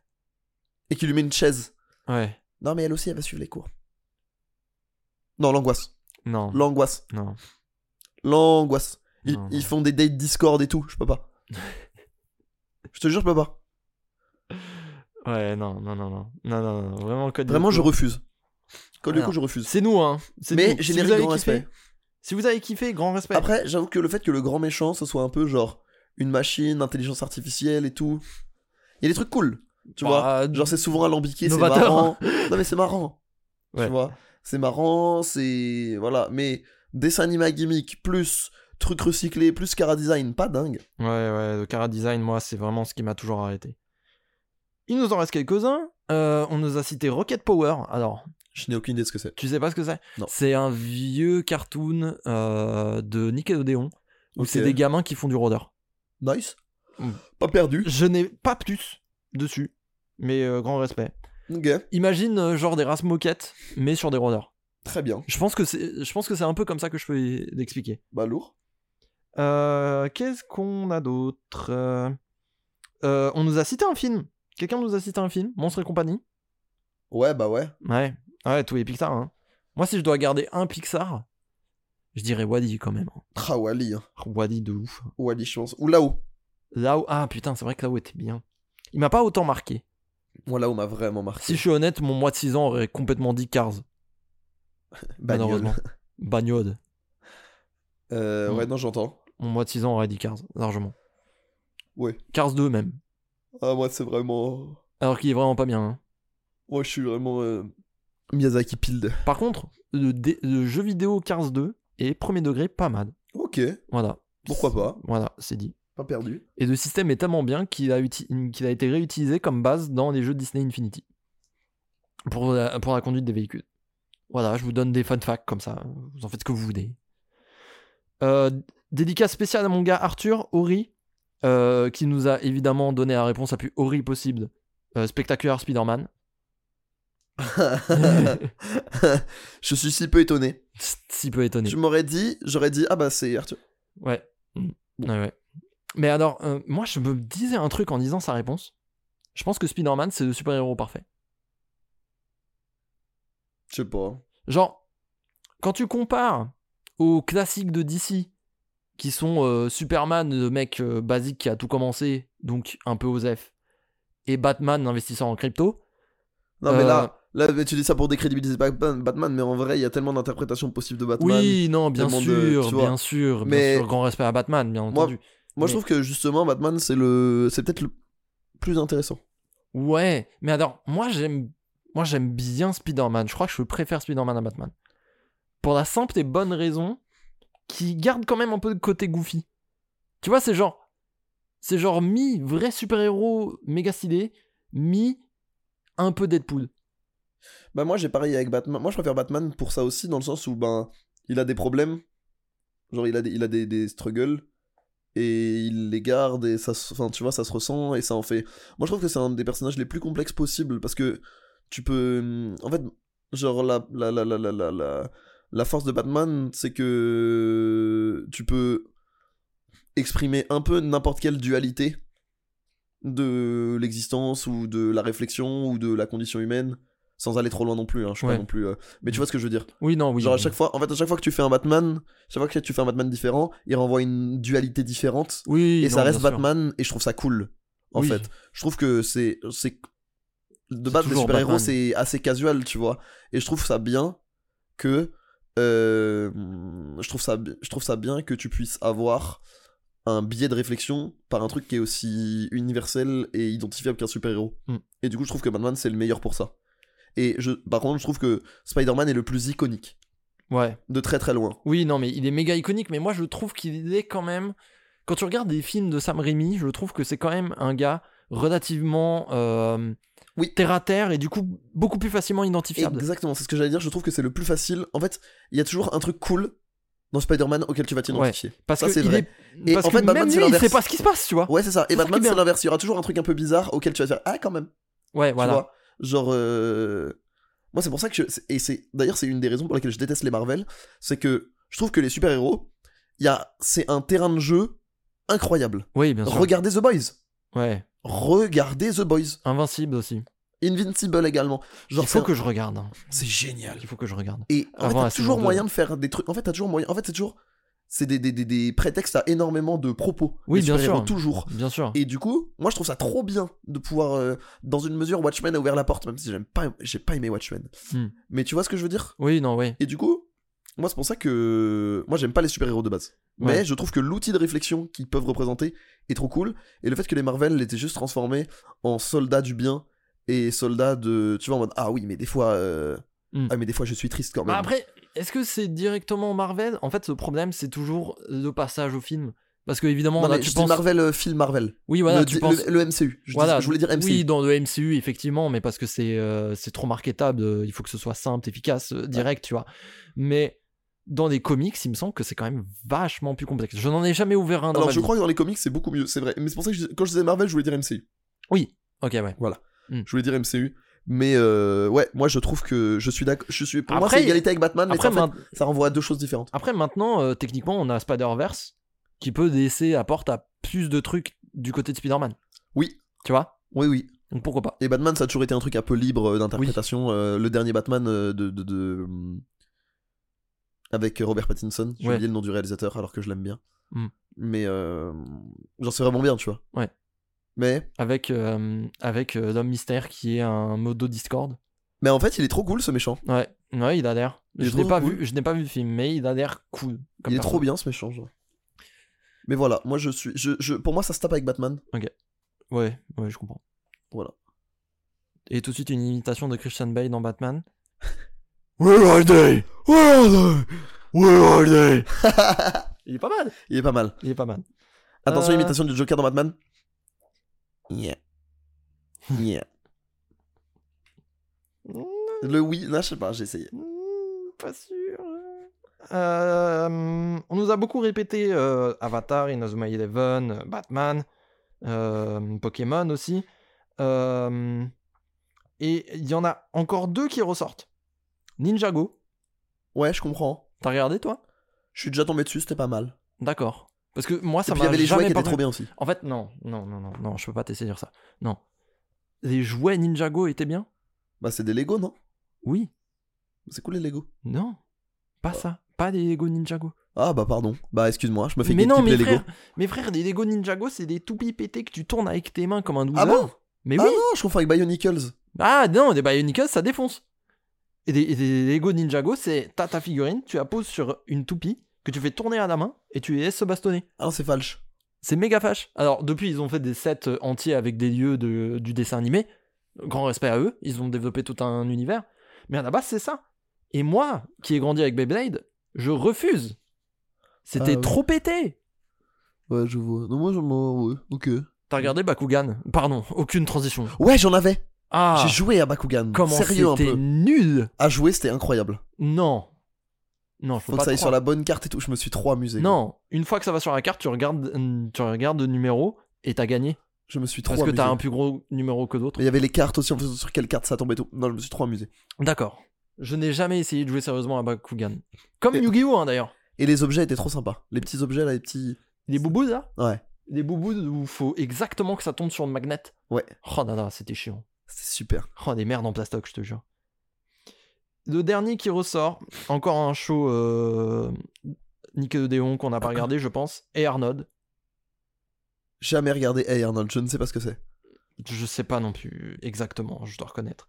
et qui lui met une chaise. ouais. Non, mais elle aussi, elle va suivre les cours. Non, l'angoisse. Non, L'angoisse. non. L'angoisse. Ils, Non, non. ils font des dates Discord et tout. Je peux pas. je te jure, je peux pas. Ouais, non, non, non, non. Non, non, non. Vraiment, Code Vraiment, Lyoko. je refuse. Quand du Alors, coup, je refuse. C'est nous, hein. C'est Mais nous. Si générique, vous avez grand kiffé- respect. Si vous avez kiffé, grand respect. Après, j'avoue que le fait que le grand méchant, ce soit un peu genre une machine, intelligence artificielle et tout. Il y a des trucs cool. Tu Bah, vois Genre, c'est souvent alambiqué, c'est novateur. marrant. Non, mais c'est marrant. Ouais. Tu vois C'est marrant, c'est. Voilà. Mais dessin animé à gimmick, plus truc recyclé, plus cara design, pas dingue. Ouais, ouais, le Cara Design, moi, c'est vraiment ce qui m'a toujours arrêté. Il nous en reste quelques-uns. Euh, on nous a cité Rocket Power. Alors, Je n'ai aucune idée de ce que c'est. tu sais pas ce que c'est Non. C'est un vieux cartoon euh, de Nickelodeon où Ok. Hmm. c'est des gamins qui font du rôdeur. Nice. Mm. Pas perdu. Je n'ai pas plus dessus, mais euh, grand respect. Ok. Imagine euh, genre des races moquettes, mais sur des rôdeurs. Très bien. Je pense que c'est, je pense que c'est un peu comme ça que je peux l'expliquer. Bah, lourd. Euh, qu'est-ce qu'on a d'autre Euh, euh, On nous a cité un film. Quelqu'un nous a cité un film, Monstre et compagnie. Ouais, bah ouais. Ouais, ouais, tous les Pixar. hein. Moi, si je dois garder un Pixar, je dirais Wadi quand même. Tra Wally. hein. Wadi de ouf. Wally, je pense. Ou là-haut. Là où... Ah putain, c'est vrai que là où était bien. Il m'a pas autant marqué. Moi, là-haut m'a vraiment marqué. Si je suis honnête, mon mois de 6 ans aurait complètement dit Cars, Bagnole. malheureusement. Bagnode. Euh, ouais, non, j'entends. Mon mois de 6 ans aurait dit Cars, largement. Ouais. Cars 2 même. Ah, moi, c'est vraiment. Alors qu'il est vraiment pas bien. hein. Moi, je suis vraiment. euh, Miyazaki Pilde. Par contre, le, dé- le jeu vidéo Cars 2 est premier degré pas mal. Ok. Voilà. Pourquoi pas. Voilà, c'est dit. Pas perdu. Et le système est tellement bien qu'il a, uti- qu'il a été réutilisé comme base dans les jeux Disney Infinity. Pour la, pour la conduite des véhicules. Voilà, je vous donne des fun facts comme ça. Vous en faites ce que vous voulez. Euh, dédicace spéciale à mon gars Arthur, Ori euh, qui nous a évidemment donné la réponse la plus horrible possible. Euh, Spectaculaire Spider-Man. je suis si peu étonné. si peu étonné. Je m'aurais dit, j'aurais dit, ah bah c'est Arthur. Ouais. Ouais, ouais. Mais alors, euh, moi, je me disais un truc en disant sa réponse. Je pense que Spider-Man, c'est le super-héros parfait. Je sais pas. Genre, quand tu compares aux classiques de DC, qui sont euh, Superman, le mec euh, basique qui a tout commencé, donc un peu Osef, et Batman, investisseur en crypto, Non, mais Euh, là, là mais tu dis ça pour décrédibiliser Batman, Batman, mais en vrai, il y a tellement d'interprétations possibles de Batman. oui, non, bien tellement sûr, de- tu vois. bien sûr, bien Mais- sûr, grand respect à Batman, bien Moi- entendu. Moi, je mais- trouve que justement, Batman, c'est le, c'est peut-être le plus intéressant. Ouais, mais alors, moi j'aime moi j'aime bien Spider-Man. Je crois que je préfère Spider-Man à Batman. Pour la simple et bonne raison qui garde quand même un peu de côté goofy. Tu vois, c'est genre c'est genre mi vrai super-héros méga stylé, mi un peu Deadpool. Bah moi j'ai pareil avec Batman. Moi je préfère Batman pour ça aussi dans le sens où ben il a des problèmes, genre il a des, il a des, des struggles et il les garde et ça se- enfin tu vois ça se ressent et ça en fait. Moi je trouve que c'est un des personnages les plus complexes possibles parce que tu peux en fait genre la la la la la la la, la force de Batman c'est que tu peux exprimer un peu n'importe quelle dualité de l'existence ou de la réflexion ou de la condition humaine sans aller trop loin non plus hein, je suis Ouais. pas non plus euh, mais tu vois ce que je veux dire Oui, non, oui. genre à oui. chaque fois en fait à chaque fois que tu fais un Batman chaque fois que tu fais un Batman différent il renvoie une dualité différente Oui, et non, ça reste bien sûr. Batman et je trouve ça cool en Oui. fait je trouve que c'est c'est de C'est battre des toujours super héros Batman. c'est assez casual tu vois et je trouve ça bien que euh, je trouve ça bi- je trouve ça bien que tu puisses avoir un biais de réflexion par un truc qui est aussi universel et identifiable qu'un super héros Mm. et du coup je trouve que Batman c'est le meilleur pour ça et je par contre je trouve que Spider-Man est le plus iconique Ouais. de très très loin Oui, non, mais il est méga iconique, mais moi je trouve qu'il est quand même. Quand tu regardes des films de Sam Raimi, je trouve que c'est quand même un gars relativement euh, Oui. terre à terre et du coup beaucoup plus facilement identifiable. Exactement, c'est ce que j'allais dire. Je trouve que c'est le plus facile. En fait, il y a toujours un truc cool dans Spider-Man auquel tu vas t'identifier. parce ça, que c'est il vrai. est- Et parce en que fait, Batman, même c'est lui, il sait l'inverse. pas ce qui se passe, tu vois. Ouais, c'est ça. Et C'est ça qui est Batman, bien. c'est l'inverse. Il y aura toujours un truc un peu bizarre auquel tu vas faire Ah, quand même. Ouais, Tu voilà. vois Genre. euh, Moi, c'est pour ça que. Je... c'est- Et c'est. D'ailleurs, c'est une des raisons pour lesquelles je déteste les Marvel. C'est que je trouve que les super-héros, il y a... c'est un terrain de jeu incroyable. Oui, bien sûr. Regardez The Boys. Ouais. Regardez The Boys. Invincible aussi. Invincible également. Genre, il c'est faut un- que je regarde. hein. c'est génial. Il faut que je regarde. Et en fait, Avant la t'as toujours saison deux. moyen de faire des trucs. En fait, t'as toujours moyen. En fait, c'est toujours. C'est des, des, des, des prétextes à énormément de propos. Oui, des bien super-héros, sûr. Toujours. Bien sûr. Et du coup, moi, je trouve ça trop bien de pouvoir. euh, dans une mesure, Watchmen a ouvert la porte, même si j'aime pas, j'ai pas aimé Watchmen. Hmm. Mais tu vois ce que je veux dire Oui, non, oui. Et du coup, moi, c'est pour ça que. Moi, j'aime pas les super-héros de base. Mais Ouais. je trouve que l'outil de réflexion qu'ils peuvent représenter est trop cool. Et le fait que les Marvel l'étaient juste transformés en soldats du bien et soldats de. Tu vois, en mode. Ah oui, mais des fois. euh, Hmm. Ah, mais des fois, je suis triste quand même. Bah après, est-ce que c'est directement Marvel En fait, le problème, c'est toujours le passage au film. Parce que évidemment, Non, on a- mais tu je dis penses. Marvel, euh, film Marvel. Oui, voilà, le, tu di- penses. le- le MCU. Je, dis- Voilà, je voulais dire MCU. Oui, dans le MCU, effectivement, mais parce que c'est euh, c'est trop marketable, euh, il faut que ce soit simple, efficace, euh, direct, tu vois. Mais dans les comics, il me semble que c'est quand même vachement plus complexe. Je n'en ai jamais ouvert un dans Alors, ma je vie. crois que dans les comics, c'est beaucoup mieux, c'est vrai. Mais c'est pour ça que je- quand je disais Marvel, je voulais dire MCU. Oui, ok, ouais. Je voulais dire MCU. Mais euh, ouais, moi, je trouve que je suis d'accord. Je suis... Pour moi, Après, c'est égalité avec Batman, mais Après, en fait, main- ça renvoie à deux choses différentes. après, maintenant, euh, techniquement, on a Spider-Verse qui peut laisser la porte à plus de trucs du côté de Spider-Man. Oui. Tu vois Oui, oui. Donc pourquoi pas Et Batman, ça a toujours été un truc un peu libre euh, d'interprétation. Euh, le dernier Batman euh, de. de- de, euh, Avec Robert Pattinson. J'ai Ouais. oublié le nom du réalisateur alors que je l'aime bien. Hmm. Mais. euh, Genre, c'est vraiment bien, tu vois. Ouais. Mais. Avec, euh, avec euh, l'homme mystère qui est un modo Discord. Mais en fait, il est trop cool ce méchant. Ouais, ouais, il a l'air. Il est Je n'ai trop pas cool. vu, je n'ai pas vu le film, mais il a l'air cool. comme il est perso. trop bien ce méchant. genre. Mais voilà, moi je suis. Je, je- pour moi, ça se tape avec Batman. Ouais, ouais, je comprends. Voilà. Et tout de suite une imitation de Christian Bale dans Batman. Where are they? Where are they? Where are they? Il est pas mal. il est pas mal. Il est pas mal. Attention, Euh. imitation du Joker dans Batman. Yeah. Yeah. Le oui, non, je sais pas, j'ai essayé. pas Hmm, sûr. Euh, on nous a beaucoup répété euh, Avatar, Inazuma Eleven, euh, Batman, euh, Pokémon aussi. Euh, et il y en a encore deux qui ressortent. Ninjago. Ouais, je comprends. T'as regardé toi Je suis déjà tombé dessus, c'était pas mal. D'accord. Parce que moi, Et ça puis il m'a y avait les jouets jamais qui étaient paru- trop bien aussi. En fait, non, non, non, non, non, je peux pas t'essayer de dire ça. Non. Les jouets Ninjago étaient bien Bah, c'est des Lego, non Oui. C'est cool les Lego. Non. Oh. Pas ça. Pas des Lego Ninjago. Ah, bah, pardon. Bah, excuse-moi, je me fais Mais non, gatekeep les mes Lego. frères, mes frères, des Lego Ninjago, c'est des toupies pétées que tu tournes avec tes mains comme un 12 Ah bon Mais Ah oui non, je confonds avec Bionicles. Ah non, des Bionicles, ça défonce. Et des, et des Lego Ninjago, c'est t'as ta figurine, tu la poses sur une toupie que tu fais tourner à la main et tu les laisses se bastonner. Ah non, c'est falche. C'est méga fâche. Alors, depuis, ils ont fait des sets euh, entiers avec des lieux de, du dessin animé. Grand respect à eux, ils ont développé tout un univers. Mais à la base, c'est ça. Et moi, qui ai grandi avec Beyblade, je refuse. C'était Ah, oui. trop pété. Ouais, je vois. Non, moi, je m'en. Ouais, ok. T'as regardé Bakugan Pardon, aucune transition. Ouais, j'en avais. Ah, J'ai joué à Bakugan. comment Sérieux un c'était peu. nul À jouer, c'était incroyable. Non. Non, je Faut peux que pas ça aille te sur la bonne carte et tout. Je me suis trop amusé. Non, une fois que ça va sur la carte, tu regardes, euh, tu regardes le numéro et t'as gagné. Je me suis trop Parce que amusé. t'as un plus gros numéro que d'autres. Mais il y avait les cartes aussi, en faisant sur quelle carte ça tombait et tout. Non, je me suis trop amusé. D'accord. Je n'ai jamais essayé de jouer sérieusement à Bakugan. Comme Et- Yu-Gi-Oh! hein, d'ailleurs. Et les objets étaient trop sympas. Les petits objets là, les petits. Les boubous là Ouais. Les boubous où faut exactement que ça tombe sur le magnet. Ouais. Oh non, non, c'était chiant. C'est super. Oh, des merdes en plastoc, je te jure. Le dernier qui ressort, encore un show euh, Nickelodeon qu'on n'a pas regardé, je pense, et Arnold. Jamais regardé Hey Arnold, je ne sais pas ce que c'est. Je sais pas non plus exactement, je dois reconnaître.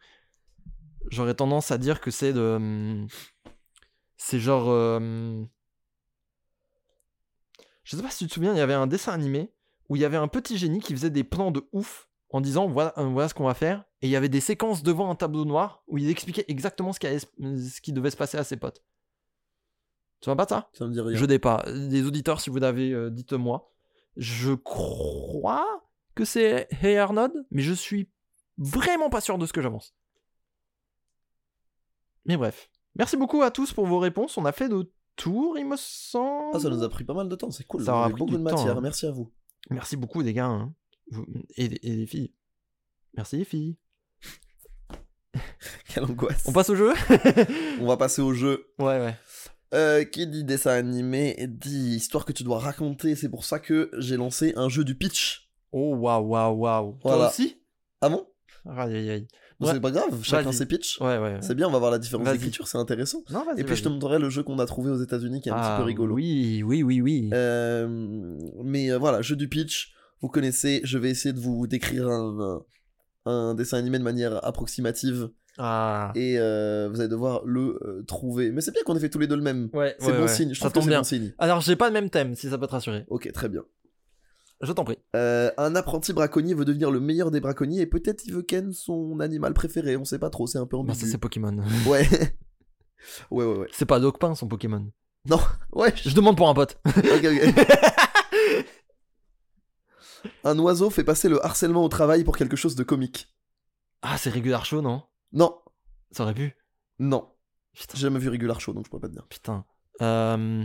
J'aurais tendance à dire que c'est de. hum, C'est genre. euh, hum, Je sais pas si tu te souviens, il y avait un dessin animé où il y avait un petit génie qui faisait des plans de ouf en disant voilà, euh, voilà ce qu'on va faire. Et il y avait des séquences devant un tableau noir où il expliquait exactement ce qui, allait se- ce qui devait se passer à ses potes. Tu vois pas de ça Ça me dit rien. je n'ai pas. Les auditeurs, si vous l'avez, euh, dites-moi. Je crois que c'est Hey Arnold, mais je suis vraiment pas sûr de ce que j'avance. Mais bref. Merci beaucoup à tous pour vos réponses. On a fait le tour, il me semble. Ah, ça nous a pris pas mal de temps, c'est cool. Ça On aura a eu pris beaucoup du de temps, matière. hein. Merci à vous. Merci beaucoup, les gars. hein. Vous- Et, et les filles. Merci, les filles. Quelle angoisse. On passe au jeu On va passer au jeu. Ouais, ouais. Euh, qui dit dessin animé dit histoire que tu dois raconter. C'est pour ça que j'ai lancé un jeu du pitch. Oh, waouh, waouh, waouh. Voilà. Toi aussi Ah bon Aïe, aïe, aïe. Bon, Ouais. C'est pas grave, chacun Vas-y. ses pitchs. Ouais, ouais. ouais. C'est bien, on va voir la différence Vas-y. d'écriture, c'est intéressant. Non, vas-y, Et puis je te vas-y. montrerai le jeu qu'on a trouvé aux États-Unis qui est un Ah, petit peu rigolo. Oui, oui, oui, oui. Euh, mais euh, voilà, jeu du pitch, vous connaissez, je vais essayer de vous décrire un, un- un dessin animé de manière approximative Ah. et euh, vous allez devoir le euh, trouver. Mais c'est bien qu'on ait fait tous les deux le même. Ouais, C'est ouais, bon ouais. signe, je ça trouve que tombe c'est bien. bon signe. Alors, j'ai pas le même thème, si ça peut te rassurer. Ok, très bien. Je t'en prie. Euh, un apprenti braconnier veut devenir le meilleur des braconniers et peut-être il veut ken son animal préféré, on sait pas trop, c'est un peu Bah, ça, ambigu. c'est Pokémon. ouais. ouais, ouais, ouais. C'est pas Dogpin, son Pokémon. Ouais, Je demande pour un pote. Ok, ok. un oiseau fait passer le harcèlement au travail pour quelque chose de comique. Ah, c'est Regular Show, non Non, Ça aurait pu. non. Putain. J'ai jamais vu Regular Show, donc je pourrais pas te dire. Putain. Euh,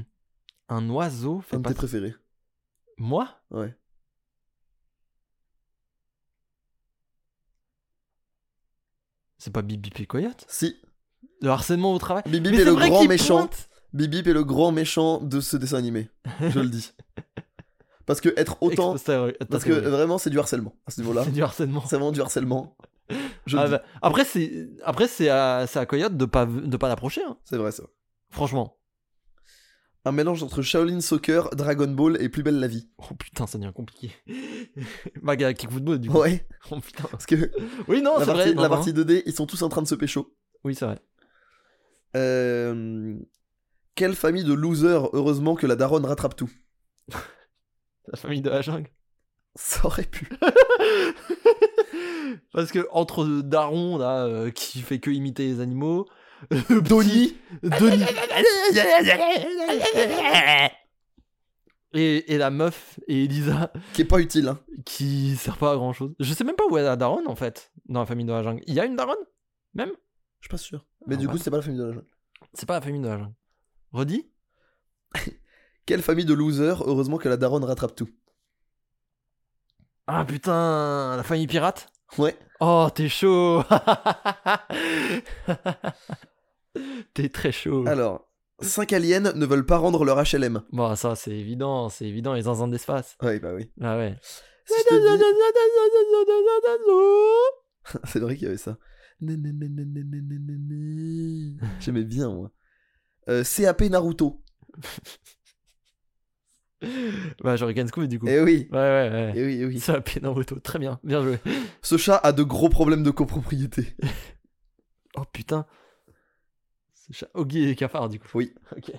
un oiseau fait Un de pas... tes préférés. Moi Ouais. C'est pas Bibi et Coyote Si. Le harcèlement au travail Bibip Mais est c'est le vrai grand qu'il méchant. pointe Bibip est le grand méchant de ce dessin animé. Je le dis. Parce que être autant. Extra- Parce que vraiment, c'est du harcèlement à ce niveau-là. C'est du harcèlement. C'est vraiment du harcèlement. Je le Ah dis. bah, Après, c'est après c'est à... c'est à Coyote de pas, de pas l'approcher, hein. C'est vrai ça. franchement. Un mélange entre Shaolin Soccer, Dragon Ball et Plus Belle la Vie. Oh putain, ça devient compliqué. bah, Galactic Football, du coup. Ouais, Oh putain. parce que Oui, non, la, c'est partie, vrai. non, la non. partie 2D, ils sont tous en train de se pécho. hein. Oui, c'est vrai. Euh, Quelle famille de losers, heureusement que la daronne rattrape tout. La famille de la jungle. Ça aurait pu. Parce que entre Daron, là, euh, qui fait que imiter les animaux, le petit- Donnie. Et, et la meuf et Elisa Qui est pas utile, hein. qui sert pas à grand chose. Je sais même pas où est la daronne en fait dans la famille de la jungle. Il y a une daronne Je suis pas sûr. Mais Ah, du bah. coup, c'est pas la famille de la jungle. C'est pas la famille de la jungle. Redis Quelle famille de losers, heureusement que la daronne rattrape tout. Ah putain, la famille pirate Ouais. Oh, t'es chaud T'es très chaud. Alors, 5 aliens ne veulent pas rendre leur HLM. Bon, ça c'est évident, c'est évident, les zinzins d'espace. Ouais, bah oui. Ah ouais. Si je te dis- C'est vrai qu'il y avait ça. J'aimais bien, moi. Euh, CAP Naruto. Bah, j'aurais Ganscoop du coup. Ouais, Eh oui. ouais, ouais. Eh oui, eh oui. Ça a pété dans l'auto. Très bien, bien joué. Ce chat a de gros problèmes de copropriété. Oh putain. C'est chat. Oh, Oggy et cafard du coup. Oui. Ok.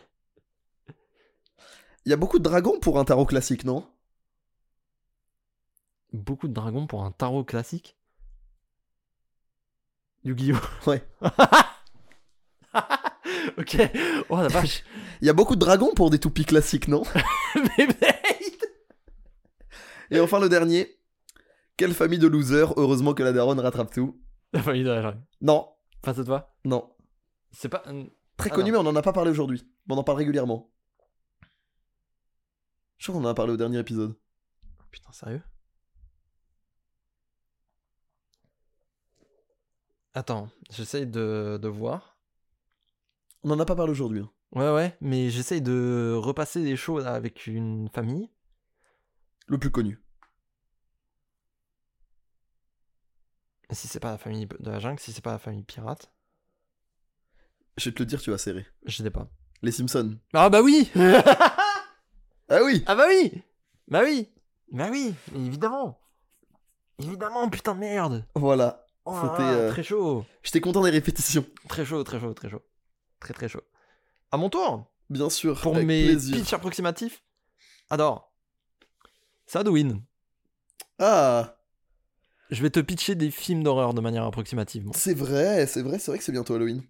Il y a beaucoup de dragons pour un tarot classique, non Beaucoup de dragons pour un tarot classique Yu-Gi-Oh Ouais. ok. Oh la vache. Il y a beaucoup de dragons pour des toupies classiques, non Mais mec Et enfin le dernier. Quelle famille de losers, heureusement que la daronne rattrape tout. La famille de la jungle. Non, Face à toi non. C'est pas. un- Très Ah connu, mais on en a pas parlé aujourd'hui. Mais on en parle régulièrement. Je crois qu'on en a parlé au dernier épisode. Putain, sérieux Attends, j'essaye de, de voir. On en a pas parlé aujourd'hui. hein. Ouais, ouais, mais j'essaye de repasser des choses là, avec une famille. Le plus connu. Mais Si c'est pas la famille de la jungle, si c'est pas la famille pirate, Je vais te le dire, tu vas serrer. je sais pas. Les Simpsons. Ah bah oui Ah oui Ah bah oui Bah oui Bah oui, évidemment Évidemment, putain de merde Voilà. oh, là C'était, là, euh, Très chaud J'étais content des répétitions. Très chaud, très chaud, très chaud. Très très chaud. À mon tour Bien sûr. pour avec mes plaisir. pitchs approximatifs. Alors, Sadwin, Ah je vais te pitcher des films d'horreur de manière approximative. moi. C'est vrai, c'est vrai, c'est vrai que c'est bientôt Halloween.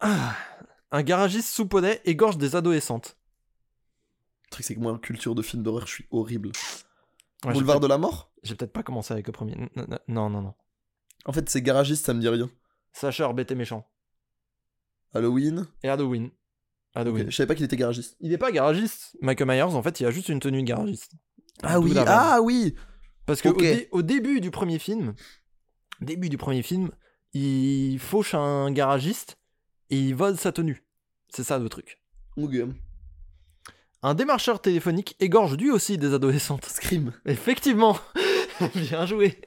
Ah, un garagiste sous poney égorge des adolescentes. Le truc, c'est que moi, en culture de films d'horreur, je suis horrible. Ouais, j'ai Boulevard peut-être- de la mort J'ai peut-être pas commencé avec le premier. N- n- Non, non, non. En fait, c'est garagiste, ça me dit rien. Sacha bête et méchant. Halloween Et Halloween. Ok, Halloween. Je savais pas qu'il était garagiste. Il est pas garagiste. Michael Myers, en fait, il a juste une tenue de garagiste. Ah oui, D'où la vanne. ah oui Parce que Ok. au, dé- au début du premier film, début du premier film, il fauche un garagiste et il vole sa tenue. C'est ça le truc. Ok. Un démarcheur téléphonique égorge lui aussi des adolescentes. Scream. Effectivement Bien joué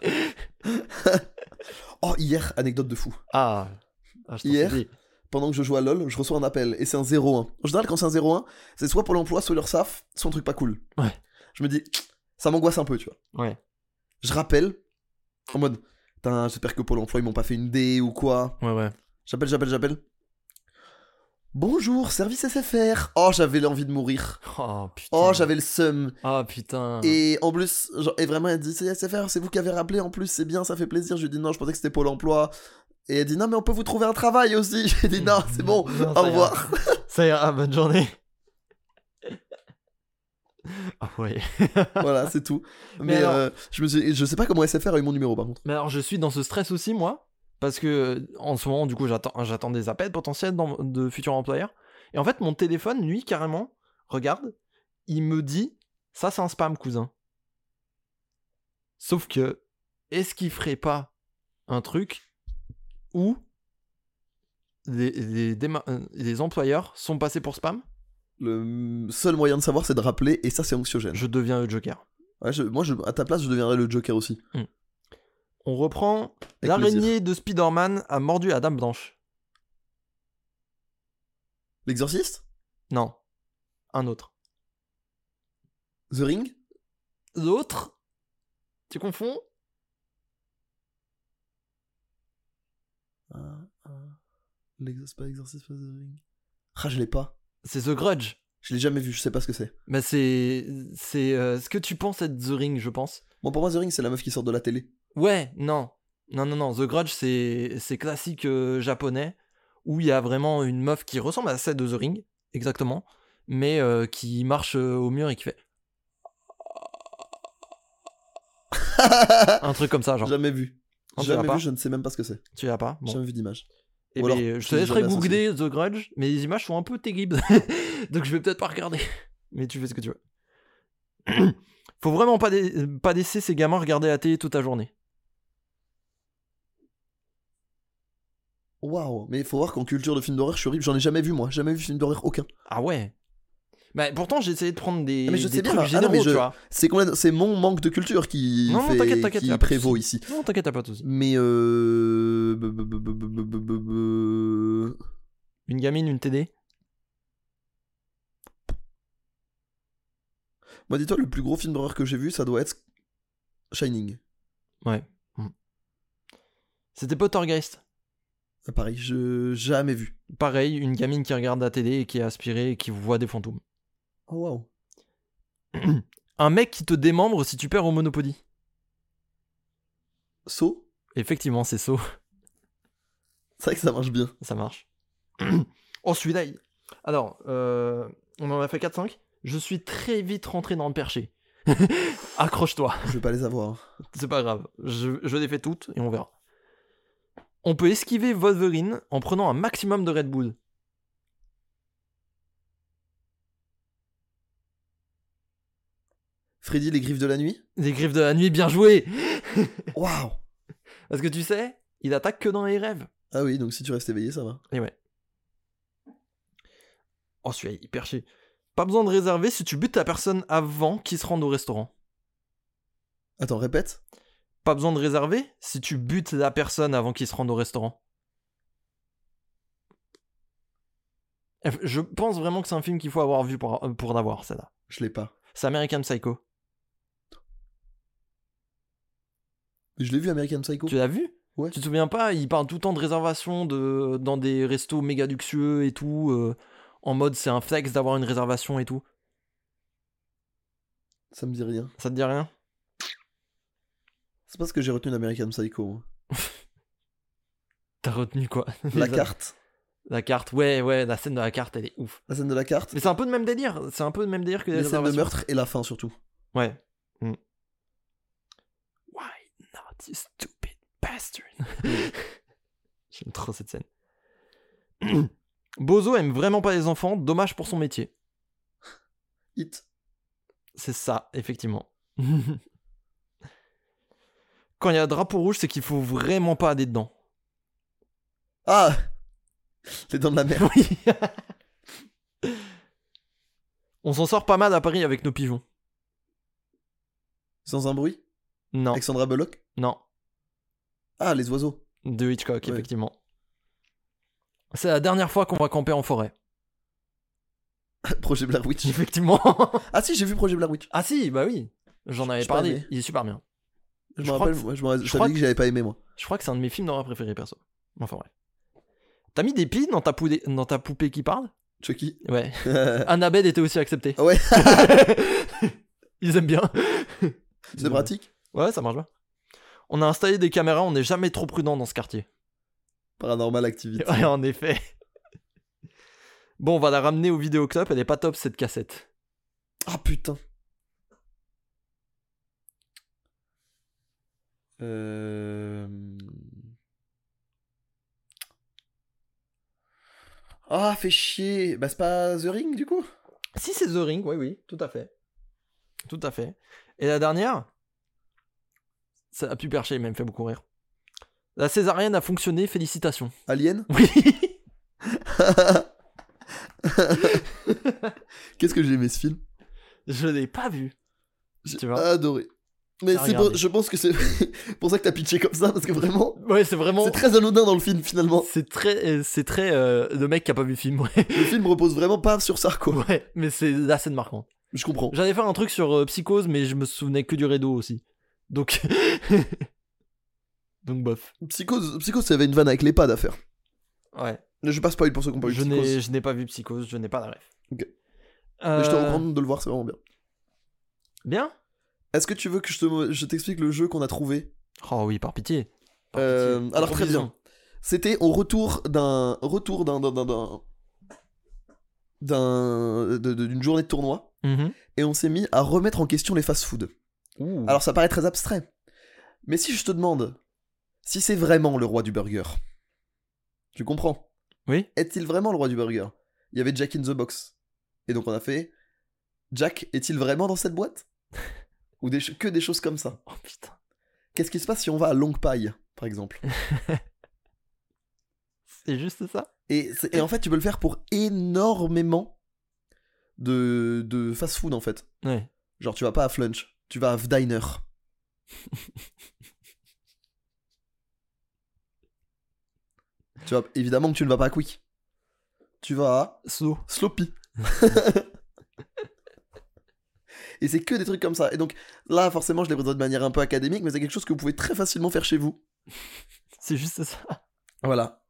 Oh, hier, anecdote de fou. Ah, ah, je t'en Hier. suis dit. Pendant que je joue à LoL, je reçois un appel et c'est un 01. En général, quand c'est un 01, c'est soit Pôle emploi, soit l'URSAF, soit un truc pas cool. Ouais. Je me dis, ça m'angoisse un peu, tu vois. Ouais. Je rappelle, en mode, putain, j'espère que Pôle emploi, ils m'ont pas fait une D ou quoi. Ouais, ouais. J'appelle, j'appelle, j'appelle. Bonjour, service SFR. Oh, j'avais l'envie de mourir. Oh putain. Oh, j'avais le seum. Ah putain. Et en plus, genre, et vraiment, elle dit c'est SFR, c'est vous qui avez rappelé, en plus, c'est bien, ça fait plaisir. Je lui dis non, je pensais que c'était Pôle emploi. Et elle dit non, mais on peut vous trouver un travail aussi. J'ai dit non, c'est bon, Hmm. Non, ça au ira. revoir. Ça ira, bonne journée. Ah ouais. voilà, c'est tout. Mais, Mais alors- euh, je, me suis- je sais pas comment SFR a eu mon numéro par contre. Mais alors, je suis dans ce stress aussi, moi, parce que euh, en ce moment, du coup, j'attends j'attends des appels potentiels dans- de futurs employeurs. Et en fait, mon téléphone, lui, carrément, regarde, il me dit Ça, c'est un spam, cousin. Sauf que, est-ce qu'il ferait pas un truc où les, les déma- euh, les employeurs sont passés pour spam Le seul moyen de savoir, c'est de rappeler, et ça, c'est anxiogène. Je deviens le Joker. Ouais, je- moi, je, à ta place, je deviendrais le Joker aussi. On reprend Avec plaisir. L'araignée de Spider-Man a mordu la Dame Blanche. L'exorciste Non, un autre. The Ring L'autre Tu confonds Ah, ah. L'exorciste, pas l'exorciste, pas The Ring. Ah, je l'ai pas. C'est The Grudge. Je l'ai jamais vu, je sais pas ce que c'est. Bah c'est c'est euh, ce que tu penses être The Ring, je pense. Bon, pour moi, The Ring, c'est la meuf qui sort de la télé. Ouais, non. Non non non, The Grudge c'est c'est classique euh, japonais où il y a vraiment une meuf qui ressemble à celle de The Ring exactement, mais euh, qui marche euh, au mur et qui fait un truc comme ça genre. jamais vu. Non, tu l'as jamais pas Hein, vu, je ne sais même pas ce que c'est. Tu l'as pas Bon. Jamais vu d'image. Et euh, Ou alors, je tu te dis laisserai jamais googler The Grudge, mais les images sont un peu terribles. Donc je vais peut-être pas regarder. Mais tu fais ce que tu veux. Faut vraiment pas, dé- pas laisser ces gamins regarder la télé toute la journée. Waouh, mais faut voir qu'en culture de films d'horreur, je suis horrible. J'en ai jamais vu, moi. Jamais vu film d'horreur, aucun. Ah ouais. Bah, pourtant, j'ai essayé de prendre des, Ah, mais je des sais bien. trucs Ah non, généraux, mais je- tu vois. C'est complètement- c'est mon manque de culture qui, Non, non, fait- t'inquiète, t'inquiète, y qui a pas de prévaut ici. Non, t'inquiète, t'as pas de soucis. Mais euh... b- b- b- b- b- b- b- b- Une gamine, une TD. Moi, dis-toi, le plus gros film d'horreur que j'ai vu, ça doit être Shining. Ouais. Hmm. C'était Pottergeist. Ah, Pareil, je jamais vu. Pareil, une gamine qui regarde la télé et qui est aspirée et qui voit des fantômes. Oh waouh. Un mec qui te démembre si tu perds au Monopoly. So, Effectivement, c'est ça. c'est vrai que ça marche bien. Ça marche. oh, celui-là. il- Alors, euh, on en a fait 4-5. Je suis très vite rentré dans le perché. Accroche-toi. Je vais pas les avoir. C'est pas grave. Je, je les fais toutes et on verra. On peut esquiver Wolverine en prenant un maximum de Red Bull. Freddy, les griffes de la nuit. Les griffes de la nuit, bien joué Waouh. Parce que tu sais, il attaque que dans les rêves. Ah oui, donc si tu restes éveillé, ça va. Oh, celui-là, il est perché. Pas besoin de réserver si tu butes la personne avant qu'il se rende au restaurant. Attends, répète. Pas besoin de réserver si tu butes la personne avant qu'il se rende au restaurant. Je pense vraiment que c'est un film qu'il faut avoir vu pour, euh, pour l'avoir, celle-là. Je l'ai pas. C'est American Psycho. Je l'ai vu American Psycho. Tu l'as vu Ouais. Tu te souviens pas Il parle tout le temps de réservation de, dans des restos méga luxueux et tout. euh, en mode, c'est un flex d'avoir une réservation et tout. Ça me dit rien. Ça te dit rien C'est parce que j'ai retenu d'American Psycho. hein. moi. T'as retenu quoi La carte. La carte, ouais, ouais, la scène de la carte, elle est ouf. La scène de la carte. Mais c'est un peu le même délire. C'est un peu le même délire que les Les scènes de réservations. meurtre et la fin surtout. Ouais. Mm. Why not, you stupid bastard? J'aime trop cette scène. Bozo aime vraiment pas les enfants, dommage pour son métier. Hit. C'est ça, effectivement. Quand il y a un drapeau rouge, c'est qu'il faut vraiment pas aller dedans. Ah Les dents de la mer. Oui. On s'en sort pas mal à Paris avec nos pigeons. Sans un bruit Non, Alexandra Bullock non. Ah, les oiseaux. De Hitchcock, Ouais. effectivement. C'est la dernière fois qu'on va camper en forêt. Projet Blair Witch. Effectivement. Ah si, j'ai vu Projet Blair Witch. ah si, bah oui. J'en avais J'ai pas parlé. aimé. Il est super bien. Je, Je me crois rappelle, que- ouais, je, me... je t'avais je crois dit que que- j'avais pas aimé moi. Je crois que c'est un de mes films d'horreur préférés, perso. Enfin, ouais. T'as mis des piles dans ta, poudée- dans ta poupée qui parle Chucky. Ouais. c'est Annabelle était aussi acceptée. Ah ouais. Ils aiment bien. Ouais. pratique Ouais, ça marche bien. On a installé des caméras, on n'est jamais trop prudent dans ce quartier. Paranormal Activity. Ouais, en effet. Bon, on va la ramener au vidéoclub, elle est pas top cette cassette. Ah putain. Euh... Ah, fait chier. Bah, c'est pas The Ring du coup Si c'est The Ring, oui, oui, tout à fait. Tout à fait. Et la dernière, ça a pu percher, il m'a même fait beaucoup rire. La césarienne a fonctionné, félicitations. Alien Oui. Qu'est-ce que j'ai aimé ce film Je l'ai pas vu. J'ai Tu vois adoré. Mais T'as c'est pour- regardé. je pense que c'est pour ça que t'as pitché comme ça parce que vraiment, Ouais, c'est vraiment. c'est très anodin dans le film finalement. C'est très. euh, C'est très. euh, le mec qui a pas vu le film, ouais. Le film repose vraiment pas sur ça quoi. Ouais, mais c'est la scène marquante. Je comprends. J'allais faire un truc sur euh, Psychose, mais je me souvenais que du rideau aussi. Donc. Donc, bof. Psychose, Psychose, ça avait une vanne avec les pads à faire. Ouais. Je vais pas spoil pour ceux qui ont pas eu Je Psychose. n'ai je n'ai pas vu Psychose, je n'ai pas la ref. Ok. Euh, Mais je te recommande de le voir, c'est vraiment bien. Bien Est-ce que tu veux que je, te, je t'explique le jeu qu'on a trouvé Oh oui, par pitié. Par Euh, pitié. alors, très Provision. bien. C'était au retour d'un. Retour d'un. d'un. d'un. d'un- d'un- de- de- d'une journée de tournoi. Mhm. Et on s'est mis à remettre en question les fast-food. Mm. Alors ça paraît très abstrait. Mais si je te demande. Si c'est vraiment le roi du burger, Tu comprends Oui. Est-il vraiment le roi du burger Il y avait Jack in the Box. Et donc on a fait Jack est-il vraiment dans cette boîte Ou des, cho- que des choses comme ça. Oh putain. Qu'est-ce qui se passe si on va à Longue Paille, par exemple C'est juste ça et, c'est- et en fait, tu peux le faire pour énormément de, de fast-food en fait. Ouais. Genre, tu vas pas à Flunch, tu vas à Vdiner. tu vas, évidemment que tu ne vas pas à Quick. Tu vas à So. Sloppy. Et c'est que des trucs comme ça. Et donc là, forcément, je les présente de manière un peu académique, mais c'est quelque chose que vous pouvez très facilement faire chez vous. C'est juste ça. Voilà.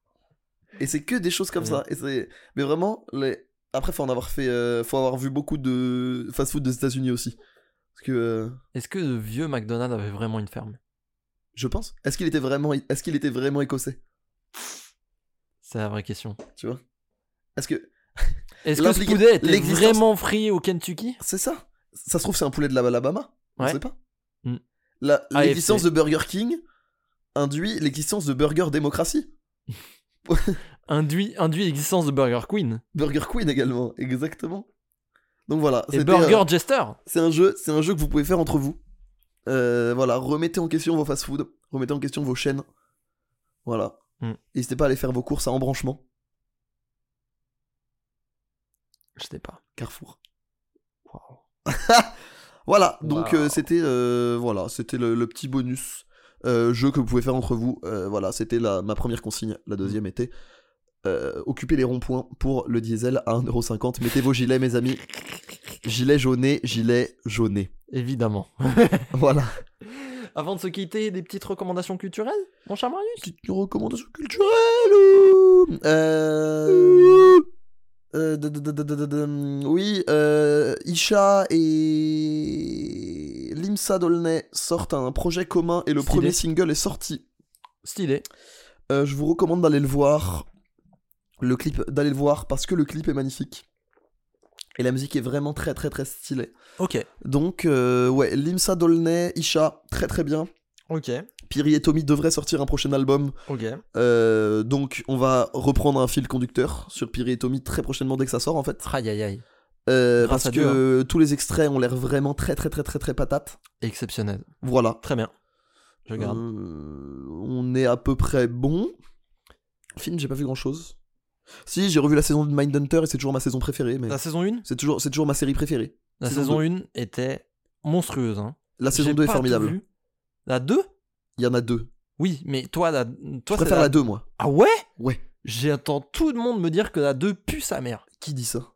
Et c'est que des choses comme Ouais. ça. Et c'est... Mais vraiment, les... après, faut en avoir fait. euh, Faut avoir vu beaucoup de fast-food des États-Unis aussi. Parce que. euh, Est-ce que le vieux McDonald's avait vraiment une ferme Je pense. Est-ce qu'il était vraiment, est-ce qu'il était vraiment écossais C'est la vraie question. Tu vois Est-ce que Est-ce que L'implica- Spoudet était l'existence- vraiment frit au Kentucky c'est ça Ça se trouve c'est un poulet de l'Alabama. On Ouais. sait pas. Mm. La- AFC. L'existence de Burger King induit l'existence de Burger Démocratie. Induit, induit l'existence de Burger Queen Burger Queen également, exactement. Donc voilà, et c'était, Burger euh, Jester. c'est un jeu, c'est un jeu que vous pouvez faire entre vous. Euh, voilà, remettez en question vos fast-food, remettez en question vos chaînes. Voilà. Mm. N'hésitez pas à aller faire vos courses à embranchement, Je sais pas. Carrefour. Waouh. Voilà, donc Wow. euh, c'était euh, voilà, c'était le, le petit bonus euh, jeu que vous pouvez faire entre vous. Euh, voilà, c'était la- ma première consigne. La deuxième était euh, occuper les ronds-points pour le diesel à 1,50€. Mettez vos gilets, mes amis. Gilets jaunés, gilets jaunés. Évidemment. Voilà. Avant de se quitter, des petites recommandations culturelles, mon cher Marius Petite recommandation culturelle. Euh... euh, da- da- da- da- da- da- da- Oui, euh, Isha et Limsa Dolnay sortent un projet commun et le Stylé. premier single est sorti. Stylé. Euh, je vous recommande d'aller le voir. Le clip, d'aller le voir parce que le clip est magnifique. Et la musique est vraiment très très très stylée. Ok. Donc, euh, ouais, Limsa Dolnay, Isha, très très bien. Ok. Piri et Tommy devraient sortir un prochain album. Ok. Euh, donc, on va reprendre un fil conducteur sur Piri et Tommy très prochainement dès que ça sort en fait. Aïe aïe aïe. Euh, Grâce à parce que Dieu, hein. euh, tous les extraits ont l'air vraiment très très très très très patates. Exceptionnel. Voilà. Très bien. Je garde. Euh, on est à peu près bon. Film, j'ai pas vu grand chose. Si, j'ai revu la saison de Mindhunter et c'est toujours ma saison préférée, mais La saison 1 c'est toujours, c'est toujours ma série préférée. La Saison saison 1 était monstrueuse. Hein. La saison J'ai 2 est pas tout formidable. vu. La 2 Il y en a deux. Oui, mais toi, la... Je toi c'est préfère la... la 2, moi. Ah ouais Ouais. J'entends tout le monde me dire que la 2 pue sa mère. Qui dit ça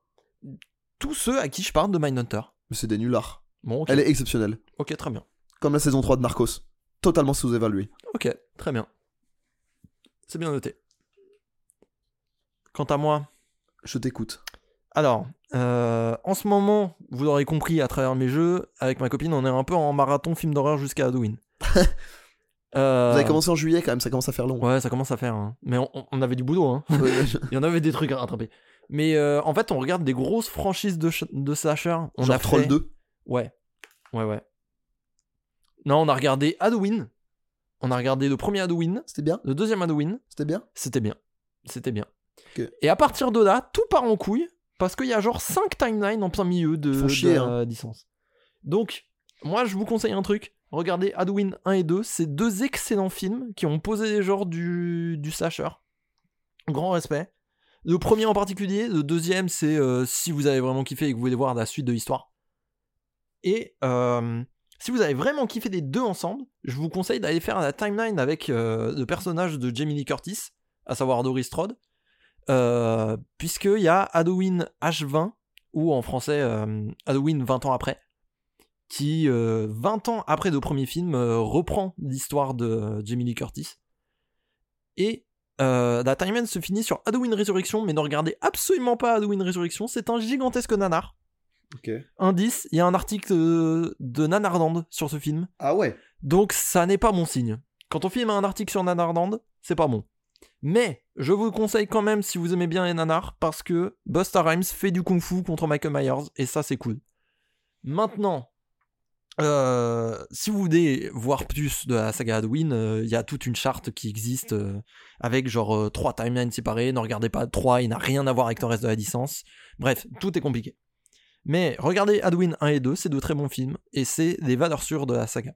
Tous ceux à qui je parle de Mindhunter. Mais C'est des nullards. Bon, ok, Elle est exceptionnelle. Ok, très bien. Comme la saison 3 de Narcos. Totalement sous-évaluée. Ok, très bien. C'est bien noté. Quant à moi, Je t'écoute. alors, euh, en ce moment, vous l'aurez compris à travers mes jeux, avec ma copine, on est un peu en marathon film d'horreur jusqu'à Halloween. Euh, Vous avez commencé en juillet quand même, ça commence à faire long. Ouais, ça commence à faire. hein. Mais on, on- on avait du boulot, hein. Il y en avait des trucs à rattraper. Mais euh, en fait, on regarde des grosses franchises de, ch- de slasher. On On a a fait- Troll 2. Ouais. Ouais, ouais. Non, on a regardé Halloween. On a regardé le premier Halloween, C'était bien le deuxième Halloween. C'était bien C'était bien. C'était bien. Ok. Et à partir de là, tout part en couille parce qu'il y a genre 5 timelines en plein milieu de, Ils font chier, hein. de la licence. Donc, moi, je vous conseille un truc. Regardez Halloween 1 et 2. C'est deux excellents films qui ont posé les genres du, du slasher. Grand respect. Le premier en particulier. Le deuxième, c'est euh, si vous avez vraiment kiffé et que vous voulez voir la suite de l'histoire. Et euh, si vous avez vraiment kiffé les deux ensemble, je vous conseille d'aller faire la timeline avec euh, le personnage de Jamie Lee Curtis, à savoir Doris Trode, euh, puisqu'il y a Halloween H20, ou en français euh, Halloween 20 ans après, qui, euh, 20 ans après le premier film, euh, reprend l'histoire de euh, Jamie Lee Curtis. Et euh, la timeline se finit sur Halloween Résurrection, mais ne regardez absolument pas Halloween Résurrection, c'est un gigantesque nanar. Ok. Indice, il y a un article euh, de Nanarland sur ce film. Ah ouais Donc ça n'est pas bon signe. Quand on filme un article sur Nanarland, c'est pas bon. Mais je vous le conseille quand même si vous aimez bien les nanars parce que Busta Rhymes fait du kung fu contre Michael Myers et ça c'est cool. Maintenant, Euh, si vous voulez voir plus de la saga Halloween, euh, il y a toute une charte qui existe euh, avec genre euh, trois timelines séparées. Ne regardez pas trois, il n'a rien à voir avec le reste de la licence. Bref, tout est compliqué. Mais regardez Halloween 1 et 2, c'est de très bons films et c'est des valeurs sûres de la saga.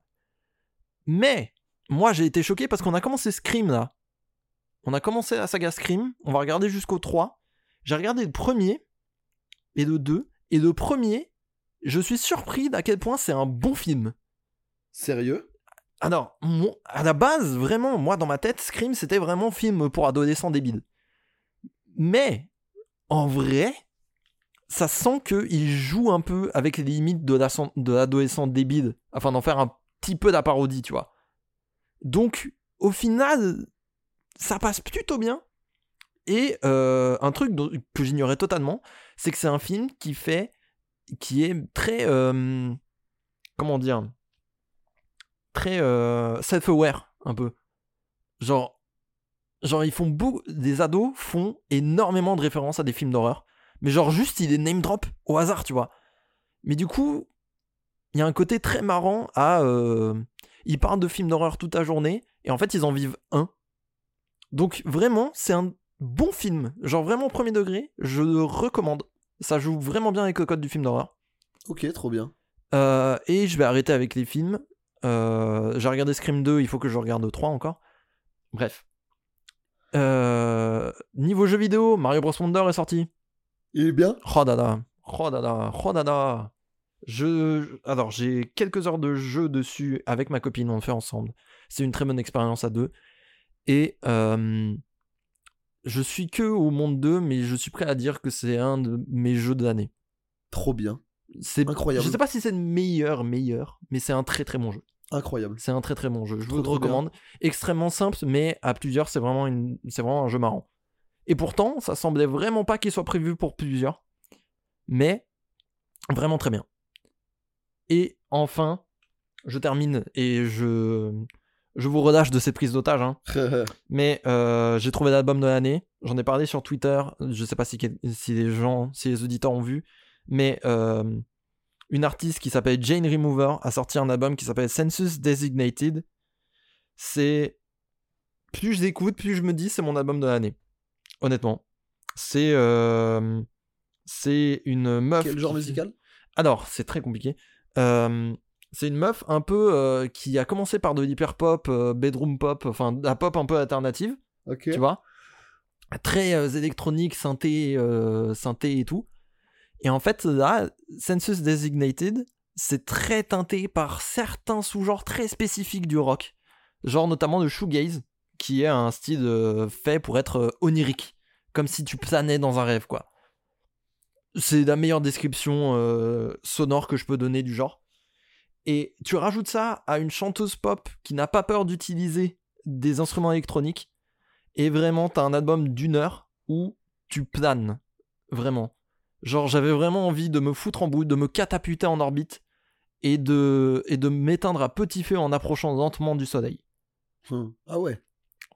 Mais moi j'ai été choqué parce qu'on a commencé Scream là. On a commencé la saga Scream, on va regarder jusqu'au 3. J'ai regardé le premier et le 2 et le premier, je suis surpris d'à quel point c'est un bon film. Sérieux Alors, Ah mon- à la base, vraiment, moi, dans ma tête, Scream, c'était vraiment film pour adolescents débiles. Mais, en vrai, ça sent qu'il joue un peu avec les limites de l'adolescent de l'adolescent débile, afin d'en faire un petit peu de la parodie, tu vois. Donc, au final, ça passe plutôt bien. Et euh, un truc dont- que j'ignorais totalement, c'est que c'est un film qui fait, qui est très, euh, comment dire, très euh, self-aware un peu. Genre, genre ils font beaucoup, des ados font énormément de références à des films d'horreur, mais genre juste il est name drop au hasard, tu vois. Mais du coup, il y a un côté très marrant à, euh, ils parlent de films d'horreur toute la journée et en fait ils en vivent un. Donc vraiment, c'est un bon film, genre vraiment premier degré, je le recommande. Ça joue vraiment bien avec le code du film d'horreur. Ok, trop bien. Euh, et je vais arrêter avec les films. Euh, j'ai regardé Scream 2, il faut que je regarde le 3 encore. Bref. Euh, niveau jeux vidéo, Mario Bros Wonder est sorti. Il est bien Oh dada, oh dada, oh dada. Je, je- alors j'ai quelques heures de jeu dessus avec ma copine, on le fait ensemble. C'est une très bonne expérience à deux. Et euh, je suis que au monde 2, mais je suis prêt à dire que c'est un de mes jeux de l'année. Trop bien. C'est Incroyable. Je sais pas si c'est le meilleur, meilleur, mais c'est un très très bon jeu. Incroyable. C'est un très très bon jeu. Je Trop, vous le trop bien. recommande. Extrêmement simple, mais à plusieurs, c'est vraiment, une... c'est vraiment un jeu marrant. Et pourtant, ça semblait vraiment pas qu'il soit prévu pour plusieurs. Mais vraiment très bien. Et enfin, je termine et je, je vous relâche de cette prise d'otage. hein. Mais euh, j'ai trouvé l'album de l'année. J'en ai parlé sur Twitter. Je sais pas si, quel- si les gens, si les auditeurs ont vu. Mais euh, une artiste qui s'appelle Jane Remover a sorti un album qui s'appelle Census Designated. C'est. Plus je l'écoute, plus je me dis c'est mon album de l'année. Honnêtement. C'est. euh, C'est une meuf. Quel genre qui- musical alors, c'est très compliqué. Euh, c'est une meuf un peu euh, qui a commencé par de l'hyper pop, bedroom pop, enfin de la pop un peu alternative, Ok. tu vois. Très euh, électronique, synthé, euh, synthé et tout. Et en fait, là, Census Designated, c'est très teinté par certains sous-genres très spécifiques du rock. Genre notamment le shoegaze, qui est un style euh, fait pour être euh, onirique. Comme si tu planais dans un rêve, quoi. C'est la meilleure description euh, sonore que je peux donner du genre. Et tu rajoutes ça à une chanteuse pop qui n'a pas peur d'utiliser des instruments électroniques. Et vraiment, t'as un album d'une heure où tu planes. Vraiment. Genre, j'avais vraiment envie de me foutre en bout, de me catapulter en orbite et de, et de m'éteindre à petit feu en approchant lentement du soleil. Hmm. Ah ouais.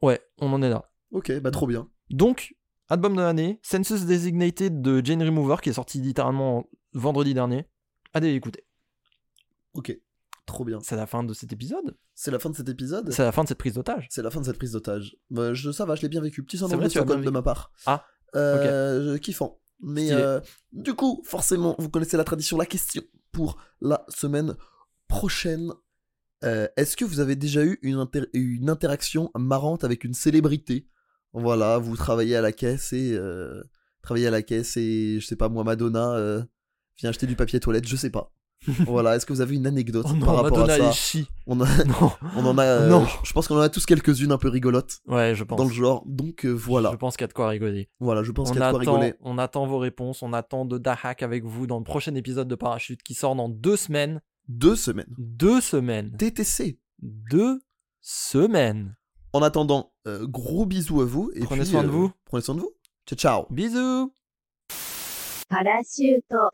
Ouais, on en est là. Ok, bah trop bien. Donc, album de l'année, Census Designated de Jane Remover, qui est sorti littéralement vendredi dernier. Allez écoutez. Ok. Trop bien. C'est la fin de cet épisode. C'est la fin de cet épisode C'est la fin de cette prise d'otage. C'est la fin de cette prise d'otage. Bah, je, ça va, je l'ai bien vécu. Petit syndrome vrai, de tu l'as Stockholm bien de vécu. ma part. Ah, Euh, je- Kiffant. Mais Stylé. euh, du coup, forcément, vous connaissez la tradition, la question pour la semaine prochaine. Euh, Est-ce que vous avez déjà eu une, inter- une interaction marrante avec une célébrité Voilà, vous travaillez à la caisse et... euh, travaillez à la caisse et, je sais pas, moi, Madonna euh, vient acheter du papier toilette, je sais pas. voilà, est-ce que vous avez une anecdote Oh non, par rapport Madonna, à elle ça chie. on, a- Non. on en a... euh, Non. je- je pense qu'on en a tous quelques-unes un peu rigolotes Ouais, je pense. dans le genre. Donc euh, voilà, Je pense qu'il y a de quoi rigoler. voilà, je pense On qu'il y a de quoi attend, rigoler. on attend vos réponses, on attend de Dahak avec vous dans le prochain épisode de Parachute qui sort dans deux semaines. Deux semaines. Deux semaines. TTC. Deux semaines. En attendant, euh, gros bisous à vous. Et Prenez puis, soin de euh, vous. Prenez soin de vous. Ciao, ciao. Bisous パラシュート。